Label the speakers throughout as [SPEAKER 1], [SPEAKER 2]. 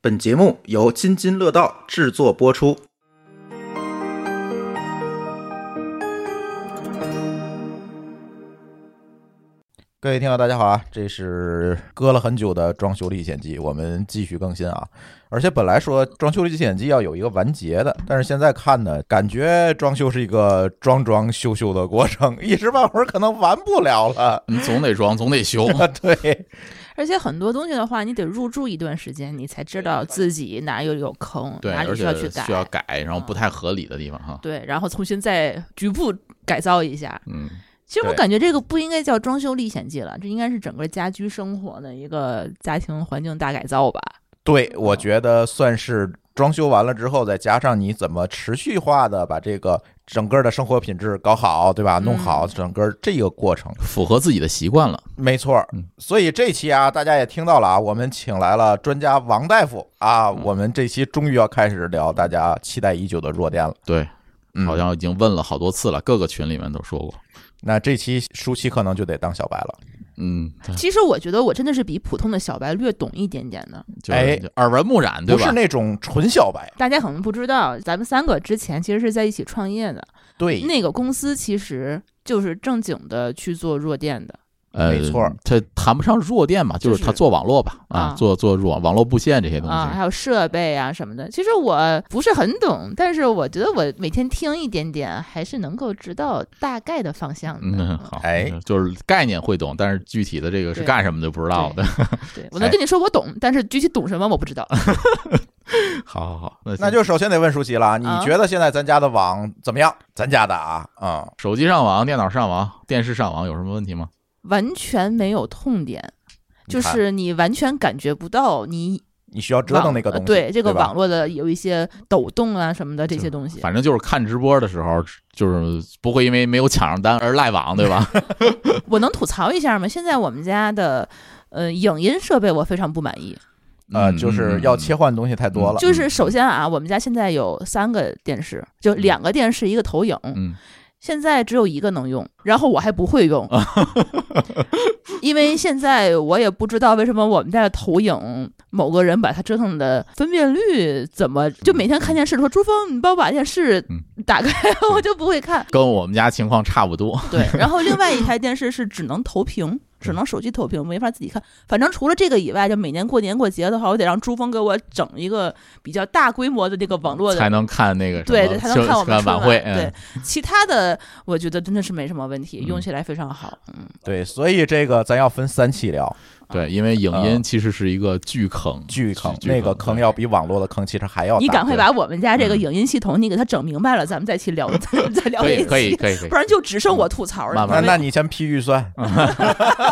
[SPEAKER 1] 本节目由津津乐道制作播出。各位听友，大家好啊！这是搁了很久的《装修历险记》，我们继续更新啊！而且本来说《装修历险记》要有一个完结的，但是现在看呢，感觉装修是一个装装修修的过程， 一时半会儿可能完不了了。
[SPEAKER 2] 你总得装，总得 修。
[SPEAKER 1] 啊对，
[SPEAKER 3] 而且很多东西的话，你得入住一段时间，你才知道自己哪有有坑，
[SPEAKER 2] 对，
[SPEAKER 3] 哪里
[SPEAKER 2] 而
[SPEAKER 3] 需
[SPEAKER 2] 且
[SPEAKER 3] 要去改，
[SPEAKER 2] 需要改，然后不
[SPEAKER 3] 嗯
[SPEAKER 2] 太合理的地方哈。
[SPEAKER 3] 对，然后重新再局部改造一下。
[SPEAKER 2] 嗯，
[SPEAKER 3] 其实我
[SPEAKER 1] 对
[SPEAKER 3] 感觉这个不应该叫装修历险记了，这应该是整个家居生活的一个家庭环境大改造 吧。
[SPEAKER 1] 对，我觉得算是装修完了之后，再加上你怎么持续化的把这个整个的生活品质搞好，对吧？弄好
[SPEAKER 3] 嗯
[SPEAKER 1] 整个这个过程，
[SPEAKER 2] 符合自己的习惯了。
[SPEAKER 1] 没错儿
[SPEAKER 2] 嗯。
[SPEAKER 1] 所以这期啊，大家也听到了啊，我们请来了专家王大夫啊，
[SPEAKER 2] 嗯
[SPEAKER 1] 我们这期终于要开始聊大家期待已久的弱电了。
[SPEAKER 2] 对，
[SPEAKER 1] 嗯
[SPEAKER 2] 好像已经问了好多次了，各个群里面都说过。
[SPEAKER 1] 那这期舒淇可能就得当小白了。
[SPEAKER 2] 嗯，对
[SPEAKER 3] 其实我觉得我真的是比普通的小白略懂一点点的。
[SPEAKER 2] 就
[SPEAKER 1] 哎
[SPEAKER 2] 是就耳闻目染，对
[SPEAKER 1] 不是
[SPEAKER 2] 吧？
[SPEAKER 1] 那种纯小白，
[SPEAKER 3] 大家可能不知道，咱们三个之前其实是在一起创业的，
[SPEAKER 1] 对，
[SPEAKER 3] 那个公司其实就是正经的去做弱电的。
[SPEAKER 2] 呃，
[SPEAKER 1] 没错儿，
[SPEAKER 2] 这谈不上弱电吧，就
[SPEAKER 3] 就是
[SPEAKER 2] 他做网络吧，啊，
[SPEAKER 3] 啊
[SPEAKER 2] 做做网网络布线这些东
[SPEAKER 3] 啊，
[SPEAKER 2] 西。
[SPEAKER 3] 还有设备啊什么的。其实我不是很懂，但是我觉得我每天听一点点，还是能够知道大概的方向的。
[SPEAKER 2] 嗯，好，
[SPEAKER 1] 哎，
[SPEAKER 2] 就是概念会懂，但是具体的这个是
[SPEAKER 3] 对
[SPEAKER 2] 干什么的不知道的。
[SPEAKER 3] 对
[SPEAKER 1] 哎
[SPEAKER 3] 我能跟你说我懂，但是具体懂什么我不知道。
[SPEAKER 2] 好好好，
[SPEAKER 1] 那就首先得问舒淇了啊，你
[SPEAKER 3] 啊
[SPEAKER 1] 觉得现在咱家的网怎么样？咱家的啊，嗯，
[SPEAKER 2] 手机上网、电脑上网、电视上网有什么问题吗？
[SPEAKER 3] 完全没有痛点，就
[SPEAKER 1] 你看
[SPEAKER 3] 是你完全感觉不到你
[SPEAKER 1] 你需要折腾那个
[SPEAKER 3] 网呃
[SPEAKER 1] 东西，
[SPEAKER 3] 对这个
[SPEAKER 1] 吧
[SPEAKER 3] 网络的有一些抖动啊什么的这些东西。
[SPEAKER 2] 反正就是看直播的时候，就是不会因为没有抢上单而赖网，对吧？
[SPEAKER 3] 我能吐槽一下吗？现在我们家的呃影音设备我非常不满意。
[SPEAKER 2] 嗯
[SPEAKER 1] 呃，就是要切换东西太多了。
[SPEAKER 3] 就是首先啊，我们家现在有三个电视，就两个电视一个投影，
[SPEAKER 2] 嗯，
[SPEAKER 3] 现在只有一个能用，然后我还不会用，因为现在我也不知道为什么我们家的投影某个人把它折腾的分辨率怎么就每天看电视说朱峰，你帮我把电视
[SPEAKER 2] 嗯
[SPEAKER 3] 打开，我就不会看。
[SPEAKER 2] 跟我们家情况差不多。
[SPEAKER 3] 对，然后另外 一台电视是只能投屏，只能手机投屏，没法自己看。反正除了这个以外，就每年过年过节的话，我得让朱峰给我整一个比较大规模的这个网络的
[SPEAKER 2] 才能看那个什么
[SPEAKER 3] 对对，才能
[SPEAKER 2] 春
[SPEAKER 3] 看我们
[SPEAKER 2] 春
[SPEAKER 3] 春
[SPEAKER 2] 晚会。
[SPEAKER 3] 对
[SPEAKER 2] 嗯，，
[SPEAKER 3] 其他的我觉得真的是没什么问题，
[SPEAKER 2] 嗯
[SPEAKER 3] 用起来非常好。嗯，
[SPEAKER 1] 对，所以这个咱要分三期聊，
[SPEAKER 2] 对，因为影
[SPEAKER 1] 呃
[SPEAKER 2] 音其实是一个巨坑，
[SPEAKER 1] 巨坑，
[SPEAKER 2] 巨
[SPEAKER 1] 那个坑要比网络的坑其实还要大。
[SPEAKER 3] 你赶快
[SPEAKER 1] 对
[SPEAKER 3] 把我们家这个影音系统你给它整明白了，咱们再去聊，再再聊
[SPEAKER 2] 可
[SPEAKER 3] 一
[SPEAKER 2] 以可以
[SPEAKER 3] 期，
[SPEAKER 2] 可以可以
[SPEAKER 3] 不。然就只剩我吐槽了。
[SPEAKER 2] 慢
[SPEAKER 1] 那
[SPEAKER 2] 慢
[SPEAKER 1] 那你先批预算，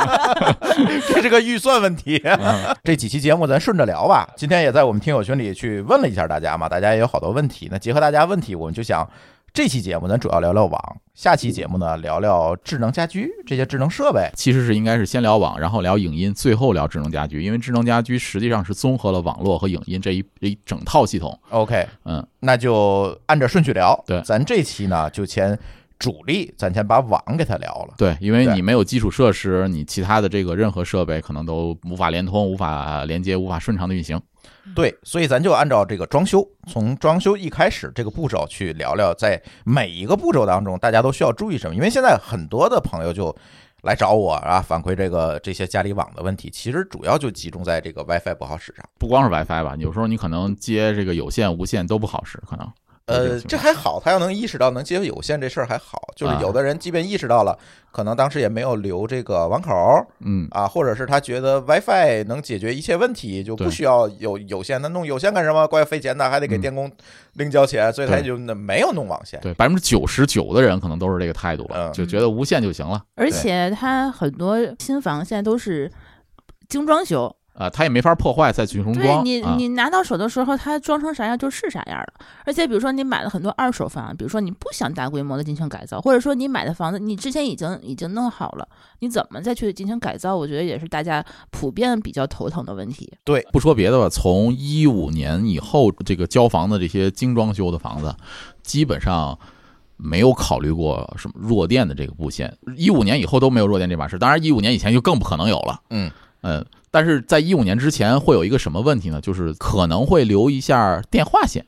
[SPEAKER 1] 这是个预算问题。
[SPEAKER 2] 嗯
[SPEAKER 1] 这几期节目咱顺着聊吧。今天也在我们听友群里去问了一下大家嘛，大家也有好多问题。那结合大家问题，我们就想这期节目咱主要聊聊网，下期节目呢聊聊智能家居这些智能设备。
[SPEAKER 2] 其实是应该是先聊网，然后聊影音，最后聊智能家居，因为智能家居实际上是综合了网络和影音这一一整套系统。
[SPEAKER 1] OK，
[SPEAKER 2] 嗯，
[SPEAKER 1] 那就按着顺序聊。
[SPEAKER 2] 对
[SPEAKER 1] 咱这期呢就先主力，咱先把网给它聊了。
[SPEAKER 2] 对，因为
[SPEAKER 1] 对
[SPEAKER 2] 你没有基础设施，你其他的这个任何设备可能都无法联通、无法连接、无法顺畅的运行。
[SPEAKER 1] 对，所以咱就按照这个装修，从装修一开始这个步骤去聊聊，在每一个步骤当中，大家都需要注意什么？因为现在很多的朋友就来找我啊，反馈这个这些家里网的问题，其实主要就集中在这个 WiFi 不好使上。
[SPEAKER 2] 不光是 WiFi 吧，有时候你可能接这个有线、无线都不好使，可能。
[SPEAKER 1] 呃，这还好，他要能意识到能接有线这事儿还好，就是
[SPEAKER 2] 啊
[SPEAKER 1] 有的人即便意识到了，可能当时也没有留这个网口
[SPEAKER 2] 嗯，
[SPEAKER 1] 啊，或者是他觉得 WiFi 能解决一切问题，就不
[SPEAKER 2] 对
[SPEAKER 1] 需要有有线，那弄有线干什么？怪费钱的，还得给
[SPEAKER 2] 嗯
[SPEAKER 1] 电工另交钱，所以他
[SPEAKER 2] 对
[SPEAKER 1] 就那没有弄网线。
[SPEAKER 2] 对，百分之九十九的人可能都是这个态度了，
[SPEAKER 1] 嗯
[SPEAKER 2] 就觉得无线就行了
[SPEAKER 3] 而且它很多新房现在都是精装修，
[SPEAKER 2] 啊，他也没法破坏再去重
[SPEAKER 3] 对
[SPEAKER 2] 装。
[SPEAKER 3] 你，
[SPEAKER 2] 啊
[SPEAKER 3] 你拿到手的时候，它装成啥样就是啥样了。而且，比如说你买了很多二手房，比如说你不想大规模的进行改造，或者说你买的房子你之前已经已经弄好了，你怎么再去进行改造？我觉得也是大家普遍比较头疼的问题。
[SPEAKER 2] 不说别的吧，从一五年以后，这个交房的这些精装修的房子，基本上没有考虑过什么弱电的这个布线。一五年以后都没有弱电这码事，当然一五年以前就更不可能有了。
[SPEAKER 1] 嗯
[SPEAKER 2] 嗯，但是在一五年之前会有一个什么问题呢？就是可能会留一下电话线，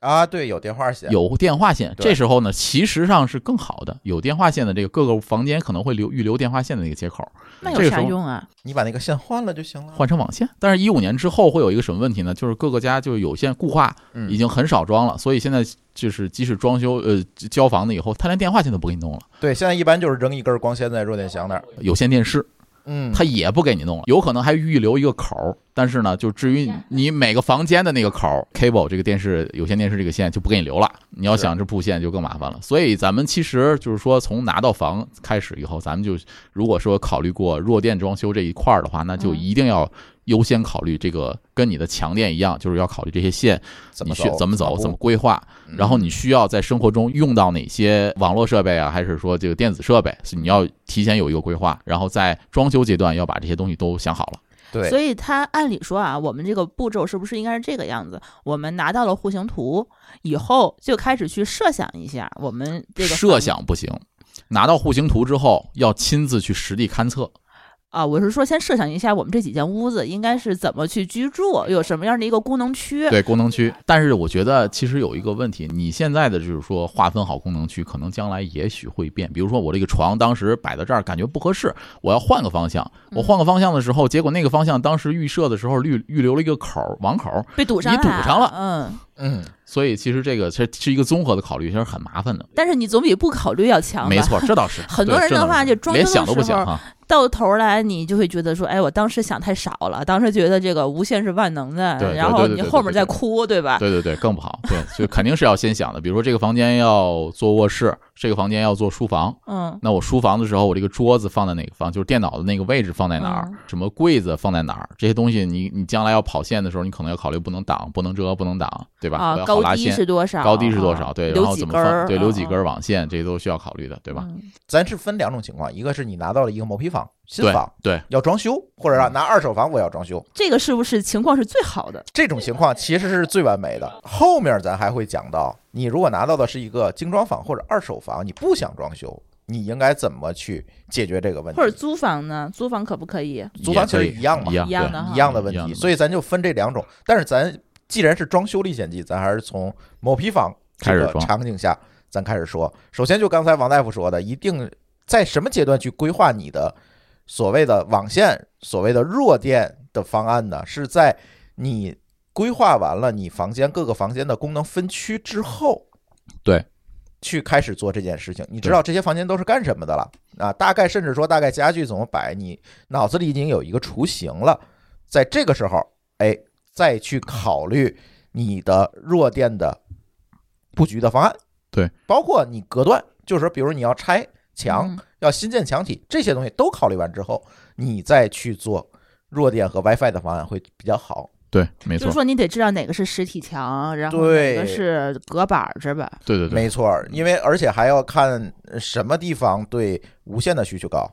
[SPEAKER 1] 啊，对，有电话险，
[SPEAKER 2] 有电话线。
[SPEAKER 1] 对
[SPEAKER 2] 这时候呢，其实上是更好的，有电话线的这个各个房间可能会留预留电话线的那个接口，
[SPEAKER 3] 那
[SPEAKER 2] 这个
[SPEAKER 3] 有啥
[SPEAKER 2] 时候
[SPEAKER 3] 用啊？
[SPEAKER 1] 你把那个线换了就行了。
[SPEAKER 2] 换成网线。但是，一五年之后会有一个什么问题呢？就是各个家就是有线固话
[SPEAKER 1] 嗯
[SPEAKER 2] 已经很少装了，所以现在就是即使装修呃交房子以后，他连电话线都不给你弄了，
[SPEAKER 1] 对，现在一般就是扔一根光纤在弱电箱那儿。
[SPEAKER 2] 有线电视
[SPEAKER 1] 嗯，
[SPEAKER 2] 他也不给你弄了，有可能还预留一个口儿，但是呢，就至于你每个房间的那个口儿 cable 这个电视有线电视这个线就不给你留了，你要
[SPEAKER 1] 是
[SPEAKER 2] 想这布线就更麻烦了。所以咱们其实就是说，从拿到房开始以后，咱们就如果说考虑过弱电装修这一块儿的话，那就
[SPEAKER 3] 嗯
[SPEAKER 2] 一定要优先考虑这个跟你的强电一样，就是要考虑这些线
[SPEAKER 1] 怎
[SPEAKER 2] 你
[SPEAKER 1] 么
[SPEAKER 2] 需
[SPEAKER 1] 走
[SPEAKER 2] 怎么走
[SPEAKER 1] 步
[SPEAKER 2] 怎么规划，
[SPEAKER 1] 嗯
[SPEAKER 2] 然后你需要在生活中用到哪些网络设备啊，还是说这个电子设备？所以你要提前有一个规划，然后在装修阶段要把这些东西都想好了。
[SPEAKER 1] 对，
[SPEAKER 3] 所以它按理说啊，我们这个步骤是不是应该是这个样子？我们拿到了户型图以后，就开始去设想一下我们这个
[SPEAKER 2] 设
[SPEAKER 3] 房
[SPEAKER 2] 想不行，拿到户型图之后要亲自去实地勘测。
[SPEAKER 3] 啊，我是说先设想一下我们这几间屋子应该是怎么去居住，有什么样的一个功能区。
[SPEAKER 2] 对功能区，但是我觉得其实有一个问题，你现在的就是说划分好功能区，可能将来也许会变。比如说我这个床当时摆到这儿感觉不合适，我要换个方向。
[SPEAKER 3] 嗯
[SPEAKER 2] 我换个方向的时候，结果那个方向当时预设的时候预预留了一个口儿网口儿，
[SPEAKER 3] 被堵上
[SPEAKER 2] 你
[SPEAKER 3] 了，
[SPEAKER 2] 堵上了
[SPEAKER 3] 嗯，
[SPEAKER 1] 嗯，
[SPEAKER 2] 所以其实这个是是一个综合的考虑，其实很麻烦的。
[SPEAKER 3] 但是你总比不考虑要强吧？
[SPEAKER 2] 没，错，这倒是
[SPEAKER 3] 很多人
[SPEAKER 2] 对这
[SPEAKER 3] 的话
[SPEAKER 2] 倒是
[SPEAKER 3] 就装修
[SPEAKER 2] 连
[SPEAKER 3] 的
[SPEAKER 2] 想都不
[SPEAKER 3] 时
[SPEAKER 2] 想
[SPEAKER 3] 候
[SPEAKER 2] 哈。
[SPEAKER 3] 到头来你就会觉得说，哎，我当时想太少了，当时觉得这个无限是万能的
[SPEAKER 2] 对，对
[SPEAKER 3] 然
[SPEAKER 2] 对
[SPEAKER 3] 后
[SPEAKER 2] 对
[SPEAKER 3] 你
[SPEAKER 2] 对
[SPEAKER 3] 后
[SPEAKER 2] 对对
[SPEAKER 3] 面再
[SPEAKER 2] 对
[SPEAKER 3] 哭，对吧？
[SPEAKER 2] 对对对，更不好。对，就肯定是要先想的。比如说这个房间要做卧室，这个房间要做书房。
[SPEAKER 3] 嗯，
[SPEAKER 2] 那我书房的时候，我这个桌子放在哪个方，就是电脑的那个位置放在哪儿
[SPEAKER 3] 嗯，
[SPEAKER 2] 什么柜子放在哪儿，这些东西你你将来要跑线的时候，你可能要考虑不能挡、不能遮、不能挡，对吧？我
[SPEAKER 3] 啊，
[SPEAKER 2] 要好
[SPEAKER 3] 高
[SPEAKER 2] 拉
[SPEAKER 3] 低
[SPEAKER 2] 线
[SPEAKER 3] 是，多少？
[SPEAKER 2] 高低是多
[SPEAKER 3] 啊
[SPEAKER 2] 少？对，然
[SPEAKER 3] 留
[SPEAKER 2] 后
[SPEAKER 3] 几
[SPEAKER 2] 怎么
[SPEAKER 3] 根儿？
[SPEAKER 2] 放？对，留几
[SPEAKER 3] 嗯
[SPEAKER 2] 根，网线，这些都需要考虑的，对吧？
[SPEAKER 3] 嗯
[SPEAKER 1] 咱是分两种情况，一个是你拿到了一个毛坯房新
[SPEAKER 2] 对嗯
[SPEAKER 1] 房
[SPEAKER 2] 对，
[SPEAKER 1] 要装修，或者让拿二手房我要装修，
[SPEAKER 3] 这个是不是情况是最好的？
[SPEAKER 1] 这种情况其实是最完美的。后面咱还会讲到，你如果拿到的是一个精装房或者二手房，你不想装修，你应该怎么去解决这个问题？
[SPEAKER 3] 或者租房呢？租房可不可以？
[SPEAKER 1] 租房
[SPEAKER 2] 也
[SPEAKER 1] 其
[SPEAKER 2] 可
[SPEAKER 1] 实
[SPEAKER 2] 以
[SPEAKER 1] 一样嘛
[SPEAKER 2] 一样
[SPEAKER 3] 一样
[SPEAKER 2] 对
[SPEAKER 3] 的哈
[SPEAKER 1] 一样的问
[SPEAKER 2] 一样
[SPEAKER 1] 题，
[SPEAKER 2] 的
[SPEAKER 1] 所以咱就分这两种。但是咱既然是装修历险记，咱还是从某批房这
[SPEAKER 2] 开
[SPEAKER 1] 个
[SPEAKER 2] 始装
[SPEAKER 1] 场景下，咱开始说。首先就刚才王大夫说的，一定在什么阶段去规划你的所谓的网线、所谓的弱电的方案呢？是在你规划完了你房间各个房间的功能分区之后，
[SPEAKER 2] 对，
[SPEAKER 1] 去开始做这件事情。你知道这些房间都是干什么的了啊？大概甚至说大概家具怎么摆，你脑子里已经有一个雏形了。在这个时候，哎，再去考虑你的弱电的布局的方案，
[SPEAKER 2] 对，
[SPEAKER 1] 包括你隔断，就是说，比如你要拆墙，
[SPEAKER 3] 嗯
[SPEAKER 1] 要新建墙体，这些东西都考虑完之后，你再去做弱电和 WiFi 的方案会比较好。
[SPEAKER 2] 对，没
[SPEAKER 3] 就
[SPEAKER 2] 错，
[SPEAKER 3] 是说你得知道哪个是实体墙，然后
[SPEAKER 1] 对
[SPEAKER 3] 哪个是隔板儿是吧？
[SPEAKER 2] 对对对，
[SPEAKER 1] 没错儿，因为而且还要看呃什么地方对无线的需求高，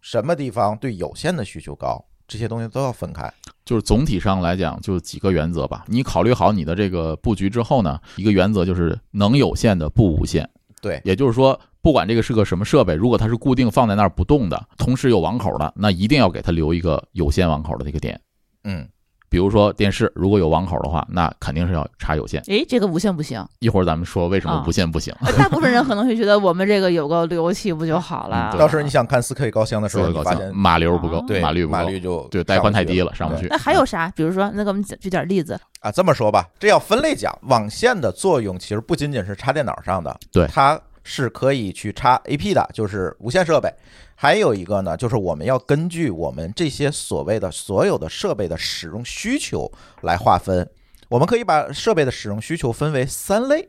[SPEAKER 1] 什么地方对有线的需求高，这些东西都要分开。
[SPEAKER 2] 就是总体上来讲，就是几个原则吧。你考虑好你的这个布局之后呢，一个原则就是能有线的不无线，
[SPEAKER 1] 对，
[SPEAKER 2] 也就是说，不管这个是个什么设备，如果它是固定放在那儿不动的，同时有网口的，那一定要给它留一个有线网口的这个点。
[SPEAKER 1] 嗯，
[SPEAKER 2] 比如说电视如果有网口的话，那肯定是要插有线。
[SPEAKER 3] 诶，这个无线不行。
[SPEAKER 2] 一会儿咱们说为什么
[SPEAKER 3] 啊
[SPEAKER 2] 无线不行。
[SPEAKER 3] 大部分人可能会觉得我们这个有个路由器不就好了？
[SPEAKER 2] 嗯对
[SPEAKER 1] 到时候你想看四 K 高清的时候，
[SPEAKER 2] 说
[SPEAKER 1] 你
[SPEAKER 2] 高嗯
[SPEAKER 1] 发现
[SPEAKER 2] 兴，码流不够
[SPEAKER 3] 啊，
[SPEAKER 1] 对
[SPEAKER 2] 码率不
[SPEAKER 1] 码
[SPEAKER 2] 够，
[SPEAKER 1] 率就
[SPEAKER 2] 对带
[SPEAKER 1] 上
[SPEAKER 2] 宽太
[SPEAKER 1] 不
[SPEAKER 2] 低
[SPEAKER 1] 去
[SPEAKER 2] 了，上不
[SPEAKER 1] 对
[SPEAKER 2] 去。嗯
[SPEAKER 3] 那还有啥？比如说，那给我们举举点例子。
[SPEAKER 1] 啊。这么说吧，这要分类讲，网线的作用其实不仅仅是插电脑上的，
[SPEAKER 2] 对
[SPEAKER 1] 它是可以去插 AP 的，就是无线设备。还有一个呢，就是我们要根据我们这些所谓的所有的设备的使用需求来划分。我们可以把设备的使用需求分为三类。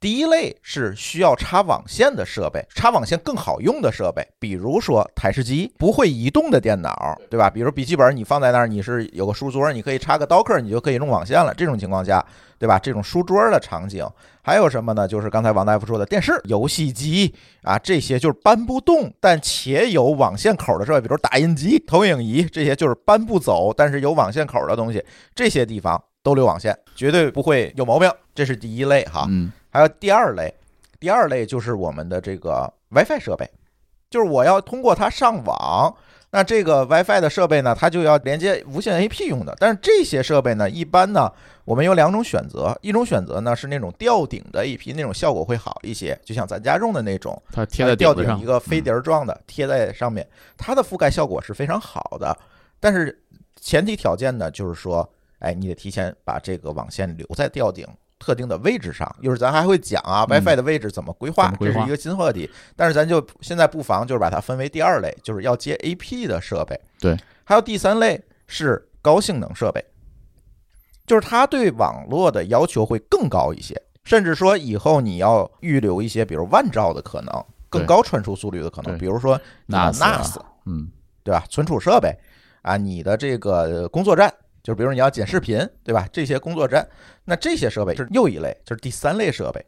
[SPEAKER 1] 第一类是需要插网线的设备，插网线更好用的设备，比如说台式机、不会移动的电脑，对吧？比如笔记本，你放在那儿，你是有个书桌，你可以插个刀客，你就可以弄网线了。这种情况下，对吧？这种书桌的场景，还有什么呢？就是刚才王大夫说的电视、游戏机啊，这些就是搬不动，但且有网线口的设备，比如打印机、投影仪，这些就是搬不走，但是有网线口的东西，这些地方都留网线，绝对不会有毛病。这是第一类哈。
[SPEAKER 2] 嗯，
[SPEAKER 1] 还有第二类，第二类就是我们的这个 WiFi 设备，就是我要通过它上网那这个 WiFi 的设备呢，它就要连接无线 AP 用的。但是这些设备呢，一般呢，我们有两种选择，一种选择呢是那种吊顶的 AP，那种效果会好一些，就像咱家用的那种，
[SPEAKER 2] 它贴在
[SPEAKER 1] 呃吊
[SPEAKER 2] 顶
[SPEAKER 1] 顶
[SPEAKER 2] 子上嗯
[SPEAKER 1] 一个飞碟儿状的贴在上面，它的覆盖效果是非常好的。但是前提条件呢，就是说，哎，你得提前把这个网线留在吊顶。特定的位置上，一会儿咱还会讲啊
[SPEAKER 2] 嗯
[SPEAKER 1] ，WiFi 的位置怎么规划
[SPEAKER 2] 怎么，规
[SPEAKER 1] 这
[SPEAKER 2] 划
[SPEAKER 1] 是一个新话题。但是咱就现在不妨就是把它分为第二类，就是要接 AP 的设备。
[SPEAKER 2] 对，
[SPEAKER 1] 还有第三类是高性能设备，就是它对网络的要求会更高一些，甚至说以后你要预留一些，比如万兆的可能，更
[SPEAKER 2] 对
[SPEAKER 1] 高传输速率的可能，
[SPEAKER 2] 对
[SPEAKER 1] 比如说你的
[SPEAKER 2] NAS 啊
[SPEAKER 1] NAS，
[SPEAKER 2] 嗯，
[SPEAKER 1] 对吧？存储设备啊，你的这个呃工作站，就是比如你要剪视频，对吧？这些工作站，那这些设备是又一类，就是第三类设备，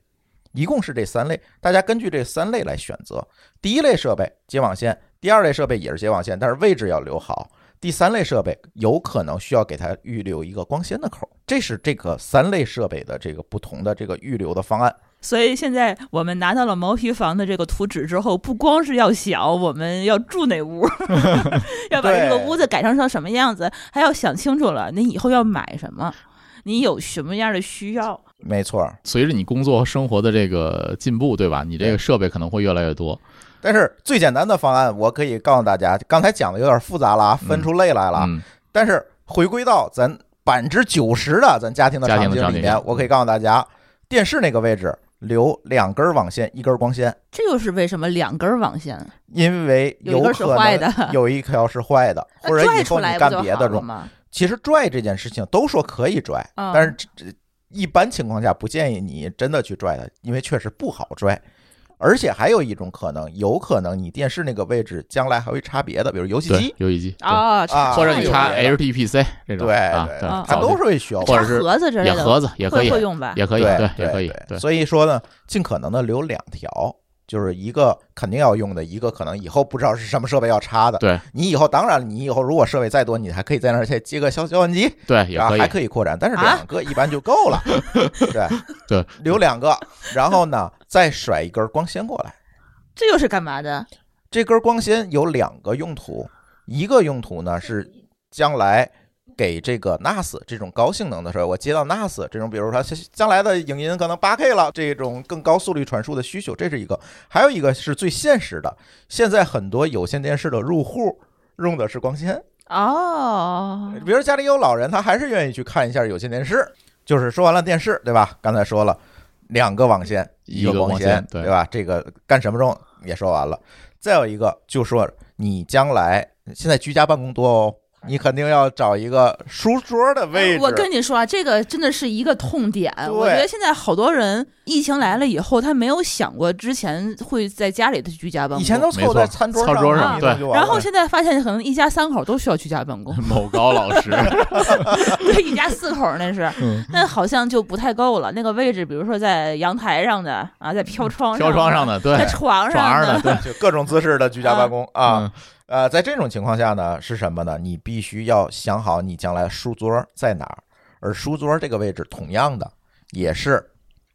[SPEAKER 1] 一共是这三类，大家根据这三类来选择。第一类设备接网线，第二类设备也是接网线，但是位置要留好。第三类设备有可能需要给它预留一个光纤的口，这是这个三类设备的这个不同的这个预留的方案。
[SPEAKER 4] 所以现在我们拿到了毛坯房的这个图纸之后，不光是要想我们要住哪屋，
[SPEAKER 3] 要把这个
[SPEAKER 1] 对
[SPEAKER 3] 屋子改成成什么样子，还要想清楚了，你以后要买什么，你有什么样的需要。
[SPEAKER 1] 没错儿，
[SPEAKER 2] 随着你工作和生活的这个进步，对吧？你这个设备可能会越来越多。
[SPEAKER 1] 但是最简单的方案，我可以告诉大家，刚才讲的有点复杂了啊，分出类来了啊。
[SPEAKER 2] 嗯，
[SPEAKER 1] 但是回归到咱百分之九十的咱家庭的
[SPEAKER 2] 家庭
[SPEAKER 1] 场
[SPEAKER 2] 的
[SPEAKER 1] 景
[SPEAKER 2] 场
[SPEAKER 1] 里
[SPEAKER 2] 景
[SPEAKER 1] 面
[SPEAKER 2] 嗯，
[SPEAKER 1] 我可以告诉大家，电视那个位置留两根网线，一根光纤，
[SPEAKER 3] 这就是为什么两根网线
[SPEAKER 1] 因为
[SPEAKER 3] 有一根是
[SPEAKER 1] 可
[SPEAKER 3] 坏
[SPEAKER 1] 能
[SPEAKER 3] 的，
[SPEAKER 1] 有一条是坏 的，
[SPEAKER 3] 那
[SPEAKER 1] 或者
[SPEAKER 3] 拽
[SPEAKER 1] 以
[SPEAKER 3] 出
[SPEAKER 1] 后
[SPEAKER 3] 来
[SPEAKER 1] 你
[SPEAKER 3] 不
[SPEAKER 1] 干
[SPEAKER 3] 就
[SPEAKER 1] 别
[SPEAKER 3] 好
[SPEAKER 1] 的
[SPEAKER 3] 了
[SPEAKER 1] 用。
[SPEAKER 3] 吗？
[SPEAKER 1] 其实拽这件事情都说可以拽，
[SPEAKER 3] 嗯
[SPEAKER 1] 但是这这一般情况下不建议你真的去拽它，因为确实不好拽。而且还有一种可能，有可能你电视那个位置将来还会插别的，比如游戏
[SPEAKER 2] 对
[SPEAKER 1] 机，，
[SPEAKER 2] 游戏机，对
[SPEAKER 3] 啊，
[SPEAKER 1] 啊
[SPEAKER 2] 或者你插
[SPEAKER 1] 插有
[SPEAKER 2] HTPC 这种，
[SPEAKER 1] 对
[SPEAKER 2] 啊，
[SPEAKER 1] 对
[SPEAKER 2] 对，
[SPEAKER 1] 它都是会需要
[SPEAKER 2] 或者是
[SPEAKER 3] 插盒子之类
[SPEAKER 2] 也
[SPEAKER 3] 的，
[SPEAKER 2] 盒子也可以
[SPEAKER 3] 会，会用吧？
[SPEAKER 2] 也可以，
[SPEAKER 1] 对
[SPEAKER 2] 也可以，对
[SPEAKER 1] 对。所以说呢，尽可能的留两条，就是一个肯定要用的，一个可能以后不知道是什么设备要插的。
[SPEAKER 2] 对
[SPEAKER 1] 你以后当然，你以后如果设备再多，你还可以在那儿再接个小小换机，
[SPEAKER 2] 对，也
[SPEAKER 1] 啊
[SPEAKER 2] 可以
[SPEAKER 1] 还，可以扩展，但是
[SPEAKER 3] 啊
[SPEAKER 1] 两个一般就够 了。对
[SPEAKER 2] 对，
[SPEAKER 1] 留两个，然后呢，再甩一根光纤过来。
[SPEAKER 3] 这又是干嘛的？
[SPEAKER 1] 这根光纤有两个用途，一个用途呢是将来。给这个 NAS 这种高性能的设备，我接到 NAS 这种，比如说将来的影音可能 8K 了，这种更高速率传输的需求，这是一个；还有一个是最现实的，现在很多有线电视的入户用的是光纤，
[SPEAKER 3] 哦，
[SPEAKER 2] 嗯
[SPEAKER 1] 比如家里有老人，他还是愿意去看一下有线电视。就是说完了电视，对吧？刚才说了，两个网线，
[SPEAKER 2] 一
[SPEAKER 1] 个
[SPEAKER 2] 个
[SPEAKER 1] 光
[SPEAKER 2] 光
[SPEAKER 1] 纤
[SPEAKER 2] 纤，对
[SPEAKER 1] 吧？这个干什么用也说完了。再有一个就说你将来现在居家办公多哦，你肯定要找一个书桌的位置。
[SPEAKER 3] 我跟你说啊，这个真的是一个痛点。我觉得现在好多人疫情来了以后，他没有想过之前会在家里的居家办公，
[SPEAKER 1] 以前都
[SPEAKER 2] 没
[SPEAKER 1] 凑
[SPEAKER 2] 错
[SPEAKER 1] 在餐桌
[SPEAKER 2] 餐桌
[SPEAKER 1] 上
[SPEAKER 2] 上，
[SPEAKER 1] 一弄就完了，
[SPEAKER 3] 然后现在发现可能一家三口都需要居家办公
[SPEAKER 2] 某高老师，
[SPEAKER 3] 对，一家四口那是，
[SPEAKER 2] 嗯
[SPEAKER 3] 那好像就不太够了。那个位置，比如说在阳台上的啊，在飘
[SPEAKER 2] 嗯
[SPEAKER 3] 窗
[SPEAKER 2] 飘窗上的，
[SPEAKER 3] 的，
[SPEAKER 2] 对
[SPEAKER 3] 在，床
[SPEAKER 2] 床
[SPEAKER 3] 上
[SPEAKER 2] 上的，对，
[SPEAKER 1] 就各种姿势的居家办公啊。
[SPEAKER 2] 嗯
[SPEAKER 1] 呃，在这种情况下呢，是什么呢？你必须要想好你将来书桌在哪儿，而书桌这个位置同样的也是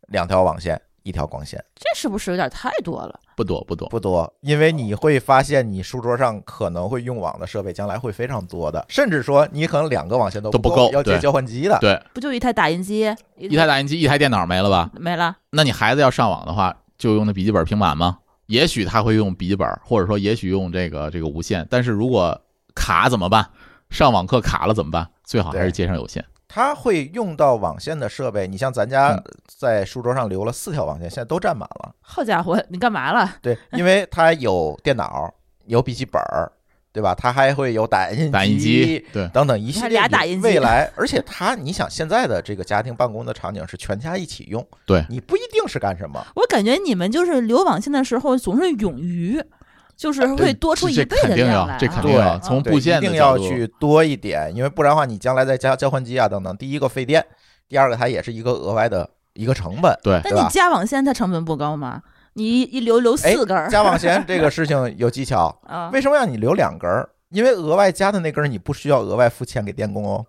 [SPEAKER 1] 两条网线。一条光线
[SPEAKER 3] 这是不是有点太多了？
[SPEAKER 2] 不多不多，
[SPEAKER 1] 不多，因为你会发现你书桌上可能会用网的设备将来会非常多的，甚至说你可能两个网线都
[SPEAKER 2] 都
[SPEAKER 1] 不
[SPEAKER 2] 不
[SPEAKER 1] 够，
[SPEAKER 2] 够
[SPEAKER 1] 要接
[SPEAKER 2] 对
[SPEAKER 1] 交换机的。
[SPEAKER 2] 对，
[SPEAKER 3] 不就一台打印机，
[SPEAKER 2] 一台打印机，一台电脑没了吧？
[SPEAKER 3] 没了，
[SPEAKER 2] 那你孩子要上网的话，就用那笔记本平板吗？也许他会用笔记本，或者说也许用这个这个无线，但是如果卡怎么办？上网课卡了怎么办？最好还是
[SPEAKER 1] 对
[SPEAKER 2] 接上有线。
[SPEAKER 1] 它会用到网线的设备，你像咱家
[SPEAKER 2] 嗯
[SPEAKER 1] 在书桌上留了四条网线，现在都占满了。
[SPEAKER 3] 好家伙，你干嘛了？
[SPEAKER 1] 对，因为它有电脑，有笔记本儿，对吧？它还会有打印
[SPEAKER 2] 打印
[SPEAKER 1] 机
[SPEAKER 2] 机，对
[SPEAKER 1] 等等一系列
[SPEAKER 3] 还俩打印机
[SPEAKER 1] 未来，而且它，你想现在的这个家庭办公的场景是全家一起用，
[SPEAKER 2] 对
[SPEAKER 1] 你不一定是干什么，
[SPEAKER 3] 我感觉你们就是留网线的时候总是冗余，就是会多出一
[SPEAKER 2] 呃这
[SPEAKER 3] 倍的
[SPEAKER 2] 肯定
[SPEAKER 3] 量
[SPEAKER 2] 要
[SPEAKER 3] 来啊。
[SPEAKER 2] 这肯定
[SPEAKER 1] 对
[SPEAKER 2] 要从
[SPEAKER 1] 对
[SPEAKER 2] 布线
[SPEAKER 1] 一
[SPEAKER 2] 的
[SPEAKER 1] 定要
[SPEAKER 2] 角度
[SPEAKER 1] 去多一点，因为不然的话，你将来在家交换机啊等等，第一个费电，第二个它也是一个额外的一个成 本，
[SPEAKER 2] 对
[SPEAKER 3] 但
[SPEAKER 1] 对吧
[SPEAKER 3] 你加网线它成本不高吗？你一一留留
[SPEAKER 1] 哎
[SPEAKER 3] 四根儿
[SPEAKER 1] 加网线这个事情有技 巧，
[SPEAKER 3] 啊，
[SPEAKER 1] 为什么让你留两根儿？因为额外加的那根儿你不需要额外付钱给电工哦，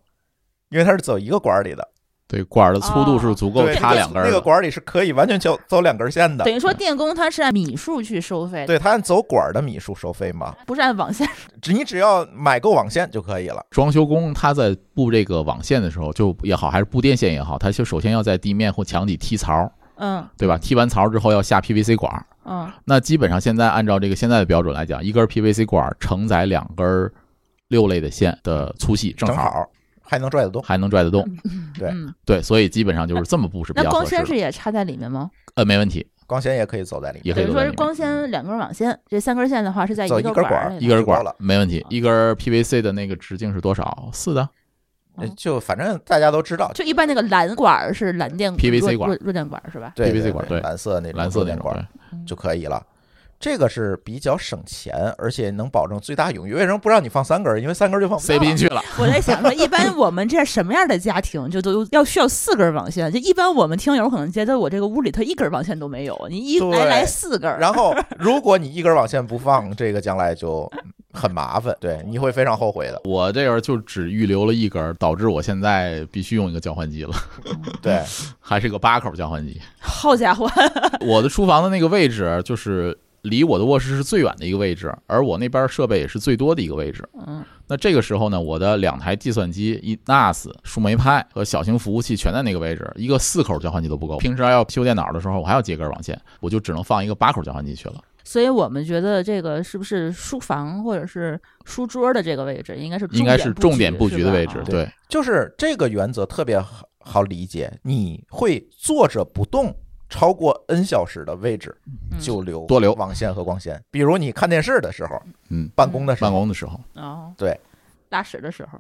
[SPEAKER 1] 因为它是走一个管儿里的。
[SPEAKER 2] 对，管儿的粗度是足够
[SPEAKER 1] 对
[SPEAKER 2] 插两根儿
[SPEAKER 1] 那个
[SPEAKER 2] 的。
[SPEAKER 1] 管儿里是可以完全走走两根线的，
[SPEAKER 3] 等于说电工它是按米数去收费的，
[SPEAKER 1] 对，他按走管儿的米数收费嘛，
[SPEAKER 3] 不是按网线。
[SPEAKER 1] 只你只要买够网线就可以了。
[SPEAKER 2] 装修工他在布这个网线的时候，就也好，还是布电线也好，他就首先要在地面或墙体踢槽，
[SPEAKER 3] 嗯
[SPEAKER 2] 对吧？踢完槽之后要下 PVC 管儿。
[SPEAKER 3] 嗯，
[SPEAKER 2] 那基本上现在按照这个现在的标准来讲，一根 PVC 管儿承载两根儿六类的线的粗细，正
[SPEAKER 1] 正
[SPEAKER 2] 好
[SPEAKER 1] 好还能拽得动。
[SPEAKER 2] 还能拽得动。
[SPEAKER 1] 对
[SPEAKER 3] 嗯，
[SPEAKER 2] 对，所以基本上就是这么布是比
[SPEAKER 3] 那
[SPEAKER 2] 较合
[SPEAKER 3] 光
[SPEAKER 2] 适
[SPEAKER 3] 纤是
[SPEAKER 2] 的。
[SPEAKER 3] 也插在里面吗？
[SPEAKER 2] 呃，没问题，
[SPEAKER 1] 光纤也可以走在里
[SPEAKER 2] 也
[SPEAKER 1] 面，
[SPEAKER 2] 可以走
[SPEAKER 3] 等于说
[SPEAKER 2] 在
[SPEAKER 3] 是
[SPEAKER 2] 里面
[SPEAKER 3] 光纤两根网线，这三根线的话是在
[SPEAKER 1] 走
[SPEAKER 3] 一个
[SPEAKER 1] 一根
[SPEAKER 3] 管
[SPEAKER 1] 管
[SPEAKER 3] 儿
[SPEAKER 1] 儿
[SPEAKER 3] 里
[SPEAKER 2] 嗯一
[SPEAKER 3] 的。
[SPEAKER 2] 根管
[SPEAKER 1] 够了
[SPEAKER 2] 儿没问题，一根儿 PVC 的那个直径是多少？四的
[SPEAKER 1] 呃就反正大家都知道，
[SPEAKER 3] 就一般那个蓝管儿是蓝电
[SPEAKER 2] PVC
[SPEAKER 3] 弱
[SPEAKER 2] 管儿
[SPEAKER 3] 弱弱电管儿是吧？
[SPEAKER 1] 对
[SPEAKER 2] PVC
[SPEAKER 1] 对
[SPEAKER 2] 管
[SPEAKER 1] 对
[SPEAKER 2] 对
[SPEAKER 1] 蓝色那种
[SPEAKER 2] 蓝色
[SPEAKER 1] 充
[SPEAKER 2] 那
[SPEAKER 1] 电
[SPEAKER 2] 种。
[SPEAKER 1] 管
[SPEAKER 2] 对
[SPEAKER 1] 就可以了。这个是比较省钱，而且能保证最大永续。为什么不让你放三根儿？因为三根儿就放不
[SPEAKER 2] 塞
[SPEAKER 1] 到
[SPEAKER 2] 不进
[SPEAKER 1] 了
[SPEAKER 2] 去了。
[SPEAKER 4] 我在想说，一般我们这什么样的家庭就都要需要四根网线？就一般我们听友可能觉得我这个屋里头一根网线都没有，你一
[SPEAKER 1] 对
[SPEAKER 4] 来来四根儿，
[SPEAKER 1] 然后，如果你一根儿网线不放，这个将来就很麻烦，对，你会非常后悔的。
[SPEAKER 2] 我这边就只预留了一根儿，导致我现在必须用一个交换机了，
[SPEAKER 1] 对，
[SPEAKER 2] 还是个八口交换机。
[SPEAKER 4] 好家伙，
[SPEAKER 2] 我的厨房的那个位置就是离我的卧室是最远的一个位置，而我那边设备也是最多的一个位置。
[SPEAKER 3] 嗯，
[SPEAKER 2] 那这个时候呢，我的两台计算机、一 NAS、树莓派和小型服务器全在那个位置，一个四口交换机都不够。平时要修电脑的时候，我还要接根网线，我就只能放一个八口交换机去了。
[SPEAKER 3] 所以我们觉得这个是不是书房或者是书桌的这个位置，应该是
[SPEAKER 2] 应该是重点布
[SPEAKER 3] 布
[SPEAKER 2] 局的位置，
[SPEAKER 3] 是吧
[SPEAKER 2] 对，
[SPEAKER 1] 就是这个原则特别好好理解，你会坐着不动超过 n 小时的位置
[SPEAKER 3] 嗯
[SPEAKER 1] 就留
[SPEAKER 2] 多留
[SPEAKER 1] 网线和光纤，比如你看电视的时候，
[SPEAKER 2] 嗯，
[SPEAKER 1] 办公的时候，
[SPEAKER 2] 办公的时候，
[SPEAKER 3] 哦，
[SPEAKER 1] 对，
[SPEAKER 3] 拉屎的时候，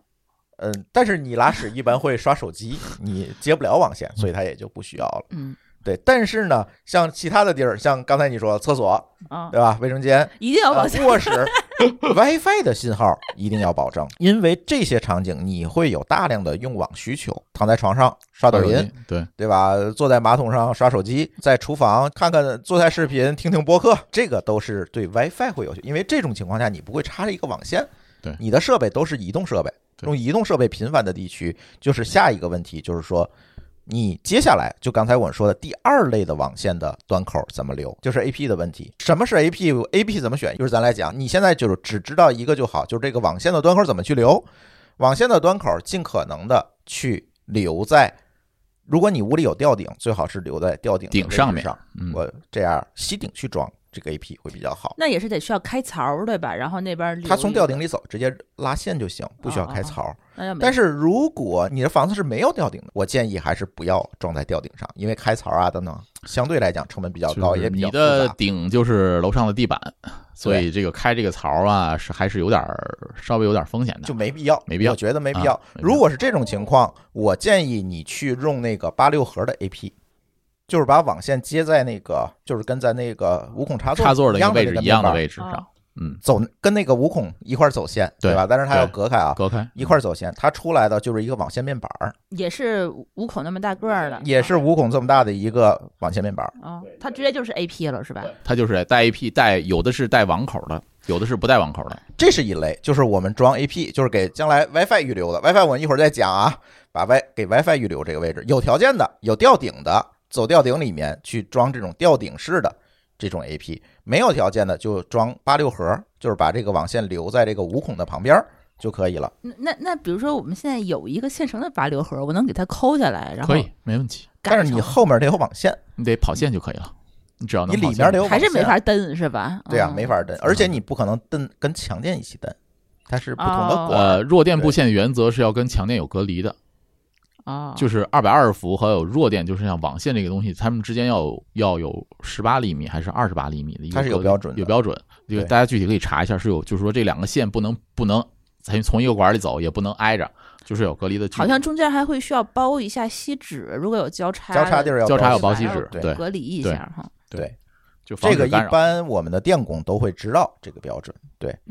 [SPEAKER 1] 嗯，但是你拉屎一般会刷手机， 你接不了网线，
[SPEAKER 2] 嗯
[SPEAKER 1] 所以它也就不需要了。
[SPEAKER 3] 嗯
[SPEAKER 1] 对，但是呢，像其他的地儿，像刚才你说厕所，
[SPEAKER 3] 啊，
[SPEAKER 1] 对吧？卫生间、
[SPEAKER 4] 一
[SPEAKER 3] 哦
[SPEAKER 4] 定要
[SPEAKER 1] 嗯呃
[SPEAKER 4] 网线。
[SPEAKER 1] 卧室 ，WiFi 的信号一定要保证，因为这些场景你会有大量的用网需求。躺在床上刷
[SPEAKER 2] 哦
[SPEAKER 1] 抖音，，
[SPEAKER 2] 对，
[SPEAKER 1] 对吧？坐在马桶上刷手机，在厨房看看做菜视频，听听播客，这个都是对 WiFi 会有因为这种情况下你不会插着一个网线，
[SPEAKER 2] 对
[SPEAKER 1] 你的设备都是移动设备。
[SPEAKER 2] 对
[SPEAKER 1] 用移动设备频繁的地区，就是下一个问题，就是说。你接下来就刚才我说的第二类的网线的端口怎么留，就是 A P 的问题。什么是 A P？A P 怎么选？就是咱来讲，你现在就是只知道一个就好，就是这个网线的端口怎么去留。网线的端口尽可能的去留在，如果你屋里有吊顶，最好是留在吊顶的
[SPEAKER 2] 顶
[SPEAKER 1] 位置
[SPEAKER 2] 上
[SPEAKER 1] 上
[SPEAKER 2] 面嗯，
[SPEAKER 1] 我这样吸顶去装这个 A P 会比较好。
[SPEAKER 3] 那也是得需要开槽儿对吧？然后那边
[SPEAKER 1] 它从吊
[SPEAKER 3] 顶，
[SPEAKER 1] 顶里走，直接拉线就行，不需要
[SPEAKER 3] 哦哦
[SPEAKER 1] 开
[SPEAKER 3] 哦
[SPEAKER 1] 槽。
[SPEAKER 3] 那要没
[SPEAKER 1] 但是如果你的房子是没有吊顶的，我建议还是不要装在吊顶上，因为开槽啊等等，相对来讲成本比较
[SPEAKER 2] 就是
[SPEAKER 1] 高，也比
[SPEAKER 2] 你
[SPEAKER 1] 较复
[SPEAKER 2] 的
[SPEAKER 1] 杂。
[SPEAKER 2] 顶就是楼上的地板，所以这个开这个槽啊，是还是有点儿稍微有点风险的
[SPEAKER 1] 就。没必要，
[SPEAKER 2] 没必要
[SPEAKER 1] 我觉得没必
[SPEAKER 2] 啊
[SPEAKER 1] 要。
[SPEAKER 2] 没必要
[SPEAKER 1] 如果是这种情况，我建议你去用那个八六核的 AP，就是把网线接在那个，就是跟在那个无孔插座
[SPEAKER 2] 插座的
[SPEAKER 1] 一
[SPEAKER 2] 那
[SPEAKER 1] 样
[SPEAKER 2] 个位置
[SPEAKER 1] 那
[SPEAKER 2] 一样的
[SPEAKER 1] 面板
[SPEAKER 2] 位置上
[SPEAKER 3] 哦，
[SPEAKER 2] 嗯，
[SPEAKER 1] 走跟那个无孔一块儿走线，
[SPEAKER 2] 对
[SPEAKER 1] 吧？但是它
[SPEAKER 2] 对
[SPEAKER 1] 要隔开啊，
[SPEAKER 2] 隔开
[SPEAKER 1] 一块儿走线，它出来的就是一个网线面板儿，
[SPEAKER 3] 也是五孔那么大个儿的，
[SPEAKER 1] 也是无孔这么大的一个网线面板儿。
[SPEAKER 3] 啊，它直接就是 A P 了是吧？
[SPEAKER 2] 它就是带 AP 带，有的是带网口的，有的是不带网口的。
[SPEAKER 1] 这是一类，就是我们装 AP，就是给将来 WiFi 预留的。WiFi 我们一会儿再讲啊，把 Wi 给 WiFi 预留这个位置，有条件的，有吊顶的，走吊顶里面去装这种吊顶式的这种 AP，没有条件的就装八六核，就是把这个网线留在这个五孔的旁边儿就可以了。
[SPEAKER 3] 那那那比如说我们现在有一个现成的拔流盒，我能给它抠下来，然后
[SPEAKER 2] 可以，没问题，
[SPEAKER 3] 赶
[SPEAKER 1] 但是你后面得有网线，
[SPEAKER 2] 你得跑线就可以了，你只要能
[SPEAKER 1] 你里
[SPEAKER 2] 跑啊线
[SPEAKER 1] 面得
[SPEAKER 2] 就
[SPEAKER 1] 有
[SPEAKER 2] 可
[SPEAKER 1] 网
[SPEAKER 2] 以
[SPEAKER 3] 还
[SPEAKER 1] 线，
[SPEAKER 3] 是没法蹬是吧？
[SPEAKER 1] 对啊，
[SPEAKER 3] 嗯
[SPEAKER 1] 没法蹬，而且你不可能蹬跟强电一起蹬，它是不同的
[SPEAKER 3] 哦
[SPEAKER 1] 管儿。
[SPEAKER 2] 呃，弱电布线原则是要跟强电有隔离的，
[SPEAKER 1] 啊
[SPEAKER 3] 哦，
[SPEAKER 2] 就是二百二十伏和有弱电，就是像网线这个东西，它们之间要有要有十八厘米还是二十八厘米的一个隔
[SPEAKER 1] 它
[SPEAKER 2] 离？
[SPEAKER 1] 是有标准的
[SPEAKER 2] 有标准。这个
[SPEAKER 1] 对
[SPEAKER 2] 大家具体可以查一下，是有就是说这两个线不能不能从从一个管里走，也不能挨着，就是有隔离的距离。
[SPEAKER 3] 好像中间还会需要包一下锡纸，如果有交叉
[SPEAKER 1] 交叉地儿要
[SPEAKER 2] 交叉有
[SPEAKER 1] 高
[SPEAKER 2] 包
[SPEAKER 1] 些
[SPEAKER 3] 啊
[SPEAKER 2] 锡纸，
[SPEAKER 1] 对
[SPEAKER 2] 对，
[SPEAKER 3] 隔离一下哈。
[SPEAKER 1] 对
[SPEAKER 2] 就防
[SPEAKER 1] 这个
[SPEAKER 2] 止
[SPEAKER 1] 一
[SPEAKER 2] 干扰。
[SPEAKER 1] 般我们的电工都会知道这个标准，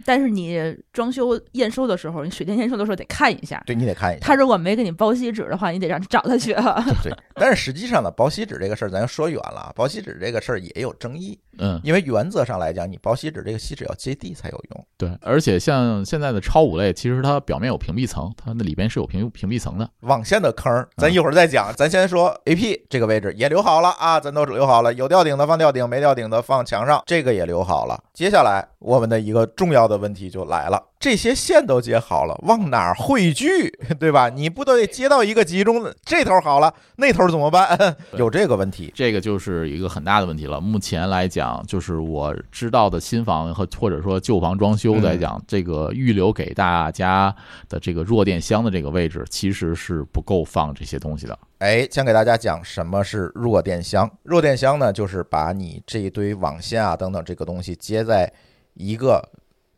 [SPEAKER 4] 但是你装修验收的时候，你水电验收的时候得看一下，
[SPEAKER 1] 对你得看一下。
[SPEAKER 4] 他如果没给你包锡纸的话，你得让他找他去。
[SPEAKER 3] 啊
[SPEAKER 1] 对，但是实际上呢，薄锡纸这个事儿咱又说远了啊，薄锡纸这个事儿也有争议，
[SPEAKER 2] 嗯，
[SPEAKER 1] 因为原则上来讲，你薄锡纸这个锡纸要接地才有用。
[SPEAKER 2] 对，而且像现在的超五类，其实它表面有屏蔽层，它那里边是有屏屏蔽层的。
[SPEAKER 1] 网线的坑儿，咱一会儿再讲，咱先说 A P 这个位置也留好了啊，咱都留好了，有吊顶的放吊顶，没吊顶的放墙上，这个也留好了。接下来我们的一个重要的问题就来了，这些线都接好了，往哪儿汇聚， 对吧？你不都得接到一个集中的，这头好了，那头怎么办？ 有这个问题。
[SPEAKER 2] 这个就是一个很大的问题了。目前来讲，就是我知道的新房和或者说旧房装修来
[SPEAKER 1] 嗯
[SPEAKER 2] 讲，这个预留给大家的这个弱电箱的这个位置，其实是不够放这些东西的。
[SPEAKER 1] 哎，先给大家讲什么是弱电箱。弱电箱呢，就是把你这一堆网线啊等等这个东西接在一个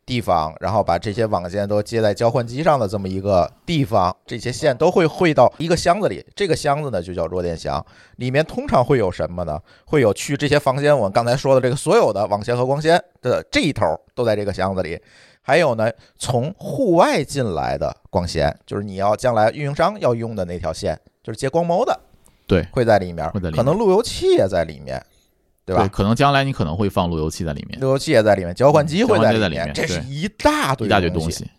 [SPEAKER 1] 地方，然后把这些网线都接在交换机上的这么一个地方，这些线都会汇到一个箱子里。这个箱子呢就叫弱电箱，里面通常会有什么呢？会有去这些房间，我们刚才说的这个所有的网线和光纤的这一头都在这个箱子里。还有呢，从户外进来的光纤，就是你要将来运营商要用的那条线，就是接光猫的，
[SPEAKER 2] 对
[SPEAKER 1] 会在里面，
[SPEAKER 2] 会在里
[SPEAKER 1] 可
[SPEAKER 2] 面
[SPEAKER 1] 能路由器也在里面，对吧？
[SPEAKER 2] 可能将来你可能会放路由器在里面，
[SPEAKER 1] 路由器也在里面，交换机会
[SPEAKER 2] 嗯交换机
[SPEAKER 1] 里
[SPEAKER 2] 在里面
[SPEAKER 1] 这是
[SPEAKER 2] 对
[SPEAKER 1] 一大堆
[SPEAKER 2] 一大堆
[SPEAKER 1] 东
[SPEAKER 2] 东
[SPEAKER 1] 西，
[SPEAKER 2] 西。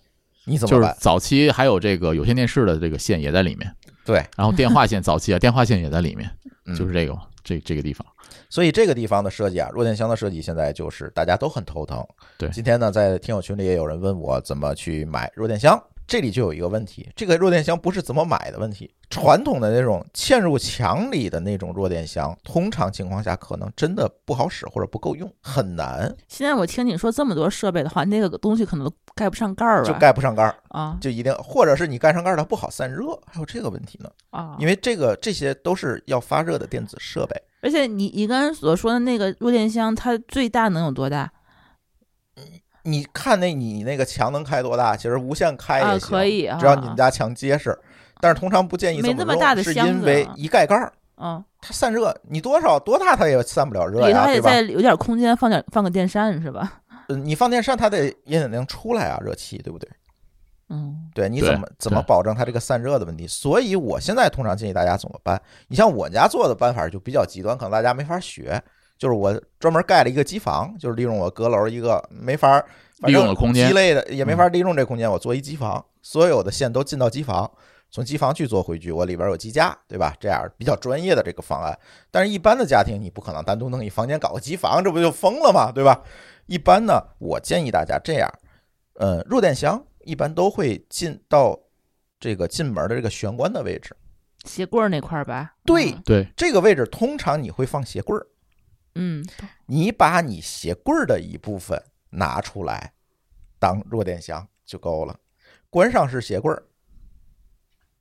[SPEAKER 1] 你怎
[SPEAKER 2] 就
[SPEAKER 1] 么
[SPEAKER 2] 是
[SPEAKER 1] 办？
[SPEAKER 2] 早期还有这个有线电视的这个线也在里面，
[SPEAKER 1] 对，
[SPEAKER 2] 然后电话线 早期啊，电话线也在里面，
[SPEAKER 1] 嗯
[SPEAKER 2] 就是这个这这个地方。
[SPEAKER 1] 所以这个地方的设计啊，弱电箱的设计现在就是大家都很头疼。
[SPEAKER 2] 对
[SPEAKER 1] 今天呢，在听友群里也有人问我怎么去买弱电箱，这里就有一个问题，这个弱电箱不是怎么买的问题。传统的那种嵌入墙里的那种弱电箱，通常情况下可能真的不好使或者不够用，很难
[SPEAKER 3] 现在我听你说这么多设备的话，那个东西可能都盖不上盖儿吧？
[SPEAKER 1] 就盖不上盖儿，
[SPEAKER 3] 啊
[SPEAKER 1] 就一定，或者是你盖上盖儿它不好散热，还有这个问题呢。
[SPEAKER 3] 啊！
[SPEAKER 1] 因为这个这些都是要发热的电子设备，
[SPEAKER 3] 而且你你刚才所说的那个弱电箱，它最大能有多大
[SPEAKER 1] 你看那你那个墙能开多大？其实无限开也行，
[SPEAKER 3] 啊？可以啊，
[SPEAKER 1] 只要你们家墙结实。但是通常不建议
[SPEAKER 3] 没
[SPEAKER 1] 这
[SPEAKER 3] 这么大的
[SPEAKER 1] 用，是
[SPEAKER 3] 箱
[SPEAKER 1] 因
[SPEAKER 3] 子
[SPEAKER 1] 为
[SPEAKER 3] 啊
[SPEAKER 1] 一盖盖儿，
[SPEAKER 3] 啊，
[SPEAKER 1] 它散热，你多少多大它也散不了热
[SPEAKER 3] 里头
[SPEAKER 1] 呀，
[SPEAKER 3] 还
[SPEAKER 1] 对
[SPEAKER 3] 得
[SPEAKER 1] 吧
[SPEAKER 3] 再？有点空间，放点放个电扇是吧？
[SPEAKER 1] 呃你放电扇，它得也得能出来啊，热气，对不对？
[SPEAKER 3] 嗯，
[SPEAKER 1] 对，你
[SPEAKER 2] 对
[SPEAKER 1] 怎么怎么
[SPEAKER 2] 对
[SPEAKER 1] 保证它这个散热的问题？所以我现在通常建议大家怎么办？你像我家做的办法就比较极端，可能大家没法学。就是我专门盖了一个机房，就是利用我阁楼一个没法儿反
[SPEAKER 2] 利用
[SPEAKER 1] 正
[SPEAKER 2] 了空间
[SPEAKER 1] 鸡肋的，也没法利用这空间，我做一机房，所有的线都进到机房，从机房去做回锯，我里边有机架，对吧？这样比较专业的这个方案。但是，一般的家庭你不可能单独弄一房间搞个机房，这不就疯了吗？对吧？一般呢，我建议大家这样，呃，弱电箱一般都会进到这个进门的这个玄关的位置，
[SPEAKER 3] 鞋柜儿那块儿吧？
[SPEAKER 1] 对
[SPEAKER 2] 对，
[SPEAKER 1] 这个位置通常你会放鞋柜儿，
[SPEAKER 3] 嗯，
[SPEAKER 1] 你把你鞋柜儿的一部分拿出来当弱电箱就够了，关上是鞋柜儿，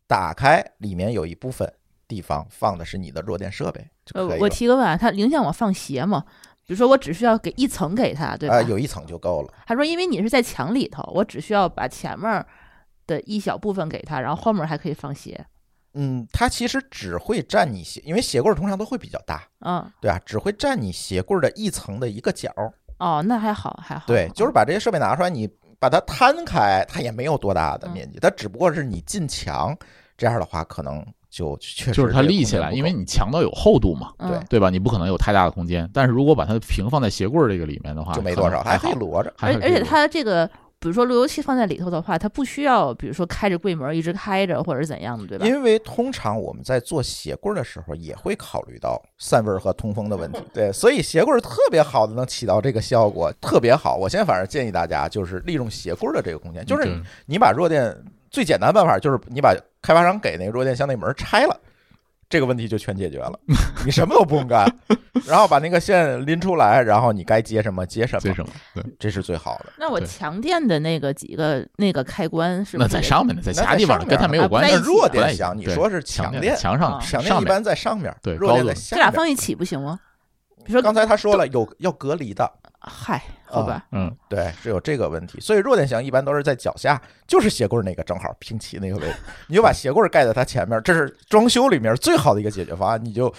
[SPEAKER 1] 打开里面有一部分地方放的是你的弱电设备就
[SPEAKER 3] 呃，
[SPEAKER 1] 可以
[SPEAKER 3] 我
[SPEAKER 1] 了。
[SPEAKER 3] 提个问啊，它影响我放鞋吗？比如说，我只需要给一层给他，对吧？
[SPEAKER 1] 啊，有一层就够了。
[SPEAKER 3] 他说，因为你是在墙里头，我只需要把前面儿的一小部分给他，然后后面儿还可以放鞋。
[SPEAKER 1] 嗯，它其实只会占你鞋，因为鞋柜儿通常都会比较大，
[SPEAKER 3] 嗯，
[SPEAKER 1] 对啊，只会占你鞋柜儿的一层的一个角儿。
[SPEAKER 3] 哦，那还好，还好。
[SPEAKER 1] 对，就是
[SPEAKER 3] 嗯
[SPEAKER 1] 把这些设备拿出来，你把它摊开，它也没有多大的
[SPEAKER 3] 嗯
[SPEAKER 1] 面积，它只不过是你进墙，这样的话可能就确实
[SPEAKER 2] 就是它
[SPEAKER 1] 这个
[SPEAKER 2] 立
[SPEAKER 1] 空
[SPEAKER 2] 起
[SPEAKER 1] 间
[SPEAKER 2] 来，
[SPEAKER 1] 不
[SPEAKER 2] 因
[SPEAKER 1] 够
[SPEAKER 2] 为你墙都有厚度嘛，
[SPEAKER 1] 对
[SPEAKER 3] 嗯
[SPEAKER 2] 对吧？你不可能有太大的空间。但是如果把它平放在鞋柜儿这个里面的话，
[SPEAKER 1] 就没
[SPEAKER 2] 啊可
[SPEAKER 1] 多
[SPEAKER 2] 能
[SPEAKER 1] 少，
[SPEAKER 2] 还
[SPEAKER 1] 可
[SPEAKER 2] 好
[SPEAKER 1] 以，摞着。
[SPEAKER 2] 还
[SPEAKER 3] 而
[SPEAKER 2] 还可
[SPEAKER 3] 而
[SPEAKER 2] 以
[SPEAKER 3] 且
[SPEAKER 2] 摞
[SPEAKER 3] 它这个，比如说路由器放在里头的话，它不需要，比如说开着柜门儿一直开着，或者是怎样的，对吧？
[SPEAKER 1] 因为通常我们在做鞋柜儿的时候，也会考虑到散味儿和通风的问题。对，所以鞋柜儿特别好的能起到这个效果，特别好。我现在反正建议大家就是利用鞋柜儿的这个空间，就是
[SPEAKER 2] 对
[SPEAKER 1] 你你把弱电最简单的办法就是你把开发商给那个弱电箱那门拆了，这个问题就全解决 了，你什么都不用干，然后把那个线拎出来，然后你该接什么接什
[SPEAKER 2] 这
[SPEAKER 1] 么
[SPEAKER 2] 什，么？对，
[SPEAKER 1] 这是最好的。
[SPEAKER 3] 那我
[SPEAKER 2] 对
[SPEAKER 3] 墙垫的那个几个那个开关是不
[SPEAKER 2] 那
[SPEAKER 3] 是
[SPEAKER 2] 在
[SPEAKER 3] 也
[SPEAKER 2] 上面呢，在其他
[SPEAKER 1] 在
[SPEAKER 2] 地方
[SPEAKER 1] 上面
[SPEAKER 2] 跟它没
[SPEAKER 3] 啊
[SPEAKER 2] 有
[SPEAKER 3] 不
[SPEAKER 2] 关
[SPEAKER 3] 在
[SPEAKER 2] 系
[SPEAKER 3] 一
[SPEAKER 1] 那
[SPEAKER 3] 起。
[SPEAKER 1] 弱
[SPEAKER 2] 不在
[SPEAKER 1] 电
[SPEAKER 2] 一起
[SPEAKER 1] 箱，你
[SPEAKER 2] 对
[SPEAKER 1] 说是
[SPEAKER 2] 墙
[SPEAKER 1] 电，
[SPEAKER 2] 墙上
[SPEAKER 3] 啊
[SPEAKER 1] 墙
[SPEAKER 2] 上
[SPEAKER 1] 电一
[SPEAKER 2] 面
[SPEAKER 1] 般在上面，嗯
[SPEAKER 2] 对
[SPEAKER 1] 弱电
[SPEAKER 2] 高
[SPEAKER 1] 在
[SPEAKER 2] 度
[SPEAKER 1] 下
[SPEAKER 3] 这俩
[SPEAKER 1] 面。
[SPEAKER 3] 放一起不行吗？比如说
[SPEAKER 1] 刚才他说了有要隔离的，
[SPEAKER 3] 嗨，好吧，
[SPEAKER 2] 嗯，
[SPEAKER 1] 对，是有这个问题。所以弱点墙一般都是在脚下，就是鞋柜儿那个正好平齐那个位置，你就把鞋柜儿盖在它前面，这是装修里面最好的一个解决方案，你就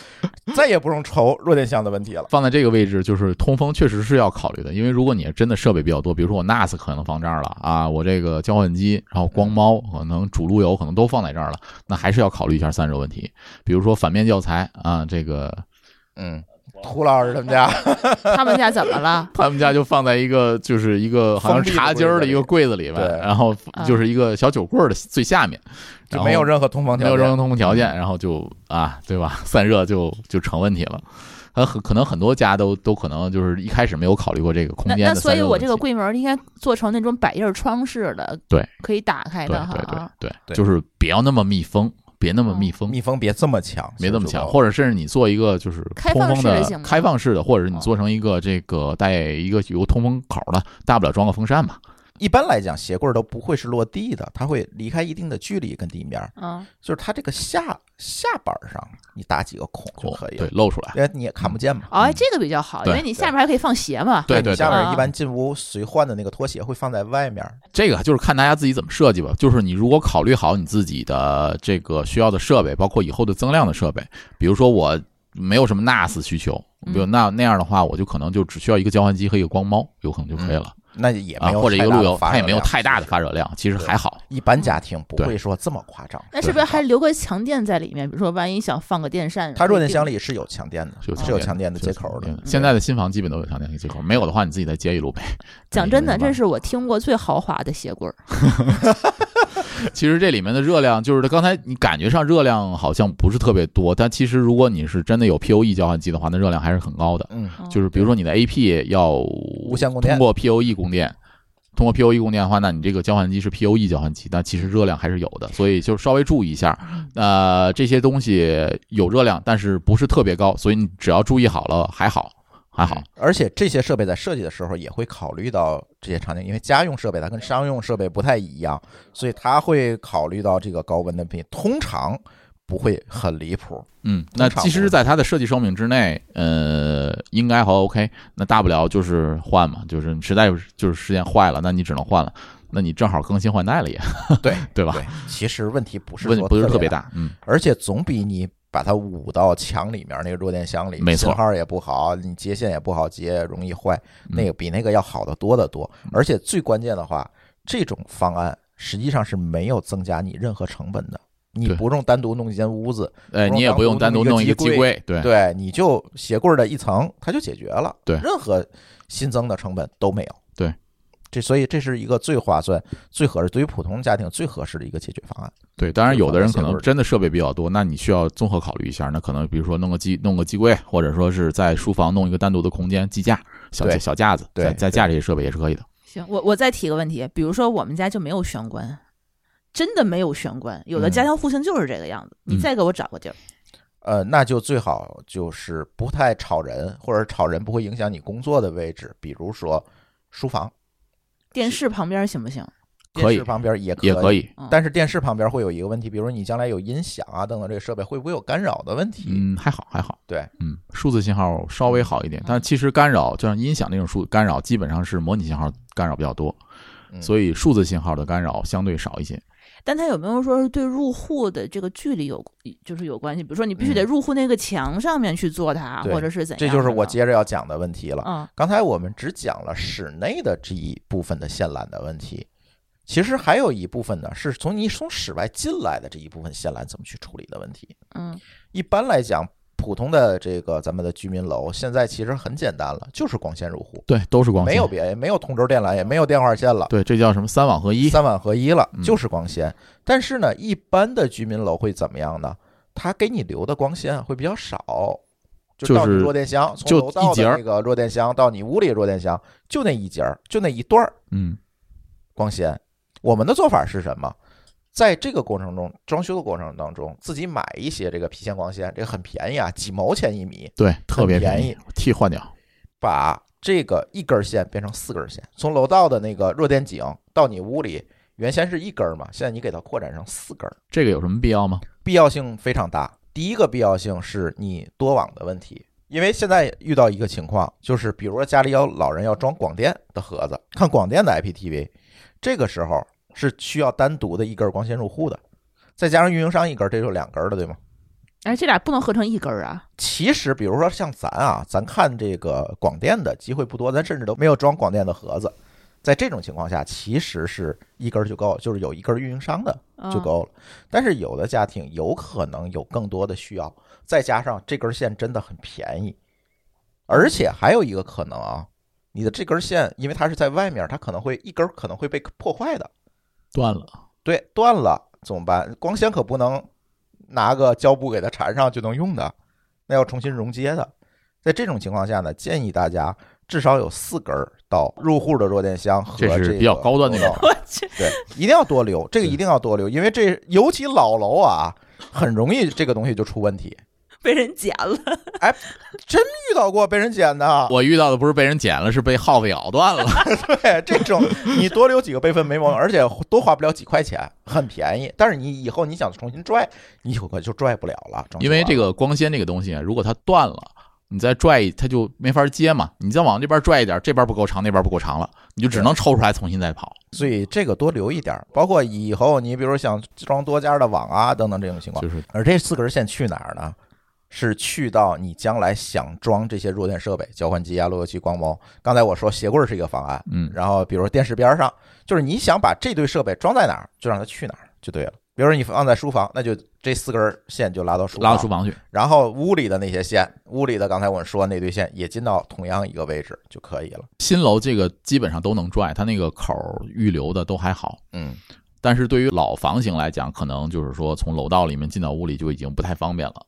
[SPEAKER 1] 再也不用愁弱点墙的问题了。
[SPEAKER 2] 放在这个位置，就是通风确实是要考虑的，因为如果你真的设备比较多，比如说我 NAS 可能放这儿了啊，我这个交换机，然后光猫可能主路由可能都放在这儿了，那还是要考虑一下散热问题。比如说反面教材啊，这个
[SPEAKER 1] 嗯，涂老师他 们家，
[SPEAKER 3] 他们家怎么了？
[SPEAKER 2] 他们家就放在一个就是一个好像茶几儿的一个柜子里面，
[SPEAKER 1] 封闭的柜子里
[SPEAKER 2] 然后就是一个小酒柜儿的最下面，然
[SPEAKER 1] 就
[SPEAKER 2] 后
[SPEAKER 1] 没有任何通风
[SPEAKER 2] 没
[SPEAKER 1] 条
[SPEAKER 2] 有
[SPEAKER 1] 件，
[SPEAKER 2] 任何通风条
[SPEAKER 3] 嗯
[SPEAKER 2] 件，然后就啊，对吧？ 散热就就成问题了。呃，很可能很多家都都可能就是一开始没有考虑过这个空
[SPEAKER 3] 那
[SPEAKER 2] 间
[SPEAKER 3] 那
[SPEAKER 2] 的
[SPEAKER 3] 所
[SPEAKER 2] 散
[SPEAKER 3] 以，
[SPEAKER 2] 热
[SPEAKER 3] 我
[SPEAKER 2] 问题。
[SPEAKER 3] 这个柜门儿应该做成那种百叶窗式的，
[SPEAKER 2] 对，
[SPEAKER 3] 可以打开
[SPEAKER 2] 对
[SPEAKER 3] 的哈。
[SPEAKER 2] 对对
[SPEAKER 3] 啊嗯
[SPEAKER 2] 对
[SPEAKER 1] 对
[SPEAKER 2] 就是别要那么密封，别那么密封，
[SPEAKER 1] 密封别这么强，
[SPEAKER 2] 别那么强，
[SPEAKER 1] 强，
[SPEAKER 2] 或者甚至你做一个就是
[SPEAKER 3] 开
[SPEAKER 2] 通
[SPEAKER 3] 放
[SPEAKER 2] 风
[SPEAKER 3] 式的
[SPEAKER 2] 的
[SPEAKER 3] 行吗
[SPEAKER 2] 开放式的，或者是你
[SPEAKER 3] 哦
[SPEAKER 2] 做成一个这个带一个有个通风口的，大不了装个风扇嘛。
[SPEAKER 1] 一般来讲，鞋柜儿都不会是落地的，它会离开一定的距离跟地面儿，
[SPEAKER 3] 嗯，
[SPEAKER 1] 就是它这个下下板儿上你打几个孔就可以
[SPEAKER 2] 对，
[SPEAKER 1] 了，
[SPEAKER 2] 露出来。
[SPEAKER 1] 因为你也看不见嘛。
[SPEAKER 3] 哦，哎这个比较好，因
[SPEAKER 2] 对
[SPEAKER 3] 为你下面还可以放鞋嘛。
[SPEAKER 2] 对
[SPEAKER 1] 你
[SPEAKER 2] 对
[SPEAKER 1] 下
[SPEAKER 2] 对，
[SPEAKER 1] 面
[SPEAKER 3] 啊
[SPEAKER 1] 一般进屋随换的那个拖鞋会放在外面儿，
[SPEAKER 2] 这个就是看大家自己怎么设计吧。就是你如果考虑好你自己的这个需要的设备，包括以后的增量的设备，比如说我没有什么 NAS 需求，比如
[SPEAKER 3] 嗯
[SPEAKER 2] 那那样的话，我就可能就只需要一个交换机和一个光猫，有可能就可以了。
[SPEAKER 1] 那嗯也没
[SPEAKER 2] 啊，
[SPEAKER 1] 有
[SPEAKER 2] 或者一
[SPEAKER 1] 太
[SPEAKER 2] 个
[SPEAKER 1] 大
[SPEAKER 2] 路
[SPEAKER 1] 的
[SPEAKER 2] 由，
[SPEAKER 1] 发
[SPEAKER 2] 它也
[SPEAKER 1] 热
[SPEAKER 2] 没有
[SPEAKER 1] 量
[SPEAKER 2] 太大的
[SPEAKER 1] 其实
[SPEAKER 2] 发热量，其实还好。
[SPEAKER 1] 一般家庭不
[SPEAKER 2] 对
[SPEAKER 1] 会说这么夸张。
[SPEAKER 3] 那是不是还留个强电在里面？比如说，万一想放个电扇，
[SPEAKER 1] 它热电箱
[SPEAKER 3] 里
[SPEAKER 1] 里是有强电的，
[SPEAKER 2] 是有
[SPEAKER 1] 是有强电的接口的
[SPEAKER 2] 嗯。现在的新房基本都有强电器接口，没有的话你自己再接一路呗。
[SPEAKER 3] 讲真的，
[SPEAKER 2] 没办
[SPEAKER 3] 这
[SPEAKER 2] 法
[SPEAKER 3] 是我听过最豪华的鞋柜儿。
[SPEAKER 2] 其实这里面的热量，就是刚才你感觉上热量好像不是特别多，但其实如果你是真的有 POE 交换机的话，那热量还是很高的。
[SPEAKER 1] 嗯，
[SPEAKER 3] 嗯
[SPEAKER 2] 就是比如说你的 AP 要
[SPEAKER 1] 无
[SPEAKER 2] 无
[SPEAKER 1] 线供电
[SPEAKER 2] 嗯通过 POE 供电，通过 POE 供电的话，那你这个交换机是 POE 交换机，那其实热量还是有的，所以就稍微注意一下。
[SPEAKER 1] 嗯
[SPEAKER 2] 呃，这些东西有热量，但是不是特别高，所以你只要注意好了，还好，还好
[SPEAKER 1] 嗯。。而且这些设备在设计的时候也会考虑到这些场景，因为家用设备它跟商用设备不太一样，所以它会考虑到这个高温的品，通常不会很离谱。
[SPEAKER 2] 嗯，那
[SPEAKER 1] 通常
[SPEAKER 2] 其实，
[SPEAKER 1] 不
[SPEAKER 2] 在它的设计寿命之内，呃，应该还 OK。那大不了就是换嘛，就是你实在是就是时间坏了，那你只能换了。那你正好更新换代了也，
[SPEAKER 1] 对
[SPEAKER 2] 对吧？
[SPEAKER 1] 对，其实问题不是
[SPEAKER 2] 问
[SPEAKER 1] 说
[SPEAKER 2] 不是
[SPEAKER 1] 特
[SPEAKER 2] 特别
[SPEAKER 1] 大，
[SPEAKER 2] 大，嗯，
[SPEAKER 1] 而且总比你。把它捂到墙里面那个弱电箱里，
[SPEAKER 2] 没错
[SPEAKER 1] 信号也不好，你接线也不好接，容易坏。
[SPEAKER 2] 嗯
[SPEAKER 1] 那个比那个要好得多得多。而且最关键的话，这种方案实际上是没有增加你任何成本的，你
[SPEAKER 2] 对
[SPEAKER 1] 不用单独弄一间屋子，
[SPEAKER 2] 呃，
[SPEAKER 1] 不用
[SPEAKER 2] 你也不用
[SPEAKER 1] 单
[SPEAKER 2] 单
[SPEAKER 1] 独
[SPEAKER 2] 独
[SPEAKER 1] 弄
[SPEAKER 2] 弄
[SPEAKER 1] 一
[SPEAKER 2] 一
[SPEAKER 1] 个
[SPEAKER 2] 个
[SPEAKER 1] 机
[SPEAKER 2] 机柜，对，
[SPEAKER 1] 对，你就鞋柜儿的一层，它就解决了，
[SPEAKER 2] 哎对
[SPEAKER 1] 任何新增的成本都没有，
[SPEAKER 2] 对。
[SPEAKER 1] 这所以这是一个最划算、最合适，对于普通家庭最合适的一个解决方案。
[SPEAKER 2] 对，当然有的人可
[SPEAKER 1] 就是放在鞋柜
[SPEAKER 2] 能
[SPEAKER 1] 儿里
[SPEAKER 2] 真的设备比较多，那你需要综合考虑一下。那可能比如说弄个机弄个机柜，或者说是在书房弄一个单独的空间，机架、小
[SPEAKER 1] 对
[SPEAKER 2] 小架子，
[SPEAKER 1] 对
[SPEAKER 2] 再再架
[SPEAKER 1] 对
[SPEAKER 2] 这些设备也是可以的。
[SPEAKER 3] 行，我我再提个问题，比如说我们家就没有玄关，真的没有玄关，有的
[SPEAKER 1] 嗯
[SPEAKER 3] 家庭户型就是这个样子。你
[SPEAKER 2] 嗯
[SPEAKER 3] 再给我找个地儿，
[SPEAKER 1] 呃，那就最好就是不太吵人，或者吵人不会影响你工作的位置，比如说书房、
[SPEAKER 3] 电视旁边行不行？
[SPEAKER 2] 可以
[SPEAKER 1] 电视旁边也
[SPEAKER 2] 也可以，
[SPEAKER 3] 嗯
[SPEAKER 1] 但是电视旁边会有一个问题，比如你将来有音响啊等等这个设备，会不会有干扰的问题？
[SPEAKER 2] 嗯，还好还好。
[SPEAKER 1] 对，
[SPEAKER 2] 嗯，数字信号稍微好一点，但其实干扰，就像音响那种数干扰，基本上是模拟信号干扰比较多，
[SPEAKER 1] 嗯
[SPEAKER 2] 所以数字信号的干扰相对少一些。
[SPEAKER 3] 但它有没有说是对入户的这个距离有，就是有关系？比如说你必须得
[SPEAKER 1] 嗯
[SPEAKER 3] 入户那个墙上面去做它，
[SPEAKER 1] 对
[SPEAKER 3] 或者是怎样的
[SPEAKER 1] 这
[SPEAKER 3] 呢？
[SPEAKER 1] 就是我接着要讲的问题了。
[SPEAKER 3] 嗯
[SPEAKER 1] 刚才我们只讲了室内的这一部分的线缆的问题，其实还有一部分呢，是从你从室外进来的这一部分线缆怎么去处理的问题。
[SPEAKER 3] 嗯
[SPEAKER 1] 一般来讲，普通的这个咱们的居民楼现在其实很简单了，就是光纤入户，
[SPEAKER 2] 对，都是光纤，
[SPEAKER 1] 没有别没有通轴电缆，也没有电话线了。
[SPEAKER 2] 对，这叫什么三网合一？
[SPEAKER 1] 三网合一了，
[SPEAKER 2] 嗯
[SPEAKER 1] 就是光纤。但是呢，一般的居民楼会怎么样呢？它给你留的光纤啊会比较少，
[SPEAKER 2] 就
[SPEAKER 1] 到你
[SPEAKER 2] 是
[SPEAKER 1] 弱电箱，
[SPEAKER 2] 就
[SPEAKER 1] 从楼道
[SPEAKER 2] 一节
[SPEAKER 1] 的
[SPEAKER 2] 儿
[SPEAKER 1] 那个弱电箱到你屋里弱电箱，就那一节儿，就那一段儿
[SPEAKER 2] 嗯，
[SPEAKER 1] 光纤。我们的做法是什么？在这个过程中，装修的过程当中，自己买一些这个皮线光纤，这个很便宜啊，几毛钱一米，
[SPEAKER 2] 对，特别
[SPEAKER 1] 便
[SPEAKER 2] 便
[SPEAKER 1] 宜，
[SPEAKER 2] 替换掉。
[SPEAKER 1] 把这个一根线变成四根线，从楼道的那个弱电井到你屋里，原先是一根儿嘛，现在你给它扩展成四根儿。
[SPEAKER 2] 这个有什么必要吗？
[SPEAKER 1] 必要性非常大。第一个必要性是你多网的问题，因为现在遇到一个情况，就是比如说家里有老人要装广电的盒子，看广电的 IPTV，这个时候是需要单独的一根光纤入户的，再加上运营商一根，这就两根了，对吗？
[SPEAKER 3] 哎，这俩不能合成一根儿啊！
[SPEAKER 1] 其实，比如说像咱啊，咱看这个广电的机会不多，咱甚至都没有装广电的盒子。在这种情况下，其实是一根儿就够，就是有一根儿运营商的
[SPEAKER 3] 嗯
[SPEAKER 1] 就够了。但是有的家庭有可能有更多的需要，再加上这根线真的很便宜，而且还有一个可能啊，你的这根线因为它是在外面，它可能会一根儿可能会被破坏的，
[SPEAKER 2] 断了，
[SPEAKER 1] 对，断了怎么办？光纤可不能拿个胶布给它缠上就能用的，那要重新熔接的。在这种情况下呢，建议大家至少有四根儿到入户的弱电箱和
[SPEAKER 2] 这
[SPEAKER 1] 个
[SPEAKER 2] 是比较高端的用
[SPEAKER 1] 头
[SPEAKER 2] 法
[SPEAKER 4] 我去，
[SPEAKER 1] 对，一定要多留，这个
[SPEAKER 2] 是
[SPEAKER 1] 一定要多留，因为这尤其老楼啊，很容易这个东西就出问题。
[SPEAKER 4] 被人捡了。
[SPEAKER 1] 遇到过被人捡的，
[SPEAKER 2] 我遇到的不是被人捡了，是被耗子咬断了。
[SPEAKER 1] 对这种你多留几个备份没毛病，而且多花不了几块钱，很便宜。但是你以后你想重新拽，你可就拽不了了，装修
[SPEAKER 2] 因为
[SPEAKER 1] 完
[SPEAKER 2] 这
[SPEAKER 1] 了
[SPEAKER 2] 个光纤这个东西啊，如果它断了，你再拽一它就没法接嘛。你再往这边拽一点，这边不够长，那边不够长了，你就只能抽出来重新再跑。
[SPEAKER 1] 所以这个多留一点儿，包括以后你比如想装多家的网啊等等这种情况。
[SPEAKER 2] 就是
[SPEAKER 1] 而这四根线去哪儿呢？是去到你将来想装这些弱电设备，交换机啊、路由器、光猫。刚才我说鞋柜儿是一个方案，
[SPEAKER 2] 嗯，
[SPEAKER 1] 然后比如说电视边儿上，就是你想把这堆设备装在哪儿，就让它去哪儿就对了。比如说你放在书房，那就这四根儿线就拉到书
[SPEAKER 2] 拉
[SPEAKER 1] 房，
[SPEAKER 2] 到书房去。
[SPEAKER 1] 然后屋里的那些线，屋里的刚才我们说那堆线也进到同样一个位置就可以了。
[SPEAKER 2] 新楼这个基本上都能拽，它那个口儿预留的都还好。
[SPEAKER 1] 嗯，
[SPEAKER 2] 但是对于老房型来讲，可能就是说从楼道里面进到屋里就已经不太方便了。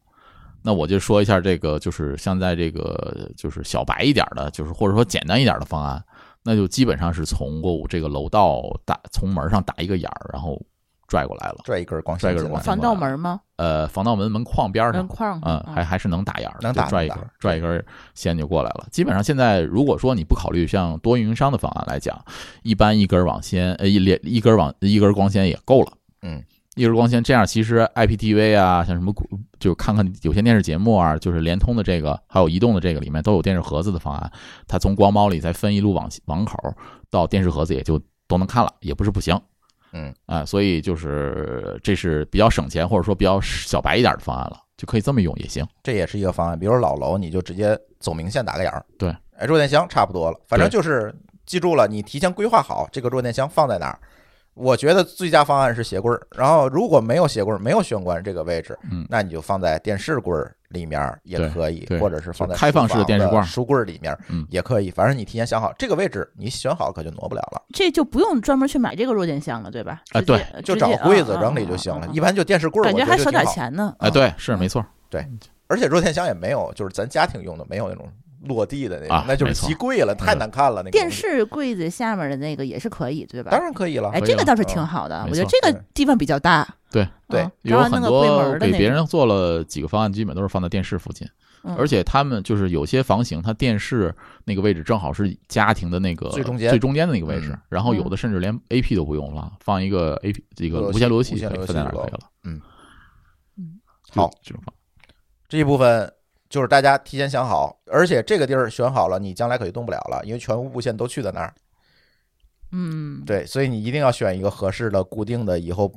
[SPEAKER 2] 那我就说一下这个，就是像在这个就是小白一点的，就是或者说简单一点的方案，那就基本上是从我这个楼道打从门上打一个眼儿，然后拽过来了。
[SPEAKER 1] 拽一根光
[SPEAKER 2] 拽
[SPEAKER 1] 线
[SPEAKER 2] 一根
[SPEAKER 1] 进来
[SPEAKER 2] 光，
[SPEAKER 3] 防盗门吗？
[SPEAKER 2] 呃，防盗门门框边儿
[SPEAKER 3] 门
[SPEAKER 2] 上，
[SPEAKER 3] 框啊儿
[SPEAKER 2] 嗯，还还是能打眼儿，
[SPEAKER 1] 能
[SPEAKER 2] 就
[SPEAKER 1] 打
[SPEAKER 2] 拽
[SPEAKER 1] 能
[SPEAKER 2] 一
[SPEAKER 1] 打
[SPEAKER 2] 根儿拽一根儿线就过来了。基本上现在，如果说你不考虑像多运营商的方案来讲，一般一根儿网线，呃，一连一根儿网一根儿光纤也够了。
[SPEAKER 1] 嗯，
[SPEAKER 2] 一根儿光纤这样，其实 IPTV 啊，像什么古就看看有线电视节目啊，就是联通的这个，还有移动的这个里面都有电视盒子的方案，它从光猫里再分一路网网口儿到电视盒子也就都能看了，也不是不行。
[SPEAKER 1] 嗯
[SPEAKER 2] 啊，所以就是这是比较省钱或者说比较小白一点的方案了，就可以这么用也行。
[SPEAKER 1] 这也是一个方案。比如老楼，你就直接走明线打个眼儿。
[SPEAKER 2] 对，
[SPEAKER 1] 哎，弱电箱差不多了，反正
[SPEAKER 2] 对
[SPEAKER 1] 就是记住了，你提前规划好这个弱电箱放在哪儿。我觉得最佳方案是鞋柜儿，然后如果没有鞋柜儿，没有玄关这个位置，
[SPEAKER 2] 嗯
[SPEAKER 1] 那你就放在电视柜儿里面儿也
[SPEAKER 2] 对
[SPEAKER 1] 可以
[SPEAKER 2] 对，
[SPEAKER 1] 或者是放在
[SPEAKER 2] 就开放式
[SPEAKER 1] 书
[SPEAKER 2] 的
[SPEAKER 1] 房
[SPEAKER 2] 电视柜儿
[SPEAKER 1] 书柜儿里面
[SPEAKER 2] 嗯
[SPEAKER 1] 也可以，反正你提前想好这个位置，你选好可就挪不了了，
[SPEAKER 4] 这就不用专门去买这个弱电箱了，对吧？
[SPEAKER 2] 啊
[SPEAKER 4] 直接
[SPEAKER 1] 就
[SPEAKER 4] 直接
[SPEAKER 1] 找柜子
[SPEAKER 4] 啊
[SPEAKER 1] 整理
[SPEAKER 4] 啊
[SPEAKER 1] 就
[SPEAKER 4] 啊
[SPEAKER 1] 行了
[SPEAKER 4] 啊。
[SPEAKER 1] 一般就电视柜儿，
[SPEAKER 4] 感
[SPEAKER 1] 我
[SPEAKER 4] 觉还
[SPEAKER 1] 就
[SPEAKER 4] 省点
[SPEAKER 1] 挺好，啊
[SPEAKER 4] 钱呢。嗯
[SPEAKER 2] 哎，对，是没错，
[SPEAKER 1] 而且弱电箱也没有，就是咱家庭用的没有那种落地的那种，
[SPEAKER 2] 啊
[SPEAKER 1] 那就是
[SPEAKER 2] 没错
[SPEAKER 1] 极贵了，太难看了。那个
[SPEAKER 4] 电
[SPEAKER 1] 东西
[SPEAKER 4] 视柜子下面的那个也是可以，对吧？
[SPEAKER 1] 当然可以了
[SPEAKER 4] 哎，，
[SPEAKER 2] 可以
[SPEAKER 4] 这个
[SPEAKER 2] 了
[SPEAKER 4] 倒是
[SPEAKER 1] 嗯
[SPEAKER 4] 挺好的，
[SPEAKER 2] 没
[SPEAKER 4] 我觉得
[SPEAKER 2] 错
[SPEAKER 4] 这个
[SPEAKER 1] 对
[SPEAKER 4] 地方比较大。
[SPEAKER 2] 对
[SPEAKER 4] 嗯
[SPEAKER 1] 嗯对
[SPEAKER 4] 然
[SPEAKER 2] 有
[SPEAKER 4] 后弄
[SPEAKER 2] 很
[SPEAKER 4] 个柜门
[SPEAKER 2] 多
[SPEAKER 4] 儿的
[SPEAKER 2] 给
[SPEAKER 4] 那
[SPEAKER 2] 别
[SPEAKER 4] 种
[SPEAKER 2] 人做了几个方案，基本都是放在电视附近，
[SPEAKER 4] 嗯
[SPEAKER 2] 而且他们就是有些房型，它电视那个位置正好是家庭的那个
[SPEAKER 1] 最中间
[SPEAKER 2] 最中间的那个位置
[SPEAKER 1] 嗯，
[SPEAKER 2] 然后有的甚至连 AP 都不用了，放一个 AP 这个
[SPEAKER 1] 路由器
[SPEAKER 2] 无线路由器
[SPEAKER 1] 无线
[SPEAKER 2] 可以
[SPEAKER 1] 路由
[SPEAKER 2] 放
[SPEAKER 1] 器
[SPEAKER 2] 在那
[SPEAKER 1] 就
[SPEAKER 2] 儿可
[SPEAKER 1] 够
[SPEAKER 2] 以了。
[SPEAKER 1] 嗯
[SPEAKER 4] 嗯，
[SPEAKER 1] 好
[SPEAKER 2] 这种方
[SPEAKER 1] 这一部分就是大家提前想好，而且这个地儿选好了，你将来可就动不了了，因为全屋布线都去在那儿。
[SPEAKER 4] 嗯，
[SPEAKER 1] 对，所以你一定要选一个合适的、固定的，以后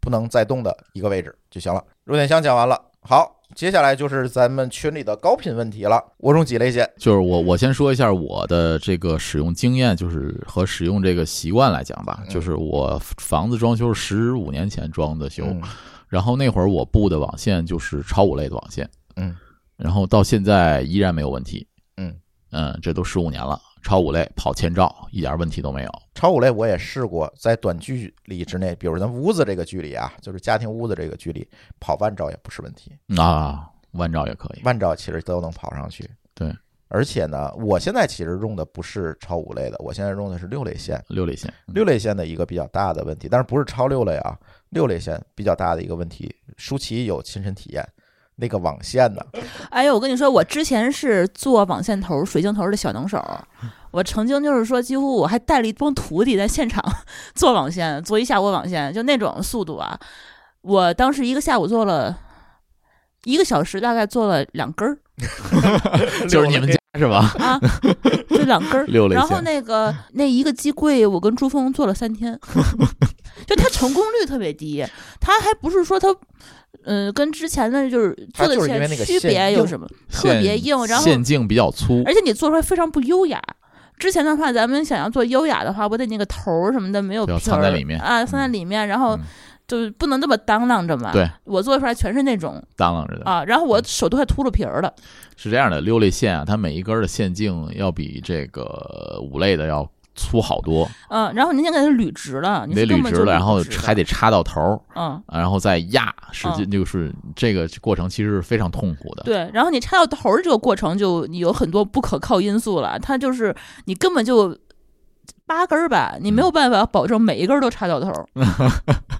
[SPEAKER 1] 不能再动的一个位置就行了。弱点箱讲完了，好，接下来就是咱们群里的高频问题了。我中几类险？
[SPEAKER 2] 就是我我先说一下我的这个使用经验，就是和使用这个习惯来讲吧，
[SPEAKER 1] 嗯
[SPEAKER 2] 就是我房子装修是十五年前装的修，
[SPEAKER 1] 嗯
[SPEAKER 2] 然后那会儿我布的网线就是超五类的网线，
[SPEAKER 1] 嗯，
[SPEAKER 2] 然后到现在依然没有问题，
[SPEAKER 1] 嗯
[SPEAKER 2] 嗯，这都十五年了，超五类跑千兆一点问题都没有，
[SPEAKER 1] 超五类我也试过，在短距离之内，比如咱屋子这个距离啊，就是家庭屋子这个距离，跑万兆也不是问题。
[SPEAKER 2] 啊，万兆也可以，
[SPEAKER 1] 万兆其实都能跑上去。
[SPEAKER 2] 对，
[SPEAKER 1] 而且呢，我现在其实用的不是超五类的，我现在用的是六类线。
[SPEAKER 2] 六类线，嗯
[SPEAKER 1] 六类线的一个比较大的问题，但是不是超六类啊？六类线比较大的一个问题，舒淇有亲身体验，那个网线呢，
[SPEAKER 4] 哎呦，我跟你说，我之前是做网线头、水晶头的小能手，我曾经就是说，几乎我还带了一帮徒弟在现场 做网线，做一下午网线，就那种速度啊！我当时一个下午做了一个小时，大概做了两根儿，
[SPEAKER 2] 就是你们家是吧？
[SPEAKER 3] 啊，就两根儿。
[SPEAKER 2] 六类
[SPEAKER 3] 然后
[SPEAKER 2] 线，
[SPEAKER 3] 那个那一个机柜，我跟朱峰做了三天，就它成功率特别低，它还不是说它，呃，跟之前的就是
[SPEAKER 1] 它
[SPEAKER 3] 做
[SPEAKER 2] 啊
[SPEAKER 3] 的
[SPEAKER 1] 就是因为那
[SPEAKER 3] 些
[SPEAKER 1] 个
[SPEAKER 3] 区
[SPEAKER 1] 线
[SPEAKER 3] 别有
[SPEAKER 1] 硬
[SPEAKER 3] 什么，特别硬，然后
[SPEAKER 2] 线径比较粗，
[SPEAKER 3] 而且你做出来非常不优雅。之前的话，咱们想要做优雅的话，我得那个头儿什么的没有
[SPEAKER 2] 对
[SPEAKER 3] 皮
[SPEAKER 2] 要
[SPEAKER 3] 儿
[SPEAKER 2] 藏在里面
[SPEAKER 3] 啊，藏在里面，然后
[SPEAKER 2] 嗯
[SPEAKER 3] 就是不能那么当啷着嘛。
[SPEAKER 2] 对，
[SPEAKER 3] 我做出来全是那种
[SPEAKER 2] 当啷着的。
[SPEAKER 3] 啊，然后我手都快秃噜皮儿了。
[SPEAKER 2] 是这样的，六类线啊，它每一根儿的线径要比这个五类的要粗好多，
[SPEAKER 3] 嗯，然后您先给它捋直了，
[SPEAKER 2] 你
[SPEAKER 3] 你
[SPEAKER 2] 得
[SPEAKER 3] 是
[SPEAKER 2] 捋
[SPEAKER 3] 根本
[SPEAKER 2] 直
[SPEAKER 3] 就
[SPEAKER 2] 了，然后
[SPEAKER 3] 直
[SPEAKER 2] 还
[SPEAKER 3] 的
[SPEAKER 2] 得插到头儿，
[SPEAKER 3] 嗯。
[SPEAKER 2] 啊然后再压，使劲
[SPEAKER 3] 嗯
[SPEAKER 2] 就是这个过程其实是非常痛苦的。
[SPEAKER 3] 对，然后你插到头儿这个过程就你有很多不可靠因素了，它就是你根本就八根儿吧，你没
[SPEAKER 2] 嗯
[SPEAKER 3] 有办法保证每一根儿都插到 头儿，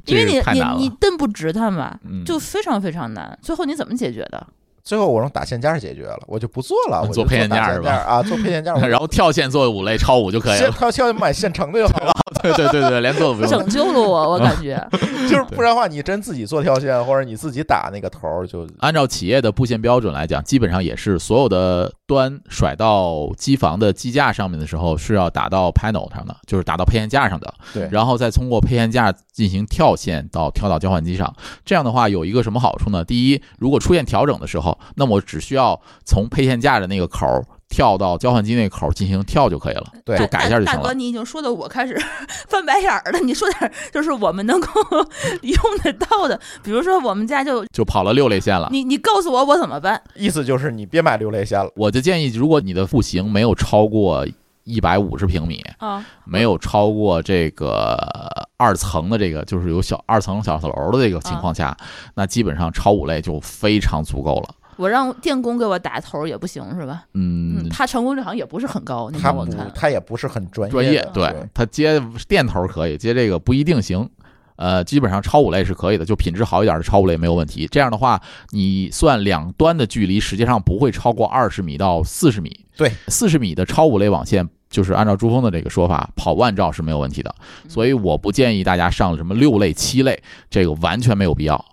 [SPEAKER 3] 因为
[SPEAKER 2] 这
[SPEAKER 3] 你
[SPEAKER 2] 个太难
[SPEAKER 3] 你你
[SPEAKER 2] 了
[SPEAKER 3] 蹬不直它嘛，
[SPEAKER 2] 嗯，
[SPEAKER 3] 就非常非常难。最后你怎么解决的？
[SPEAKER 1] 最后我用打线架解决了，我就不做了，我就
[SPEAKER 2] 做配件架
[SPEAKER 1] 打
[SPEAKER 2] 是
[SPEAKER 1] 线
[SPEAKER 2] 吧
[SPEAKER 1] 架啊，做配件架，
[SPEAKER 2] 然后跳线做五类超五就可以
[SPEAKER 1] 现
[SPEAKER 2] 了。
[SPEAKER 1] 他要买现成的就好了，
[SPEAKER 2] 对对对对，连做都不用。
[SPEAKER 3] 拯救了我，我感觉
[SPEAKER 1] 就是不然的话，你真自己做跳线 或者你自己打那个头儿就
[SPEAKER 2] 按照企业的布线标准来讲，基本上也是所有的端甩到机房的机架上面的时候是要打到 panel 上的，就是打到配线架上的。
[SPEAKER 1] 对
[SPEAKER 2] 然后再通过配线架进行跳线到跳到交换机上。这样的话有一个什么好处呢？第一，如果出现调整的时候，那么我只需要从配线架的那个口儿跳到交换机那个口儿进行跳就可以了。
[SPEAKER 1] 对
[SPEAKER 2] 就改一下就
[SPEAKER 3] 大
[SPEAKER 2] 行
[SPEAKER 3] 大哥，
[SPEAKER 2] 了。
[SPEAKER 3] 你已经说的我开始 翻白眼儿了。你说点儿就是我们能够 用得到的，比如说我们家就
[SPEAKER 2] 就跑了六类线了。
[SPEAKER 3] 你你告诉我我怎么办？
[SPEAKER 1] 意思就是你别买六类线了，
[SPEAKER 2] 我就建议，如果你的户型没有超过一百五十平米，
[SPEAKER 3] 啊，
[SPEAKER 2] 没有超过这个二层的这个，就是有小二层小楼的这个情况下，那基本上超五类就非常足够了。
[SPEAKER 3] 我让电工给我打头儿也不行是吧？嗯，
[SPEAKER 2] 嗯，
[SPEAKER 3] 他成功率好像也不是很高，那
[SPEAKER 1] 他
[SPEAKER 3] 天我
[SPEAKER 1] 不
[SPEAKER 3] 看。
[SPEAKER 1] 他也不是很专
[SPEAKER 2] 专业
[SPEAKER 1] 的
[SPEAKER 2] 对
[SPEAKER 1] 对，
[SPEAKER 2] 他接电头可以，接这个不一定行。呃，基本上超五类是可以的，就品质好一点的超五类没有问题。这样的话，你算两端的距离，实际上不会超过二十米到四十米。
[SPEAKER 1] 对，
[SPEAKER 2] 四十米的超五类网线，就是按照珠峰的这个说法，跑万兆是没有问题的。
[SPEAKER 1] 嗯
[SPEAKER 2] 所以我不建议大家上什么六类、七类，这个完全没有必要。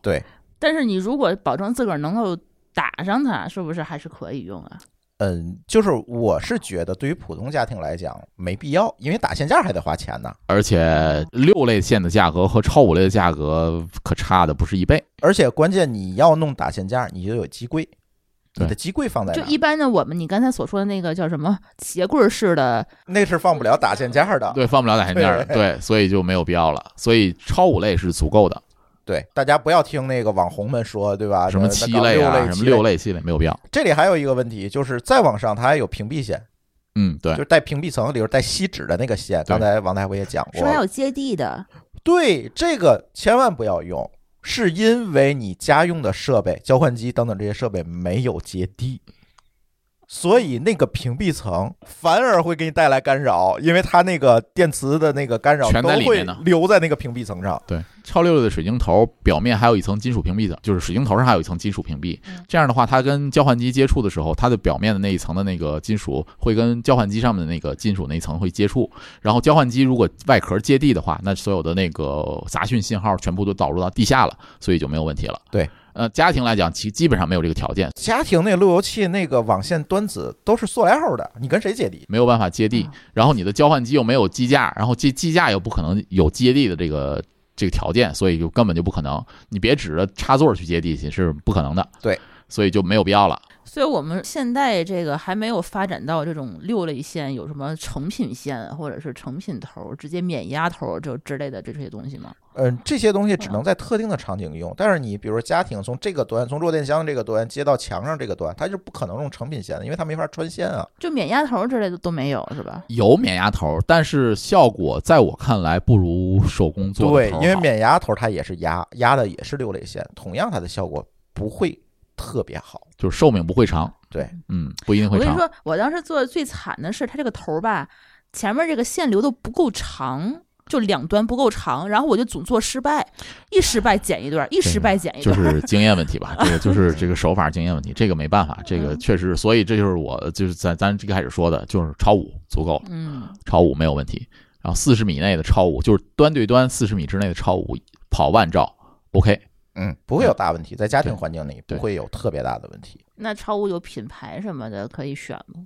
[SPEAKER 3] 但是你如果保证自个儿能够打上它，是不是还是可以用啊？
[SPEAKER 1] 嗯，就是我是觉得对于普通家庭来讲没必要，因为打线架还得花钱呢。
[SPEAKER 2] 而且六类线的价格和超五类的价格可差的不是一倍。
[SPEAKER 1] 而且关键你要弄打线架，你就有机柜，你
[SPEAKER 2] 对
[SPEAKER 1] 的机柜放在
[SPEAKER 3] 就
[SPEAKER 1] 哪
[SPEAKER 3] 一？般的，我们你刚才所说的那个叫什么鞋柜式的，
[SPEAKER 1] 那是放不了打线架的。
[SPEAKER 2] 对，放不了打线架的，对，所以就没有必要了。所以超五类是足够的，
[SPEAKER 1] 对，大家不要听那个网红们说，对吧？
[SPEAKER 2] 什么
[SPEAKER 1] 那
[SPEAKER 2] 七
[SPEAKER 1] 搞
[SPEAKER 2] 类
[SPEAKER 1] 六
[SPEAKER 2] 啊，
[SPEAKER 1] 类
[SPEAKER 2] 什么
[SPEAKER 1] 七类
[SPEAKER 2] 六类、七类没有必要。
[SPEAKER 1] 这里还有一个问题，就是再往上它还有屏蔽线，
[SPEAKER 2] 嗯，对
[SPEAKER 1] 就，是带屏蔽层里边带吸纸的那个线。
[SPEAKER 2] 对
[SPEAKER 1] 刚才王大夫也讲
[SPEAKER 3] 是不是还
[SPEAKER 1] 过，
[SPEAKER 3] 有接地的？
[SPEAKER 1] 对这个千万不要用，是因为你家用的设备、交换机等等这些设备没有接地。所以那个屏蔽层反而会给你带来干扰，因为它那个电磁的那个干扰
[SPEAKER 2] 全
[SPEAKER 1] 都
[SPEAKER 2] 在里
[SPEAKER 1] 会
[SPEAKER 2] 面呢
[SPEAKER 1] 留在那个屏蔽层上。
[SPEAKER 2] 对，超六类的水晶头表面还有一层金属屏蔽的，就是水晶头上还有一层金属屏蔽。这样的话，它跟交换机接触的时候，它的表面的那一层的那个金属会跟交换机上面的那个金属那一层会接触。然后交换机如果外壳接地的话，那所有的那个杂讯信号全部都导入到地下了，所以就没有问题了。
[SPEAKER 1] 对，
[SPEAKER 2] 呃，家庭来讲，其基本上没有这个条件，
[SPEAKER 1] 家庭那路由器那个网线端子都是塑料的，你跟谁接地？
[SPEAKER 2] 没有办法接
[SPEAKER 3] 嗯
[SPEAKER 2] 地，然后你的交换机又没有机架，然后机机架又不可能有接地的这个这个条件，所以就根本就不可能。你别指着插座去接地去是不可能的，
[SPEAKER 1] 对，
[SPEAKER 2] 所以就没有必要了。
[SPEAKER 3] 所以我们现在这个还没有发展到这种六类线，有什么成品线或者是成品头儿，直接免压头儿就之类的这些东西吗？
[SPEAKER 1] 嗯，这些东西只能在特定的场景用。但是你比如说家庭从这个端，从弱电箱这个端接到墙上这个端，它就不可能用成品线的，因为它没法穿线啊。
[SPEAKER 3] 就免压头儿之类的都没有是吧？
[SPEAKER 2] 有免压头，但是效果在我看来不如手工做的
[SPEAKER 1] 对
[SPEAKER 2] 头，好
[SPEAKER 1] 因为免压头它也是压，压的也是六类线，同样它的效果不会特别好。
[SPEAKER 2] 就是寿命不会长，
[SPEAKER 1] 对，
[SPEAKER 2] 嗯，不一定
[SPEAKER 3] 我
[SPEAKER 2] 会
[SPEAKER 3] 跟你
[SPEAKER 2] 长。
[SPEAKER 3] 说，我当时做的最惨的是，它这个头儿吧，前面这个线留的不够长，就两端不够长，然后我就总做失败，一失败减一段，一失败减一
[SPEAKER 2] 就
[SPEAKER 3] 段。
[SPEAKER 2] 是经验问题 吧，这个就是这个手法经验问题，这个没办法，这
[SPEAKER 3] 嗯
[SPEAKER 2] 个确实是，所以这就是我就是咱咱最开始说的，就是超五足够了。
[SPEAKER 3] 嗯，
[SPEAKER 2] 超五没有问题。然后四十米内的超五，就是端对端四十米之内的超五，跑万兆，OK，
[SPEAKER 1] 嗯，不会有大问题，在家庭环境里
[SPEAKER 2] 对
[SPEAKER 1] 不会有特别大的问题。
[SPEAKER 3] 那超物有品牌什么的可以选吗？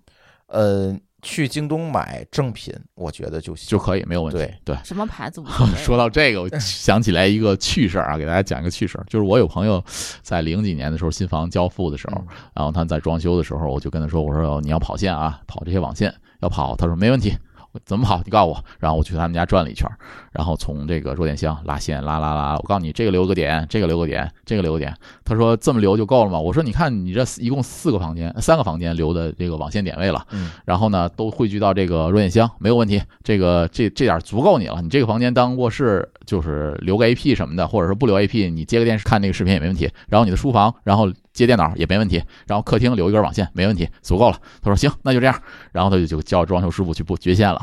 [SPEAKER 1] 呃，去京东买正品，我觉得就行。
[SPEAKER 2] 就可以，没有问题
[SPEAKER 1] 对。
[SPEAKER 2] 对，
[SPEAKER 3] 什么牌子无 所谓？
[SPEAKER 2] 说到这个，我想起来一个趣事儿啊，给大家讲一个趣事儿，就是我有朋友在零几年的时候新房交付的时候
[SPEAKER 1] 嗯，
[SPEAKER 2] 然后他在装修的时候，我就跟他说，我说你要跑线啊，跑这些网线要跑，他说没问题。我怎么跑？你告诉我，然后我去他们家转了一圈儿，然后从这个弱电箱拉线，拉拉拉。我告诉你，这个留个点，这个留个点，这个留个点。他说这么留就够了吗？我说你看你这一共四个房间，三个房间留的这个网线点位了，
[SPEAKER 1] 嗯，
[SPEAKER 2] 然后呢，都汇聚到这个热电箱，没有问题。这个这这点儿足够你了，你这个房间当卧室，就是留个 AP 什么的，或者说不留 AP，你接个电视看那个视频也没问题。然后你的书房，然后接电脑也没问题。然后客厅留一根网线没问题，足够了。他说行，那就这样。然后他就就叫装修师傅去布绝线了。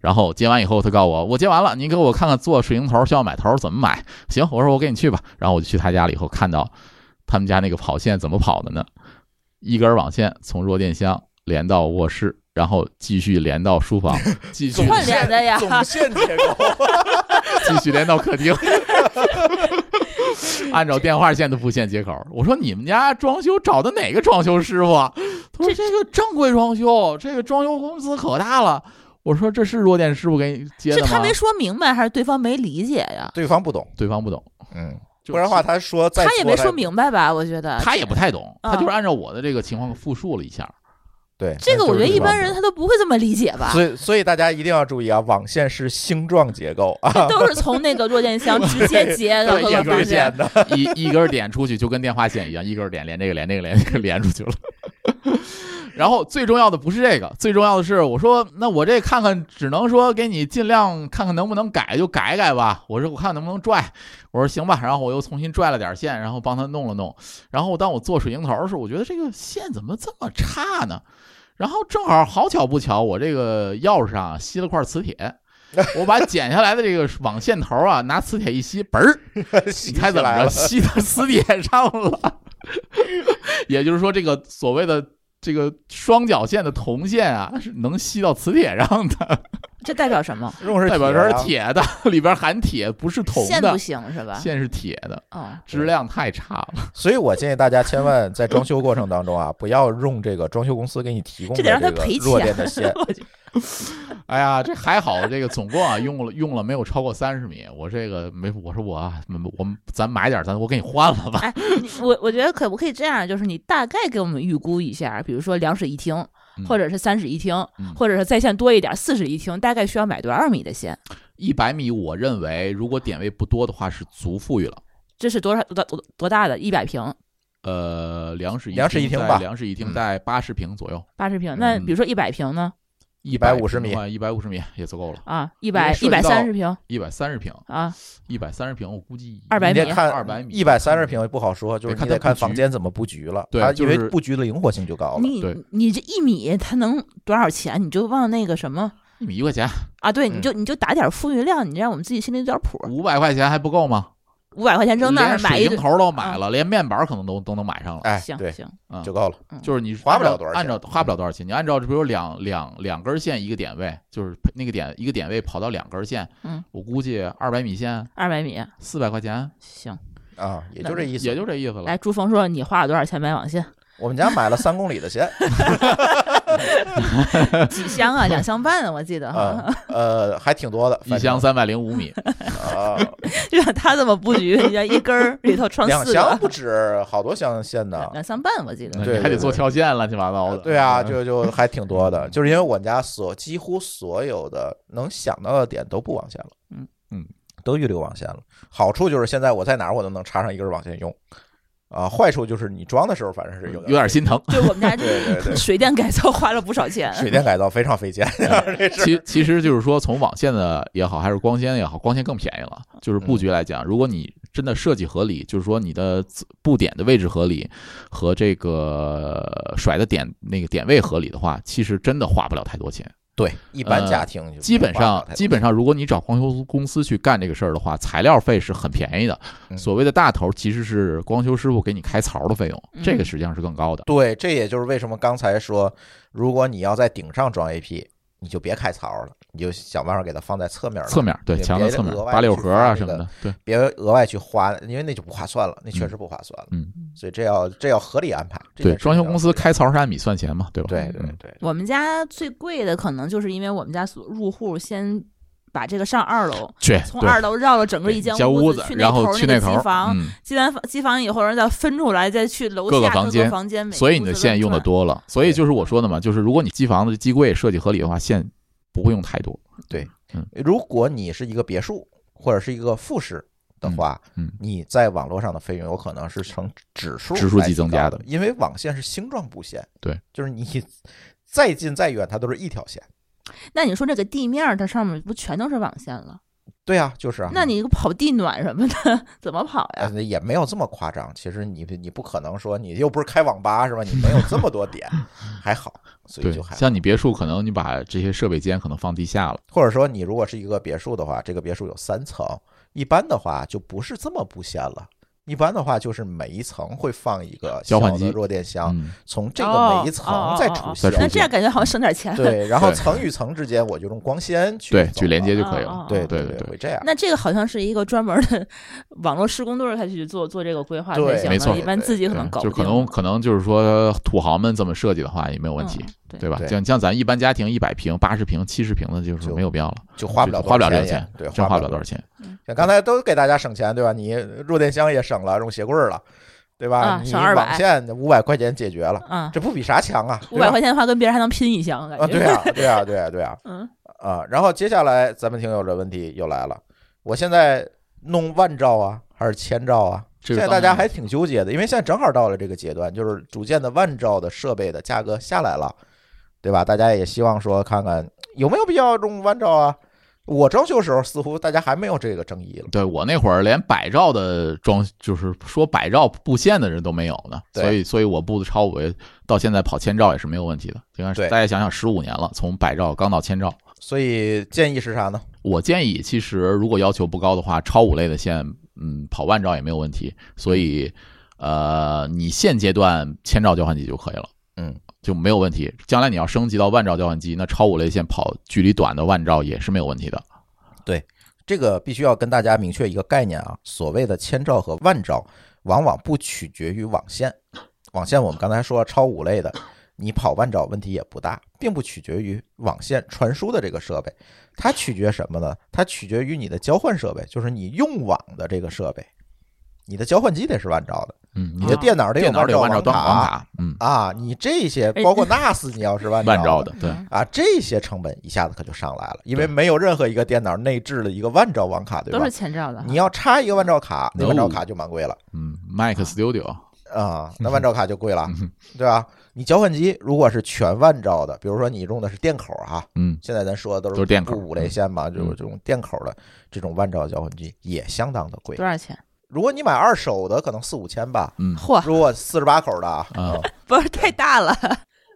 [SPEAKER 2] 然后接完以后，他告诉我，我接完了，您给我看看做水晶头需要买头怎么买？行，我说我给你去吧。然后我就去他家了以后，看到他们家那个跑线怎么跑的呢？一根网线从弱电箱连到卧室，然后继续连到书房，继续
[SPEAKER 3] 换脸的呀
[SPEAKER 1] 总线结构，
[SPEAKER 2] 继续连到客厅。 按照电话线的布线接口，我说你们家装修找的哪个装修师傅啊？他说这个正规装修，这个装修公司可大了。我说这是弱电师傅给你接
[SPEAKER 4] 是
[SPEAKER 2] 的
[SPEAKER 4] 他
[SPEAKER 2] 吗
[SPEAKER 4] 没？说明白，还是对方没理解呀？
[SPEAKER 1] 对方不懂，
[SPEAKER 2] 对方不懂，
[SPEAKER 1] 嗯，
[SPEAKER 2] 就
[SPEAKER 1] 不然的话，他说再
[SPEAKER 4] 他也没说
[SPEAKER 1] 错
[SPEAKER 4] 明白吧？我觉得
[SPEAKER 2] 他也不太懂，
[SPEAKER 4] 啊
[SPEAKER 2] 他就是按照我的这个情况复述了一下。
[SPEAKER 1] 对
[SPEAKER 4] 这个，我觉得一般。
[SPEAKER 1] 那
[SPEAKER 4] 人
[SPEAKER 1] 就是对方不懂
[SPEAKER 4] 他都不会这么理解吧？
[SPEAKER 2] 啊
[SPEAKER 1] 所以，所以大家一定要注意啊！网线是星状结构 啊，
[SPEAKER 4] 都是从那个弱电箱直接接的
[SPEAKER 2] 对
[SPEAKER 4] 各
[SPEAKER 2] 一
[SPEAKER 4] 个
[SPEAKER 2] 根
[SPEAKER 4] 房
[SPEAKER 1] 线
[SPEAKER 4] 间。
[SPEAKER 1] 的。
[SPEAKER 2] 一一根儿点出去就跟电话线一样，一根儿点连这个连这个连这个连出去了。然后最重要的不是这个，最重要的是我说，那我这看看，只能说给你尽量看看能不能改就改改吧。我说我看能不能拽，我说行吧。然后我又重新拽了点线，然后帮他弄了弄。然后当我做水晶头的时候，我觉得这个线怎么这么差呢？然后正好好巧不巧，我这个钥匙上啊吸了块磁铁，我把剪下来的这个网线头啊，拿磁铁一吸，嘣儿
[SPEAKER 1] 洗起
[SPEAKER 2] 你猜怎么
[SPEAKER 1] 来
[SPEAKER 2] 着？
[SPEAKER 1] 了？
[SPEAKER 2] 吸到磁铁上了。 也就是说，这个所谓的这个双角线的铜线啊，是能吸到磁铁上的，
[SPEAKER 4] 这代表什么？
[SPEAKER 1] 用是
[SPEAKER 2] 代
[SPEAKER 1] 铁
[SPEAKER 2] 表这
[SPEAKER 1] 啊
[SPEAKER 2] 是铁的，里边含铁，不是铜
[SPEAKER 3] 线不
[SPEAKER 2] 的。
[SPEAKER 3] 行是吧？
[SPEAKER 2] 线是铁的，
[SPEAKER 3] 哦，
[SPEAKER 2] 质量太差了。
[SPEAKER 1] 所以我建议大家千万在装修过程当中啊，不要用这个装修公司给你提供的
[SPEAKER 4] 这得让他
[SPEAKER 1] 个
[SPEAKER 4] 赔
[SPEAKER 1] 弱
[SPEAKER 4] 钱
[SPEAKER 1] 电的 线。
[SPEAKER 2] 哎呀，这还好，这个总共啊用了用了没有超过三十米。我这个没，我说我啊，我们咱买点儿，咱我给你换了吧。
[SPEAKER 4] 哎，你我我觉得可不可以这样？就是你大概给我们预估一下，比如说两室一厅
[SPEAKER 2] 嗯，
[SPEAKER 4] 或者是三室一厅
[SPEAKER 2] 嗯，
[SPEAKER 4] 或者是在线多一点四室一厅，大概需要买多少米的线？
[SPEAKER 2] 一百米，我认为如果点位不多的话是足富裕了。
[SPEAKER 4] 这是多少多多多大的？一百平、
[SPEAKER 2] 呃，两室
[SPEAKER 1] 两室一厅
[SPEAKER 2] 厅在
[SPEAKER 1] 吧
[SPEAKER 2] 两室一厅
[SPEAKER 1] 嗯
[SPEAKER 2] 在八十平左右。
[SPEAKER 4] 八十平？那
[SPEAKER 2] 嗯
[SPEAKER 4] 比如说一百平呢？
[SPEAKER 2] 一
[SPEAKER 1] 150米
[SPEAKER 2] 一百五十米也足够了，
[SPEAKER 4] 啊，一
[SPEAKER 2] 因为
[SPEAKER 4] 百
[SPEAKER 2] 涉
[SPEAKER 4] 一
[SPEAKER 2] 及
[SPEAKER 4] 百
[SPEAKER 2] 到
[SPEAKER 4] 三十平
[SPEAKER 2] 一百三十平，
[SPEAKER 4] 啊，
[SPEAKER 2] 一百三十平，我估计
[SPEAKER 4] 200
[SPEAKER 1] 你
[SPEAKER 4] 米
[SPEAKER 1] 得看
[SPEAKER 2] 200米
[SPEAKER 1] 一百三十平不好说，就是
[SPEAKER 2] 得看
[SPEAKER 1] 你
[SPEAKER 2] 它
[SPEAKER 1] 得看
[SPEAKER 2] 布局
[SPEAKER 1] 房间怎么布局了。
[SPEAKER 2] 对
[SPEAKER 1] 它
[SPEAKER 2] 就
[SPEAKER 1] 因为
[SPEAKER 2] 是
[SPEAKER 1] 布局的灵活性就高了。
[SPEAKER 4] 你
[SPEAKER 2] 对
[SPEAKER 4] 你这一米它能多少钱？你就往那个什么
[SPEAKER 2] 一米一块钱，
[SPEAKER 4] 啊？对，
[SPEAKER 1] 嗯
[SPEAKER 4] 你就你就打点富裕量，你让我们自己心里有点谱。
[SPEAKER 2] 五百块钱还不够吗？
[SPEAKER 4] 五百块钱扔那
[SPEAKER 2] 连
[SPEAKER 4] 儿买
[SPEAKER 2] 水
[SPEAKER 4] 一嗯顿，
[SPEAKER 2] 晶头都买了，连面板可能都都能买上了。
[SPEAKER 1] 哎，
[SPEAKER 4] 行
[SPEAKER 1] 对，
[SPEAKER 4] 行，
[SPEAKER 2] 嗯
[SPEAKER 1] 就够了。
[SPEAKER 2] 就是你
[SPEAKER 1] 花不了
[SPEAKER 2] 按照
[SPEAKER 1] 多少钱
[SPEAKER 2] 按照花不了多少钱。你按照比如两两两根线一个点位，就是那个点一个点位跑到两根线，
[SPEAKER 4] 嗯，
[SPEAKER 2] 我估计二百米线
[SPEAKER 4] 二百米
[SPEAKER 2] 四百块钱，
[SPEAKER 4] 行。
[SPEAKER 1] 啊，也就这意思。
[SPEAKER 2] 也就这意思了
[SPEAKER 4] 来，。朱峰说你花了多少钱买网线？
[SPEAKER 1] 我们家买了三公里的线
[SPEAKER 4] 几箱啊？两箱 半啊，我记得哈。
[SPEAKER 1] 啊，呃，还挺多的，
[SPEAKER 2] 一箱三百零五米，
[SPEAKER 1] 反正啊，
[SPEAKER 4] 就像他这么布 局，你像一根儿里头穿
[SPEAKER 1] 两
[SPEAKER 4] 四
[SPEAKER 1] 箱啊
[SPEAKER 4] 个，
[SPEAKER 1] 不止，好多箱线呢
[SPEAKER 4] 两。两三半，我记得
[SPEAKER 2] 你
[SPEAKER 1] 对
[SPEAKER 2] 还得做跳线，乱七八糟的。
[SPEAKER 1] 对啊，
[SPEAKER 2] 嗯
[SPEAKER 1] 就就还挺多的，就是因为我们家所几乎所有的能想到的点都不网线了，
[SPEAKER 4] 嗯
[SPEAKER 2] 嗯，
[SPEAKER 1] 都预留网线了。好处就是现在我在哪儿我都能插上一根网线用，啊，坏处就是你装的时候反正是有
[SPEAKER 2] 有点心疼。
[SPEAKER 4] 对我们家
[SPEAKER 1] 对对对，
[SPEAKER 4] 水电改造花了不少钱。
[SPEAKER 1] 水电改造非常费 钱，
[SPEAKER 2] 其其实就是说，从网线的也好，还是光纤也好，光纤更便宜了。就是布局来讲，如果你真的设计合理，就是说你的布点的位置合理和这个甩的点那个点位合理的话，其实真的花不了太多钱。
[SPEAKER 1] 对，一般家庭就
[SPEAKER 2] 呃基本
[SPEAKER 1] 花不了
[SPEAKER 2] 上
[SPEAKER 1] 太多
[SPEAKER 2] 基本上，如果你找装修公司去干这个事儿的话，材料费是很便宜的。
[SPEAKER 1] 嗯
[SPEAKER 2] 所谓的大头其实是装修师傅给你开槽的费用，这个实际上是更高的。
[SPEAKER 1] 对，这也就是为什么刚才说，如果你要在顶上装 AP，你就别开槽了，你就想办法给它放在侧面儿吧，
[SPEAKER 2] 侧面对
[SPEAKER 1] 也
[SPEAKER 2] 墙的
[SPEAKER 1] 别
[SPEAKER 2] 侧面
[SPEAKER 1] 额外
[SPEAKER 2] 八六
[SPEAKER 1] 去
[SPEAKER 2] 盒
[SPEAKER 1] 花
[SPEAKER 2] 啊
[SPEAKER 1] 那
[SPEAKER 2] 什么
[SPEAKER 1] 个
[SPEAKER 2] 的，对，
[SPEAKER 1] 别额外去花，因为那就不划算了，那确实不划算了。
[SPEAKER 2] 嗯，
[SPEAKER 1] 所以这要这要合理安排。这
[SPEAKER 2] 对，
[SPEAKER 1] 件事
[SPEAKER 2] 装修
[SPEAKER 1] 要
[SPEAKER 2] 公司
[SPEAKER 1] 合理
[SPEAKER 2] 开槽是按米算钱嘛，对吧？
[SPEAKER 1] 安排。对对
[SPEAKER 2] 嗯
[SPEAKER 1] 对，
[SPEAKER 4] 我们家最贵的可能就是因为我们家所入户先把这个上二楼，
[SPEAKER 2] 去
[SPEAKER 3] 从
[SPEAKER 2] 对
[SPEAKER 3] 二楼绕了整
[SPEAKER 2] 对
[SPEAKER 3] 个一间
[SPEAKER 2] 小
[SPEAKER 3] 屋
[SPEAKER 2] 子
[SPEAKER 3] 去，那
[SPEAKER 2] 然
[SPEAKER 3] 头
[SPEAKER 2] 后
[SPEAKER 3] 儿
[SPEAKER 2] 去
[SPEAKER 3] 那
[SPEAKER 2] 头
[SPEAKER 3] 个机
[SPEAKER 2] 儿，
[SPEAKER 3] 房，
[SPEAKER 2] 嗯，
[SPEAKER 3] 机完房机房以后，然后再分出来，再去楼下
[SPEAKER 2] 各个房
[SPEAKER 3] 房
[SPEAKER 2] 间
[SPEAKER 3] 房间每个
[SPEAKER 2] 所以你的
[SPEAKER 3] 屋子
[SPEAKER 2] 线
[SPEAKER 3] 都
[SPEAKER 2] 用的
[SPEAKER 3] 转。
[SPEAKER 2] 多了，所以
[SPEAKER 1] 对
[SPEAKER 2] 就是我说的嘛，就是如果你机房的机柜设计合理的话，线不会用太多。
[SPEAKER 1] 如果你是一个别墅或者是一个复式的话，
[SPEAKER 2] 嗯嗯
[SPEAKER 1] 你在网络上的费用有可能是呈指数
[SPEAKER 2] 指数级
[SPEAKER 1] 来提
[SPEAKER 2] 增加
[SPEAKER 1] 高
[SPEAKER 2] 的
[SPEAKER 1] 因为网线是星状布线，
[SPEAKER 2] 对，
[SPEAKER 1] 就是你再近再远，它都是一条线。
[SPEAKER 3] 那你说这个地面儿它上面不全都是网线了？
[SPEAKER 1] 对啊，就是啊。
[SPEAKER 3] 那你跑地暖什么的 怎么跑呀？
[SPEAKER 1] 呃也没有这么夸张，其实你你不可能说你又不是开网吧是吧？你没有这么多 点，还好，所以
[SPEAKER 2] 对
[SPEAKER 1] 就还，好。
[SPEAKER 2] 像你别墅可能你把这些设备间可能放地下了，
[SPEAKER 1] 或者说你如果是一个别墅的话，这个别墅有三层，一般的话就不是这么布线了。一般的话就是每一层会放一个
[SPEAKER 2] 交
[SPEAKER 1] 小
[SPEAKER 2] 换
[SPEAKER 1] 的
[SPEAKER 2] 机
[SPEAKER 1] 弱电箱，
[SPEAKER 2] 嗯，
[SPEAKER 1] 从这个每一
[SPEAKER 3] 哦
[SPEAKER 1] 层再
[SPEAKER 3] 哦
[SPEAKER 1] 出
[SPEAKER 3] 哦
[SPEAKER 1] 线。
[SPEAKER 2] 再出现
[SPEAKER 3] 那这样感觉好像省点钱。
[SPEAKER 1] 对，然后
[SPEAKER 2] 对
[SPEAKER 1] 层与层之间我就用光纤去
[SPEAKER 2] 对，
[SPEAKER 1] 走
[SPEAKER 2] 去连
[SPEAKER 1] 了
[SPEAKER 2] 接就可以了
[SPEAKER 3] 哦。
[SPEAKER 1] 对
[SPEAKER 2] 对
[SPEAKER 1] 对
[SPEAKER 2] 对，
[SPEAKER 1] 会这样。
[SPEAKER 3] 那这个好像是一个专门的网络施工队儿，他去做做这个规划才
[SPEAKER 1] 对
[SPEAKER 3] 行的，
[SPEAKER 2] 没错
[SPEAKER 3] 一般自己可能
[SPEAKER 2] 对
[SPEAKER 3] 搞不
[SPEAKER 2] 就
[SPEAKER 3] 定。
[SPEAKER 2] 可能可能就是说土豪们这么设计的话也没有问题，
[SPEAKER 3] 嗯对
[SPEAKER 2] 对吧？
[SPEAKER 1] 对
[SPEAKER 2] 像像咱一般家庭一百平、八十平、七十平的，就是
[SPEAKER 1] 就
[SPEAKER 2] 没有必要了，
[SPEAKER 1] 就花不了
[SPEAKER 2] 就花不了
[SPEAKER 1] 多
[SPEAKER 2] 这
[SPEAKER 1] 少
[SPEAKER 2] 个钱
[SPEAKER 1] 也，对，
[SPEAKER 2] 真
[SPEAKER 1] 花
[SPEAKER 2] 花
[SPEAKER 1] 不
[SPEAKER 2] 不了多少
[SPEAKER 1] 钱。
[SPEAKER 2] 钱。
[SPEAKER 1] 像刚才都给大家省钱，对吧？你弱电箱也省了，用鞋柜儿了，对吧？
[SPEAKER 3] 啊
[SPEAKER 1] 你
[SPEAKER 3] 省200
[SPEAKER 1] 网线五百块钱解决了，
[SPEAKER 3] 嗯，
[SPEAKER 1] 这不比啥强啊？
[SPEAKER 3] 五
[SPEAKER 1] 对吧
[SPEAKER 3] 百块钱的话跟别人还能拼一箱，感觉。
[SPEAKER 1] 啊，对啊，对啊，对啊，对啊，
[SPEAKER 3] 嗯
[SPEAKER 1] 啊，然后接下来咱们听友的问题又来了，我现在弄万兆啊，还是千兆啊？
[SPEAKER 2] 这
[SPEAKER 1] 现在
[SPEAKER 2] 个方
[SPEAKER 1] 大
[SPEAKER 2] 案
[SPEAKER 1] 家还挺纠结的，因为现在正好到了这个阶段，就是逐渐的万兆的设备的价格下来了，对吧？大家也希望说看看有没有必要用万兆啊？我装修时候似乎大家还没有这个争议了，
[SPEAKER 2] 对我那会儿连百兆的装，就是说百兆布线的人都没有呢，
[SPEAKER 1] 对
[SPEAKER 2] 所以所以我布的超五到现在跑千兆也是没有问题的。你看，
[SPEAKER 1] 对
[SPEAKER 2] 大家想想，十五年了，从百兆刚到千兆，
[SPEAKER 1] 所以建议是啥呢？
[SPEAKER 2] 我建议其实如果要求不高的话，超五类的线，嗯，跑万兆也没有问题。所
[SPEAKER 1] 嗯
[SPEAKER 2] 以，呃，你现阶段千兆交换机就可以了，
[SPEAKER 1] 嗯，
[SPEAKER 2] 就没有问题。将来你要升级到万兆交换机，那超五类线跑距离短的万兆也是没有问题的。
[SPEAKER 1] 这个必须要跟大家明确一个概念啊，所谓的千兆和万兆，往往不取决于网线。网线我们刚才说超五类的，你跑万兆问题也不大，并不取决于网线传输的这个设备，它取决什么呢？它取决于你的交换设备，就是你用网的这个设备，你的交换机得是万兆的，
[SPEAKER 2] 嗯，
[SPEAKER 1] 你的电脑啊得有
[SPEAKER 2] 电脑
[SPEAKER 1] 万
[SPEAKER 2] 得有万兆
[SPEAKER 1] 网
[SPEAKER 2] 端
[SPEAKER 1] 卡
[SPEAKER 2] 网卡，嗯，
[SPEAKER 1] 啊，你这些包括 NAS，你要是万
[SPEAKER 2] 万兆
[SPEAKER 1] 的
[SPEAKER 2] 的，对。
[SPEAKER 3] 嗯
[SPEAKER 1] 啊，这些成本一下子可就上来了，因为
[SPEAKER 2] 对
[SPEAKER 1] 没有任何一个电脑内置了一个万兆网卡，对吧？
[SPEAKER 3] 都是千兆的哈。
[SPEAKER 1] 你要插一个万兆卡，那万兆
[SPEAKER 2] No
[SPEAKER 1] 卡就蛮贵了
[SPEAKER 2] 嗯，Mac Studio，
[SPEAKER 1] 啊、那万兆卡就贵了
[SPEAKER 2] 嗯哼，
[SPEAKER 1] 对吧？你交换机如果是全万兆的，比如说你用的是电口哈、
[SPEAKER 2] 嗯，
[SPEAKER 1] 现在咱说的都
[SPEAKER 2] 都是电口
[SPEAKER 1] 不五类线嘛，就是
[SPEAKER 2] 嗯
[SPEAKER 1] 这种电口的这种万兆交换机也相当的贵。
[SPEAKER 3] 多少钱？
[SPEAKER 1] 如果你买二手的，可能四五千吧。
[SPEAKER 2] 嗯，
[SPEAKER 3] 嚯，
[SPEAKER 1] 如果四十八口的啊，
[SPEAKER 2] 啊，
[SPEAKER 3] 不是太大了，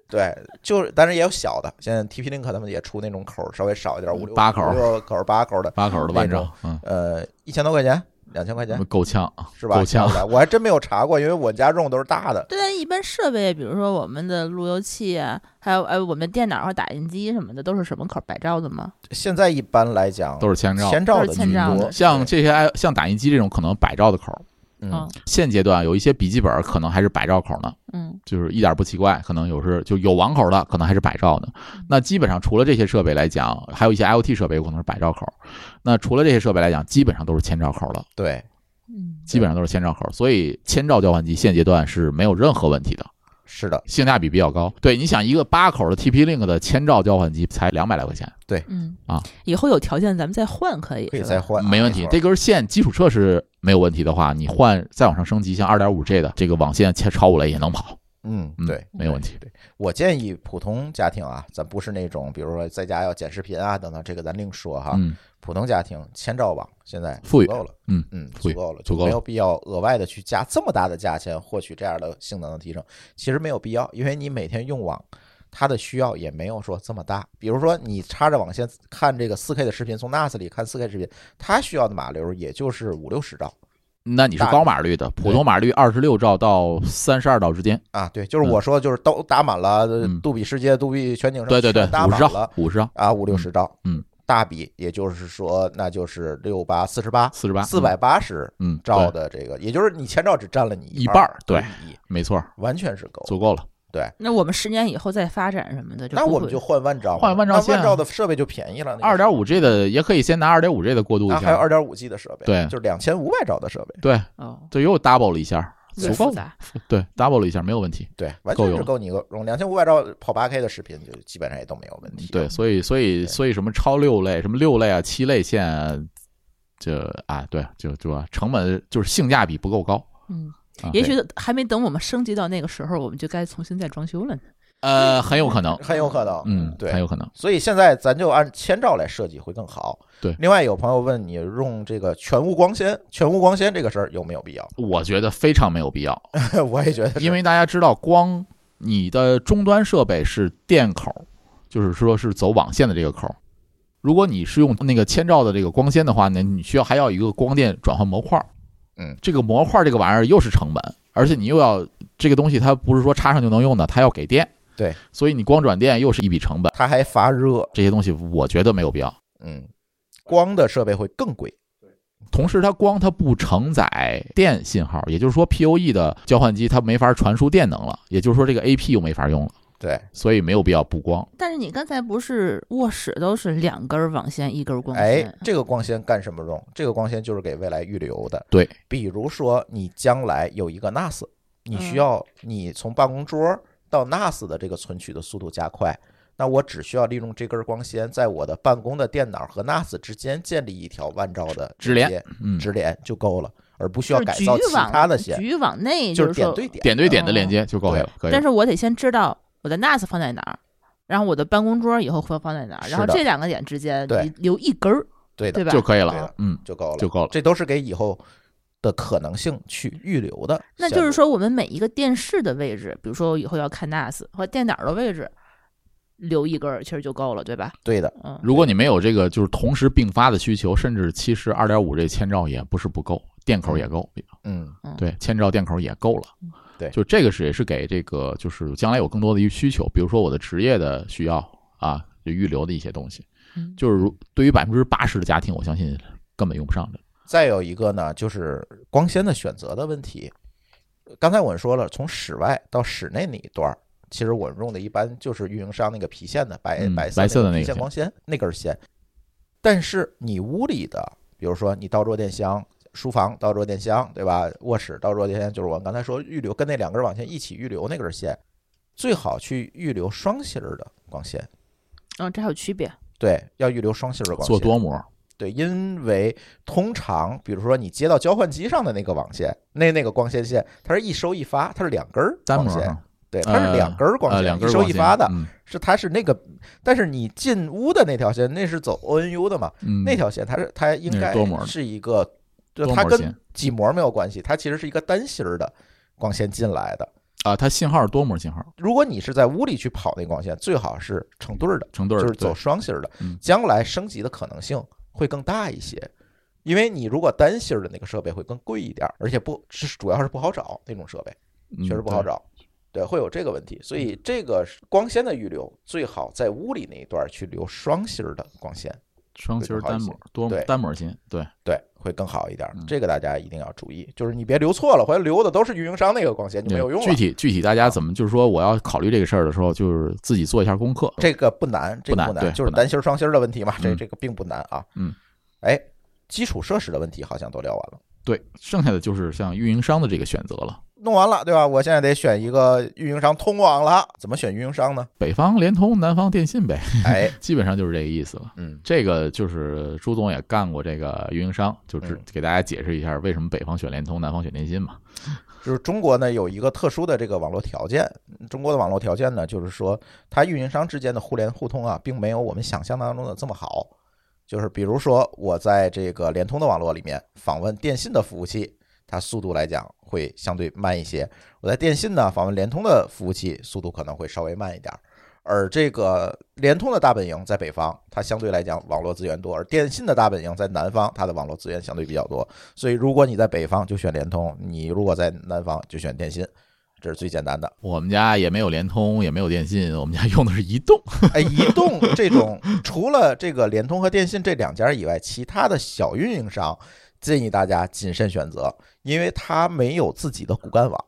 [SPEAKER 1] 对，就是，但是也有小的，现在 TP Link 他们也出那种口稍微少一点，五六
[SPEAKER 2] 八口
[SPEAKER 1] 五六口、八口的，
[SPEAKER 2] 八口的万兆，嗯，
[SPEAKER 1] 呃，一千多块钱，两千块钱
[SPEAKER 2] 够呛，
[SPEAKER 1] 是吧？
[SPEAKER 2] 够呛
[SPEAKER 1] 下不来我还真没有查过，因为我家用的都是大的，
[SPEAKER 3] 对，但一般设备，比如说我们的路由器啊，还有呃我们电脑和打印机什么的，都是什么口儿百兆的吗？
[SPEAKER 1] 现在一般来讲
[SPEAKER 2] 都是千兆。嗯
[SPEAKER 1] 千兆的
[SPEAKER 3] 都是千兆
[SPEAKER 1] 居
[SPEAKER 3] 的
[SPEAKER 1] 多
[SPEAKER 2] 像这些哎像打印机这种可能百兆的口儿，
[SPEAKER 1] 嗯
[SPEAKER 3] 嗯，
[SPEAKER 2] 现阶段有一些笔记本可能还是百兆口呢，
[SPEAKER 3] 嗯，
[SPEAKER 2] 就是一点不奇怪，可能有时就有网口的，可能还是百兆的。
[SPEAKER 3] 嗯
[SPEAKER 2] 那基本上除了这些设备来讲，还有一些 IoT 设备有可能是百兆口。那除了这些设备来讲，基本上都是千兆口了，
[SPEAKER 1] 对，
[SPEAKER 3] 嗯
[SPEAKER 2] 基本上都是千兆口。所以千兆交换机现阶段是没有任何问题的，
[SPEAKER 1] 是的，
[SPEAKER 2] 性价比比较高。对，你想一个八口的 TP-Link 的千兆交换机才两百来块钱，
[SPEAKER 3] 嗯
[SPEAKER 2] 啊，
[SPEAKER 3] 以后有条件咱们再换可以，
[SPEAKER 1] 可以
[SPEAKER 3] 是吧
[SPEAKER 1] 再换，
[SPEAKER 2] 没问题。这根线基础设施没有问题的话，你换再往上升级，像二点五 G 的这个网线切超五类也能跑，
[SPEAKER 1] 嗯
[SPEAKER 2] 嗯，
[SPEAKER 1] 对，
[SPEAKER 2] 没有问题。
[SPEAKER 1] 我建议普通家庭啊，咱不是那种，比如说在家要剪视频啊等等，这个咱另说哈。
[SPEAKER 2] 嗯，
[SPEAKER 1] 普通家庭千兆网现在
[SPEAKER 2] 富裕
[SPEAKER 1] 足够了，
[SPEAKER 2] 嗯
[SPEAKER 1] 嗯，
[SPEAKER 2] 富
[SPEAKER 1] 足
[SPEAKER 2] 裕
[SPEAKER 1] 够了，
[SPEAKER 2] 足够了
[SPEAKER 1] 没有必要额外的去加这么大的价钱获取这样的性能的提升，其实没有必要，因为你每天用网。它的需要也没有说这么大，比如说你插着网线看这个 4K 的视频，从 NAS 里看 4K 视频，它需要的码流也就是五六十兆，
[SPEAKER 2] 那你是
[SPEAKER 1] 大
[SPEAKER 2] 高码率的，普通码率二十六兆到三十二兆之间，
[SPEAKER 1] 啊，对，就是我说就是都打满了，呃
[SPEAKER 2] 嗯
[SPEAKER 1] 杜比世界、杜比全景上
[SPEAKER 2] 对对对，
[SPEAKER 1] 全打
[SPEAKER 2] 五十
[SPEAKER 1] 满
[SPEAKER 2] 兆
[SPEAKER 1] 了，
[SPEAKER 2] 五十兆，
[SPEAKER 1] 啊，五六十兆，
[SPEAKER 2] 嗯嗯，
[SPEAKER 1] 大笔也就是说那就是六八四十八
[SPEAKER 2] 四十八，
[SPEAKER 1] 四百八十
[SPEAKER 2] 嗯，嗯，
[SPEAKER 1] 兆
[SPEAKER 2] 对，
[SPEAKER 1] 的这个，也就是你千兆只占了你
[SPEAKER 2] 一
[SPEAKER 1] 半
[SPEAKER 2] 半
[SPEAKER 1] 儿
[SPEAKER 2] 儿，对
[SPEAKER 1] 一亿，
[SPEAKER 2] 没错，
[SPEAKER 1] 完全是够。
[SPEAKER 2] 足够了。
[SPEAKER 3] 那我们十年以后再发展什么的，就
[SPEAKER 1] 那
[SPEAKER 3] 不
[SPEAKER 1] 我们
[SPEAKER 3] 会
[SPEAKER 1] 就换万兆嘛，
[SPEAKER 2] 换万兆
[SPEAKER 1] 那
[SPEAKER 2] 线
[SPEAKER 1] 万
[SPEAKER 2] 啊
[SPEAKER 1] 兆的设备就便宜了，
[SPEAKER 2] 二点五 G 的也可以先拿二点五 G 的过渡
[SPEAKER 1] 那
[SPEAKER 2] 一
[SPEAKER 1] 还有
[SPEAKER 2] 下
[SPEAKER 1] 二，点五 G 的设备，
[SPEAKER 2] 对
[SPEAKER 1] 就是两千五百兆的设备，
[SPEAKER 2] 对，
[SPEAKER 3] 哦，
[SPEAKER 2] 这又 double 了一下，
[SPEAKER 3] 越
[SPEAKER 2] 足
[SPEAKER 3] 复
[SPEAKER 2] 够，
[SPEAKER 3] 杂。
[SPEAKER 2] 对，double 了一下没有问题。
[SPEAKER 1] 对，完
[SPEAKER 2] 够
[SPEAKER 1] 全
[SPEAKER 2] 用
[SPEAKER 1] 是够你用两千五百兆跑八 K 的视频，就基本上也都没有问题。
[SPEAKER 2] 对，，所以所以所以什么超六类、什么六类啊、七类线啊，这啊，对，就就啊成本就是性价比不够高。
[SPEAKER 3] 嗯
[SPEAKER 2] 啊，
[SPEAKER 3] 也许还没等我们升级到那个时候，我们就该重新再装修了呢。
[SPEAKER 2] 呃，很有可能，
[SPEAKER 1] 很有可能，
[SPEAKER 2] 嗯，
[SPEAKER 1] 对
[SPEAKER 2] 很，有可能。
[SPEAKER 1] 所以现在咱就按千兆来设计会更好。
[SPEAKER 2] 对
[SPEAKER 1] 另外有朋友问你用这个全屋光纤，全屋光纤这个事儿有没有必要？
[SPEAKER 2] 我觉得非常没有必要，
[SPEAKER 1] 我也觉得是，
[SPEAKER 2] 因为大家知道，光你的终端设备是电口，就是说是走网线的这个口。如果你是用那个千兆的这个光纤的话呢，你需要还要一个光电转换模块儿。
[SPEAKER 1] 嗯，
[SPEAKER 2] 这个模块儿这个玩意儿又是成本，而且你又要这个东西它不是说插上就能用的，它要给电。
[SPEAKER 1] 对，
[SPEAKER 2] 所以你光转电又是一笔成本，
[SPEAKER 1] 它还发热，
[SPEAKER 2] 这些东西我觉得没有必要。
[SPEAKER 1] 嗯，光的设备会更贵。
[SPEAKER 2] 同时，它光它不承载电信号，也就是说 POE 的交换机它没法传输电能了，也就是说这个 AP 又没法用了。
[SPEAKER 1] 对，
[SPEAKER 2] 所以没有必要布光。
[SPEAKER 3] 但是你刚才不是卧室都是两根网线，一啊根光
[SPEAKER 1] 哎
[SPEAKER 3] 纤，，
[SPEAKER 1] 这个光纤干什么用？这个光纤就是给未来预留的。
[SPEAKER 2] 对，
[SPEAKER 1] 比如说你将来有一个 NAS，你需
[SPEAKER 3] 嗯
[SPEAKER 1] 要你从办公桌到 NAS 的这个存取的速度加快，那我只需要利用这根光纤，在我的办公的电脑和 NAS 之间建立一条万兆的
[SPEAKER 2] 直连
[SPEAKER 1] 接
[SPEAKER 2] 嗯，
[SPEAKER 1] 直连就够了，而不需
[SPEAKER 3] 就
[SPEAKER 1] 要
[SPEAKER 3] 是
[SPEAKER 1] 改
[SPEAKER 3] 局
[SPEAKER 1] 造其
[SPEAKER 3] 域网
[SPEAKER 1] 他的线，
[SPEAKER 3] 局域网内
[SPEAKER 1] 啊就是点
[SPEAKER 3] 说，
[SPEAKER 1] 对点。啊
[SPEAKER 2] 点对点的连接就够
[SPEAKER 1] 哦对
[SPEAKER 2] 了，可以了。
[SPEAKER 3] 但是我得先知道我的 NAS 放在哪儿，然后我的办公桌以后会放在哪儿，
[SPEAKER 1] 是的
[SPEAKER 3] 然后这两个点之间
[SPEAKER 1] 对
[SPEAKER 3] 你留一根儿，
[SPEAKER 1] 对的，
[SPEAKER 3] 对吧？
[SPEAKER 2] 就可以
[SPEAKER 1] 对的
[SPEAKER 2] 了。嗯，
[SPEAKER 1] 就够了，
[SPEAKER 2] 就够了
[SPEAKER 1] 这都是给以后的可能性去预留的。
[SPEAKER 3] 那就是，说，我们每一个电视的位置，比如说我以后要看 NAS 或电脑的位置，留一根儿其实就够了，对吧？
[SPEAKER 1] 对的，
[SPEAKER 3] 嗯，
[SPEAKER 2] 如果你没有这个就是同时并发的需求，甚至其实二点五这千兆也不是不够，电口也够，
[SPEAKER 1] 嗯，
[SPEAKER 2] 对，千兆电口也够了。
[SPEAKER 1] 对
[SPEAKER 2] 就这个是也是给这个就是将来有更多的一需求，比如说我的职业的需要啊，就预留的一些东西，
[SPEAKER 3] 嗯
[SPEAKER 2] 就是如对于百分之八十的家庭，我相信根本用不上的。
[SPEAKER 1] 再有一个呢，就是光纤的选择的问题。刚才我们说了，从室外到室内那一段儿，其实我们用的一般就是运营商那个皮线的白、
[SPEAKER 2] 嗯
[SPEAKER 1] 色
[SPEAKER 2] 白色的那
[SPEAKER 1] 皮线
[SPEAKER 2] 个线
[SPEAKER 1] 光纤那根线。但是你屋里的，比如说你倒弱电箱、书房倒弱电箱，对吧？卧室倒弱电箱，就是我刚才说预留跟那两根网线一起预留那根线，最好去预留双芯儿的光纤。
[SPEAKER 3] 嗯，这还有区别。
[SPEAKER 1] 对，要预留双芯儿的光纤。
[SPEAKER 2] 做多模，
[SPEAKER 1] 对，因为通常比如说你接到交换机上的那个网线，那那个光纤线，它是一收一发，它是两根儿
[SPEAKER 2] 单
[SPEAKER 1] 光
[SPEAKER 2] 模
[SPEAKER 1] 纤，
[SPEAKER 2] 上，
[SPEAKER 1] 对，它是两根儿光
[SPEAKER 2] 呃，
[SPEAKER 1] 纤，
[SPEAKER 2] 两根
[SPEAKER 1] 一
[SPEAKER 2] 儿
[SPEAKER 1] 收
[SPEAKER 2] 光
[SPEAKER 1] 一
[SPEAKER 2] 纤
[SPEAKER 1] 发的，
[SPEAKER 2] 嗯
[SPEAKER 1] 是它是那个，但是你进屋的那条线，那是走 ONU 的嘛，
[SPEAKER 2] 嗯，
[SPEAKER 1] 那条线它是它应
[SPEAKER 2] 那是
[SPEAKER 1] 该
[SPEAKER 2] 多模的
[SPEAKER 1] 是一个，就
[SPEAKER 2] 多
[SPEAKER 1] 它
[SPEAKER 2] 模
[SPEAKER 1] 跟
[SPEAKER 2] 线
[SPEAKER 1] 几模没有关系，它其实是一个单芯儿的光纤进来的。
[SPEAKER 2] 啊，它信号是多模信号，
[SPEAKER 1] 如果你是在屋里去跑那光纤，最好是成对儿的。
[SPEAKER 2] 成对儿
[SPEAKER 1] 就
[SPEAKER 2] 的，
[SPEAKER 1] 是走双芯儿的
[SPEAKER 2] 嗯，
[SPEAKER 1] 将来升级的可能性会更大一些。因为你如果单芯儿的那个设备会更贵一点儿，而且不是主要是不好找那种设备，
[SPEAKER 2] 对，
[SPEAKER 1] 确实不好
[SPEAKER 2] 嗯找。对嗯
[SPEAKER 1] 找。对，会有这个问题，所以这个是光纤的预留最好在屋里那一段儿去留双芯儿的光纤，
[SPEAKER 2] 双芯儿单模多
[SPEAKER 1] 对
[SPEAKER 2] 单模芯，对，
[SPEAKER 1] 对，会更好一点儿
[SPEAKER 2] 嗯。
[SPEAKER 1] 这个大家一定要注意，就是你别留错了，回来留的都是运营商那个光纤就没有用了
[SPEAKER 2] 具。体具体大家怎么就是说我要考虑这个事儿的时候，就是自己做一下功课。
[SPEAKER 1] 这个不难，这个
[SPEAKER 2] 不难对
[SPEAKER 1] 就是
[SPEAKER 2] 不难
[SPEAKER 1] 单芯儿双芯儿的问题嘛，这
[SPEAKER 2] 嗯
[SPEAKER 1] 这个并不难啊。
[SPEAKER 2] 嗯，
[SPEAKER 1] 哎，基础设施的问题好像都聊完了。
[SPEAKER 2] 对，剩下的就是像运营商的这个选择了。
[SPEAKER 1] 弄完了，对吧？我现在得选一个运营商通网了，怎么选运营商 呢？
[SPEAKER 2] 北方联通、南方电信呗，
[SPEAKER 1] 哎，
[SPEAKER 2] 基本上就是这个意思了。
[SPEAKER 1] 嗯，
[SPEAKER 2] 这个就是朱总也干过这个运营商，就只
[SPEAKER 1] 嗯
[SPEAKER 2] 给大家解释一下为什么北方选联通，南方选电信嘛。
[SPEAKER 1] 就是中国呢有一个特殊的这个网络条件，中国的网络条件呢，就是说它运营商之间的互联互通啊，并没有我们想象当中的这么好。就是比如说我在这个联通的网络里面访问电信的服务器，它速度来讲会相对慢一些；我在电信呢访问联通的服务器，速度可能会稍微慢一点儿。而这个联通的大本营在北方，它相对来讲网络资源多；而电信的大本营在南方，它的网络资源相对比较多。所以，如果你在北方就选联通，你如果在南方就选电信，这是最简单的。
[SPEAKER 2] 我们家也没有联通，也没有电信，我们家 用的是移动。
[SPEAKER 1] 哎，移动这种除了这个联通和电信这两家以外，其他的小运营商建议大家谨慎选择，因为它没有自己的骨干网。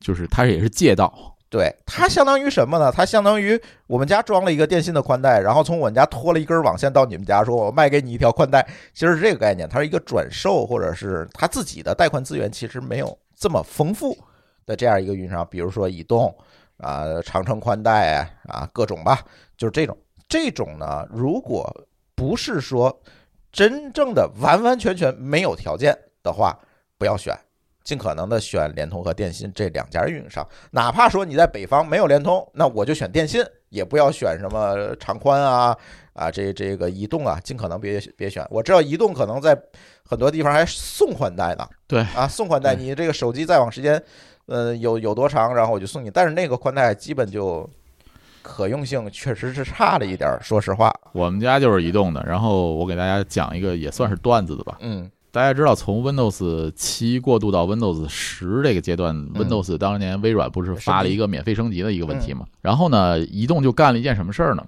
[SPEAKER 2] 就是它也是借道，
[SPEAKER 1] 对，它相当于什么呢？它相当于我们家装了一个电信的宽带，然后从我们家拖了一根网线到你们家，说我卖给你一条宽带，其实是这个概念，它是一个转售或者是它自己的带宽资源其实没有这么丰富的这样一个运营商，比如说移动啊、长城宽带啊，各种吧，就是这种这种呢，如果不是说真正的完完全全没有条件的话，不要选。尽可能的选联通和电信这两家运营商，哪怕说你在北方没有联通，那我就选电信，也不要选什么长宽啊啊这这个移动啊，尽可能别别选。我知道移动可能在很多地方还送宽带呢，
[SPEAKER 2] 对
[SPEAKER 1] 啊送宽带，你这个手机在网时间，呃有有多长，然后我就送你，但是那个宽带基本就可用性确实是差了一点儿，说实话，
[SPEAKER 2] 我们家就是移动的。然后我给大家讲一个也算是段子的吧。
[SPEAKER 1] 嗯
[SPEAKER 2] 大家知道，从 Windows 七过渡到 Windows 十这个阶段，Windows 当年微软不是发了一个免费升级的一个问题嘛？然后呢，移动就干了一件什么事儿呢？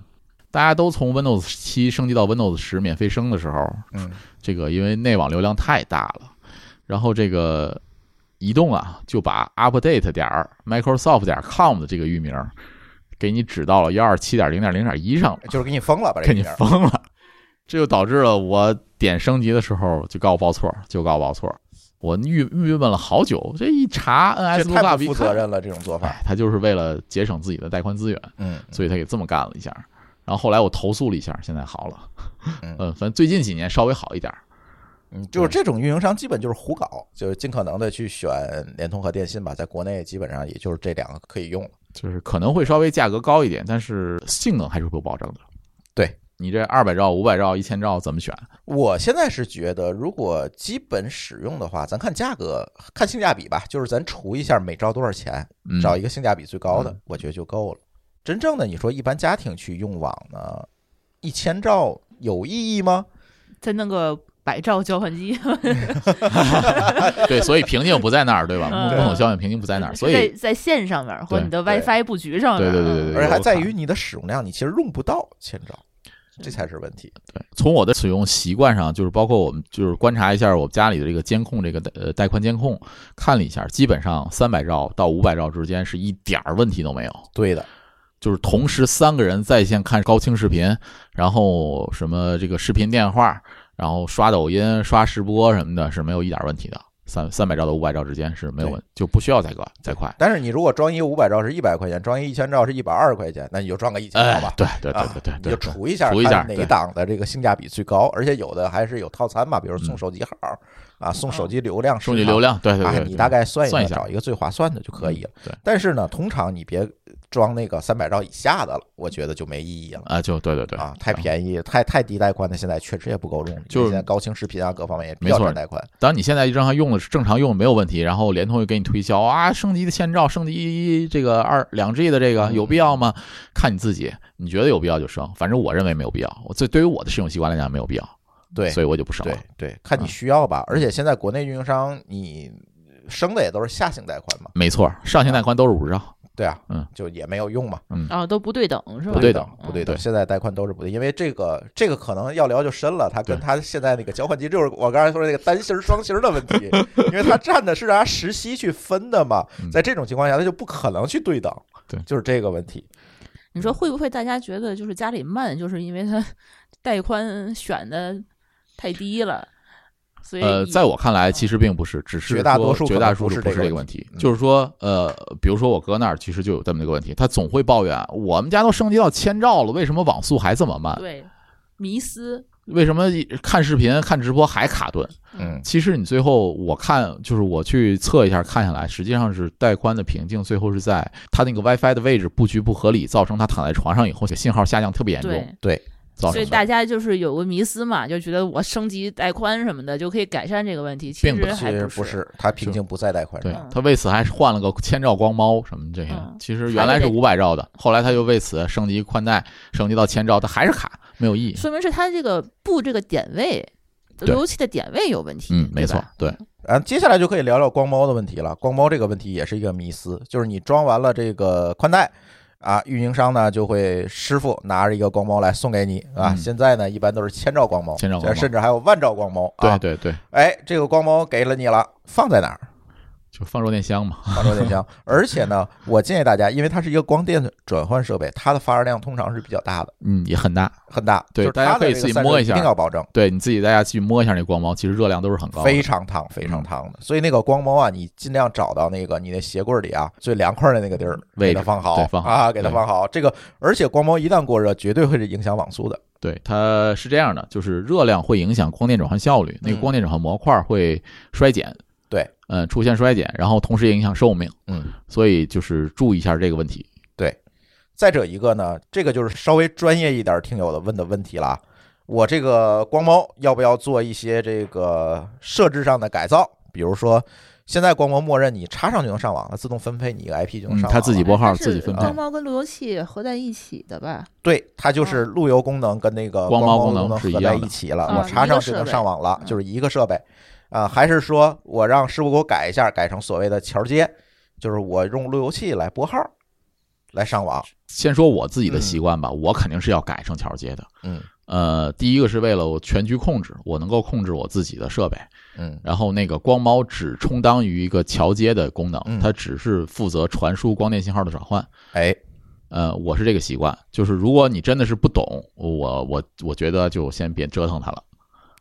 [SPEAKER 2] 大家都从 Windows 七升级到 Windows 十免费升的时候，
[SPEAKER 1] 嗯
[SPEAKER 2] 这个因为内网流量太大了，然后这个移动啊就把 update 点儿 Microsoft 点儿 com 的这个域名儿给你指到了幺二七点零点零点一上了，
[SPEAKER 1] 就是给你封了吧，这个
[SPEAKER 2] 给你
[SPEAKER 1] 地儿
[SPEAKER 2] 封了，这就导致了我点升级的时候就告报错，就告报错。我郁郁闷了好久，这一查 NS
[SPEAKER 1] 这太
[SPEAKER 2] lookup
[SPEAKER 1] 不
[SPEAKER 2] 一
[SPEAKER 1] 负责
[SPEAKER 2] 看，
[SPEAKER 1] 任了，这种做法，
[SPEAKER 2] 哎，他就是为了节省自己的带宽资源，
[SPEAKER 1] 嗯，
[SPEAKER 2] 所以他给这么干了一下。然后后来我投诉了一下，现在好了。
[SPEAKER 1] 嗯
[SPEAKER 2] 嗯，反正最近几年稍微好一点儿。
[SPEAKER 1] 嗯，就是这种运营商基本就是胡搞，就是尽可能的去选联通和电信吧，在国内基本上也就是这两个可以用了。
[SPEAKER 2] 就是可能会稍微价格高一点，但是性能还是会有保证的。
[SPEAKER 1] 对
[SPEAKER 2] 你这二百兆、五百兆、一千兆怎么选？
[SPEAKER 1] 我现在是觉得，如果基本使用的话，咱看价格，看性价比吧，就是咱除一下每兆多少钱，
[SPEAKER 2] 嗯，
[SPEAKER 1] 找一个性价比最高的，我觉得就够了。真正的你说一般家庭去用网呢，一千兆有意义吗？
[SPEAKER 3] 再弄个百兆交换机，
[SPEAKER 2] 对，所以瓶颈不在那儿，对吧？
[SPEAKER 3] 嗯
[SPEAKER 2] 木桶效应瓶颈不在那儿，所以
[SPEAKER 3] 在在线上面或者你的
[SPEAKER 1] 对
[SPEAKER 3] WiFi 布局上面，啊
[SPEAKER 2] 对对对对
[SPEAKER 1] 而且还在
[SPEAKER 2] 有可
[SPEAKER 1] 于你的使用量，你其实用不到千兆，这才是问题。
[SPEAKER 2] 对从我的使用习惯上，就是包括我们就是观察一下我们家里的这个监控，这个呃带宽监控，看了一下，基本上三百兆到五百兆之间是一点儿问题都没有。
[SPEAKER 1] 对的，
[SPEAKER 2] 就是同时三个人在线看高清视频，然后什么这个视频电话，然后刷抖音、刷直播什么的，是没有一点问题的。三三百兆到五百兆之间是没有问，就不需要再快再快。
[SPEAKER 1] 但是你如果装一五百兆是一百块钱，装一一千兆是一百二十块钱，那你就装个一千兆
[SPEAKER 2] 哎
[SPEAKER 1] 吧，。
[SPEAKER 2] 对对对
[SPEAKER 1] 啊
[SPEAKER 2] 对对
[SPEAKER 1] 你
[SPEAKER 2] 对
[SPEAKER 1] 就
[SPEAKER 2] 对，
[SPEAKER 1] 除一下，
[SPEAKER 2] 除一下
[SPEAKER 1] 看哪
[SPEAKER 2] 对
[SPEAKER 1] 档的这个性价比最高，而且有的还是有套餐嘛，比如送手机号啊，送手机流量，
[SPEAKER 2] 数据流
[SPEAKER 1] 量
[SPEAKER 2] 量，对对
[SPEAKER 1] 啊
[SPEAKER 2] 对，，
[SPEAKER 1] 你大概算
[SPEAKER 2] 算一
[SPEAKER 1] 一
[SPEAKER 2] 下
[SPEAKER 1] 找一个最划算的就可以了。
[SPEAKER 2] 对
[SPEAKER 1] 但是呢，通常你别装那个三百兆以下的了，我觉得就没意义了
[SPEAKER 2] 啊，就对对对
[SPEAKER 1] 啊，太便宜，太太低带宽的现在确实也不够用，
[SPEAKER 2] 就
[SPEAKER 1] 因
[SPEAKER 2] 是
[SPEAKER 1] 为现在高清视频啊各方面也比
[SPEAKER 2] 没
[SPEAKER 1] 较
[SPEAKER 2] 错
[SPEAKER 1] 占带宽。
[SPEAKER 2] 当你现在正常用的是正常用没有问题，然后联通又给你推销啊，升级的千兆，升级这个二两 G 的这个
[SPEAKER 1] 嗯
[SPEAKER 2] 有必要吗？看你自己，你觉得有必要就升，反正我认为没有必要。我这对于我的使用习惯来讲没有必要，
[SPEAKER 1] 对，
[SPEAKER 2] 所以我就不升
[SPEAKER 1] 对
[SPEAKER 2] 了。
[SPEAKER 1] 对，看你
[SPEAKER 2] 啊
[SPEAKER 1] 需要吧。而且现在国内运营商你升的也都是下行带宽嘛，
[SPEAKER 2] 没错，上行带宽都是五十兆，
[SPEAKER 1] 对啊，
[SPEAKER 2] 嗯，
[SPEAKER 1] 就也没有用嘛。
[SPEAKER 3] 啊都不对等是吧？
[SPEAKER 2] 不对等
[SPEAKER 1] 不对
[SPEAKER 2] 对
[SPEAKER 1] 等，现在带宽都是不对，因为这个这个可能要聊就深了，它跟
[SPEAKER 2] 对
[SPEAKER 1] 它现在那个交换机，就是我刚才说那个单芯儿双芯儿的问题，因为它占的是拿时息去分的嘛，
[SPEAKER 2] 嗯
[SPEAKER 1] 在这种情况下，它就不可能去对等，
[SPEAKER 2] 对
[SPEAKER 1] 就是这个问题。
[SPEAKER 3] 你说会不会大家觉得就是家里慢，就是因为它 带宽选的太低了，所以
[SPEAKER 2] 呃，在我看来，
[SPEAKER 3] 嗯
[SPEAKER 2] 其实并不是，只是
[SPEAKER 1] 绝大多数
[SPEAKER 2] 说
[SPEAKER 1] 可
[SPEAKER 2] 绝
[SPEAKER 1] 能
[SPEAKER 2] 大
[SPEAKER 1] 不
[SPEAKER 2] 多数
[SPEAKER 1] 是
[SPEAKER 2] 不
[SPEAKER 1] 这
[SPEAKER 2] 是
[SPEAKER 1] 个
[SPEAKER 2] 这个
[SPEAKER 1] 问
[SPEAKER 2] 问
[SPEAKER 1] 题
[SPEAKER 2] 题，
[SPEAKER 1] 嗯
[SPEAKER 2] 就是说，呃，比如说我哥那儿其实就有这么一个问题，他总会抱怨我们家都升级到千兆了，为什么网速还这么慢？
[SPEAKER 3] 对迷思
[SPEAKER 2] 为什么一看视频、看直播还卡顿？
[SPEAKER 1] 嗯，
[SPEAKER 2] 其实你最后我看，就是我去测一下看下来，实际上是带宽的瓶颈，最后是
[SPEAKER 3] 嗯
[SPEAKER 2] 在它那个 WiFi 的位置布局不合理，造成他躺在床上以后信号下降特别严重
[SPEAKER 3] 对。
[SPEAKER 1] 对，
[SPEAKER 2] 造
[SPEAKER 3] 所
[SPEAKER 2] 成
[SPEAKER 3] 以
[SPEAKER 2] 的。
[SPEAKER 3] 大家就是有个迷思嘛，就觉得我升级带宽什么的就可以改善这个问题，其
[SPEAKER 2] 并不
[SPEAKER 3] 实
[SPEAKER 1] 其
[SPEAKER 3] 还
[SPEAKER 1] 实
[SPEAKER 3] 不是。
[SPEAKER 1] 是，它瓶颈不在带宽
[SPEAKER 2] 对
[SPEAKER 1] 上。
[SPEAKER 2] 他为此还换了个千兆光猫什么这些
[SPEAKER 3] 嗯，
[SPEAKER 2] 其实原来是
[SPEAKER 3] 还是
[SPEAKER 2] 五百兆的，后来他又为此升级宽带，升级到千兆，它还是卡，没有意义。
[SPEAKER 3] 说明是它这个布这个点位，
[SPEAKER 2] 对
[SPEAKER 3] 浏游戏的点位有问题。
[SPEAKER 2] 嗯，
[SPEAKER 3] 对
[SPEAKER 2] 没错
[SPEAKER 3] 吧，
[SPEAKER 2] 对，
[SPEAKER 1] 然后接下来就可以聊聊光猫的问题了。光猫这个问题也是一个迷思，就是你装完了这个宽带。啊，运营商呢就会师傅拿着一个光猫来送给你啊。
[SPEAKER 2] 嗯
[SPEAKER 1] 现在呢，一般都是千兆光猫，
[SPEAKER 2] 千兆光猫
[SPEAKER 1] 甚至还有万兆光猫啊。
[SPEAKER 2] 对对对，
[SPEAKER 1] 哎，这个光猫给了你了，放在哪儿？
[SPEAKER 2] 就放弱电箱嘛，
[SPEAKER 1] 放桌 电箱。而且呢，我建议大家，因为它是一个光电转换设备，它的发热量通常是比较大的，
[SPEAKER 2] 嗯，也很大。
[SPEAKER 1] 很大。
[SPEAKER 2] 对
[SPEAKER 1] 就是
[SPEAKER 2] 大家
[SPEAKER 1] 它的
[SPEAKER 2] 可以
[SPEAKER 1] 这个
[SPEAKER 2] 自己
[SPEAKER 1] 散
[SPEAKER 2] 摸
[SPEAKER 1] 热
[SPEAKER 2] 一下
[SPEAKER 1] 定要保证。
[SPEAKER 2] 对，你自己在家去摸一下那光猫，其实热量都是很高的。嗯
[SPEAKER 1] 非常烫，非常烫的。所以那个光猫啊，你尽量找到那个你的鞋柜里啊最凉快的那个地儿，
[SPEAKER 2] 位置
[SPEAKER 1] 给它放好，
[SPEAKER 2] 对放好
[SPEAKER 1] 啊，给它
[SPEAKER 2] 对
[SPEAKER 1] 放好。这个，而且光猫一旦过热，绝对会影响网速的。
[SPEAKER 2] 对，它是这样的，就是热量会影响光电转换效率，那个光电转换模块会衰减，
[SPEAKER 1] 嗯对，
[SPEAKER 2] 嗯，出现衰减，然后同时也影响寿命，
[SPEAKER 1] 嗯，
[SPEAKER 2] 所以就是注意一下这个问题。
[SPEAKER 1] 再者一个呢，这个就是稍微专业一点听友的问的问题了啊。我这个光猫要不要做一些这个设置上的改造？比如说，现在光猫默认你插上就能上网，它自动分配你一个 IP 就能
[SPEAKER 2] 嗯
[SPEAKER 1] 上网了。
[SPEAKER 2] 它自己拨号
[SPEAKER 4] 它是
[SPEAKER 2] 自己分配
[SPEAKER 4] 光猫跟路由器合在一起的吧？
[SPEAKER 1] 对，它就是路由功能跟那个
[SPEAKER 2] 光
[SPEAKER 1] 猫
[SPEAKER 2] 猫功能
[SPEAKER 1] 能
[SPEAKER 2] 是一
[SPEAKER 1] 合在
[SPEAKER 2] 样
[SPEAKER 1] 一
[SPEAKER 2] 的
[SPEAKER 1] 起了，
[SPEAKER 4] 嗯
[SPEAKER 1] 我插
[SPEAKER 4] 一个
[SPEAKER 1] 上就
[SPEAKER 4] 设
[SPEAKER 1] 能
[SPEAKER 4] 备
[SPEAKER 1] 上网了，
[SPEAKER 4] 嗯
[SPEAKER 1] 就是一个设备。啊、还是说我让师傅给我改一下，改成所谓的桥接，就是我用路由器来拨号来上网。
[SPEAKER 2] 先说我自己的
[SPEAKER 1] 嗯
[SPEAKER 2] 习惯吧，我肯定是要改成桥接的。
[SPEAKER 1] 嗯
[SPEAKER 2] 呃，第一个是为了我全局控制，我能够控制我自己的设备，
[SPEAKER 1] 嗯
[SPEAKER 2] 然后那个光猫只充当于一个桥接的功能
[SPEAKER 1] 嗯，
[SPEAKER 2] 它只是负责传输光电信号的转换。
[SPEAKER 1] 哎，
[SPEAKER 2] 呃，我是这个习惯，就是如果你真的是不懂，我我我觉得就先别折腾它了。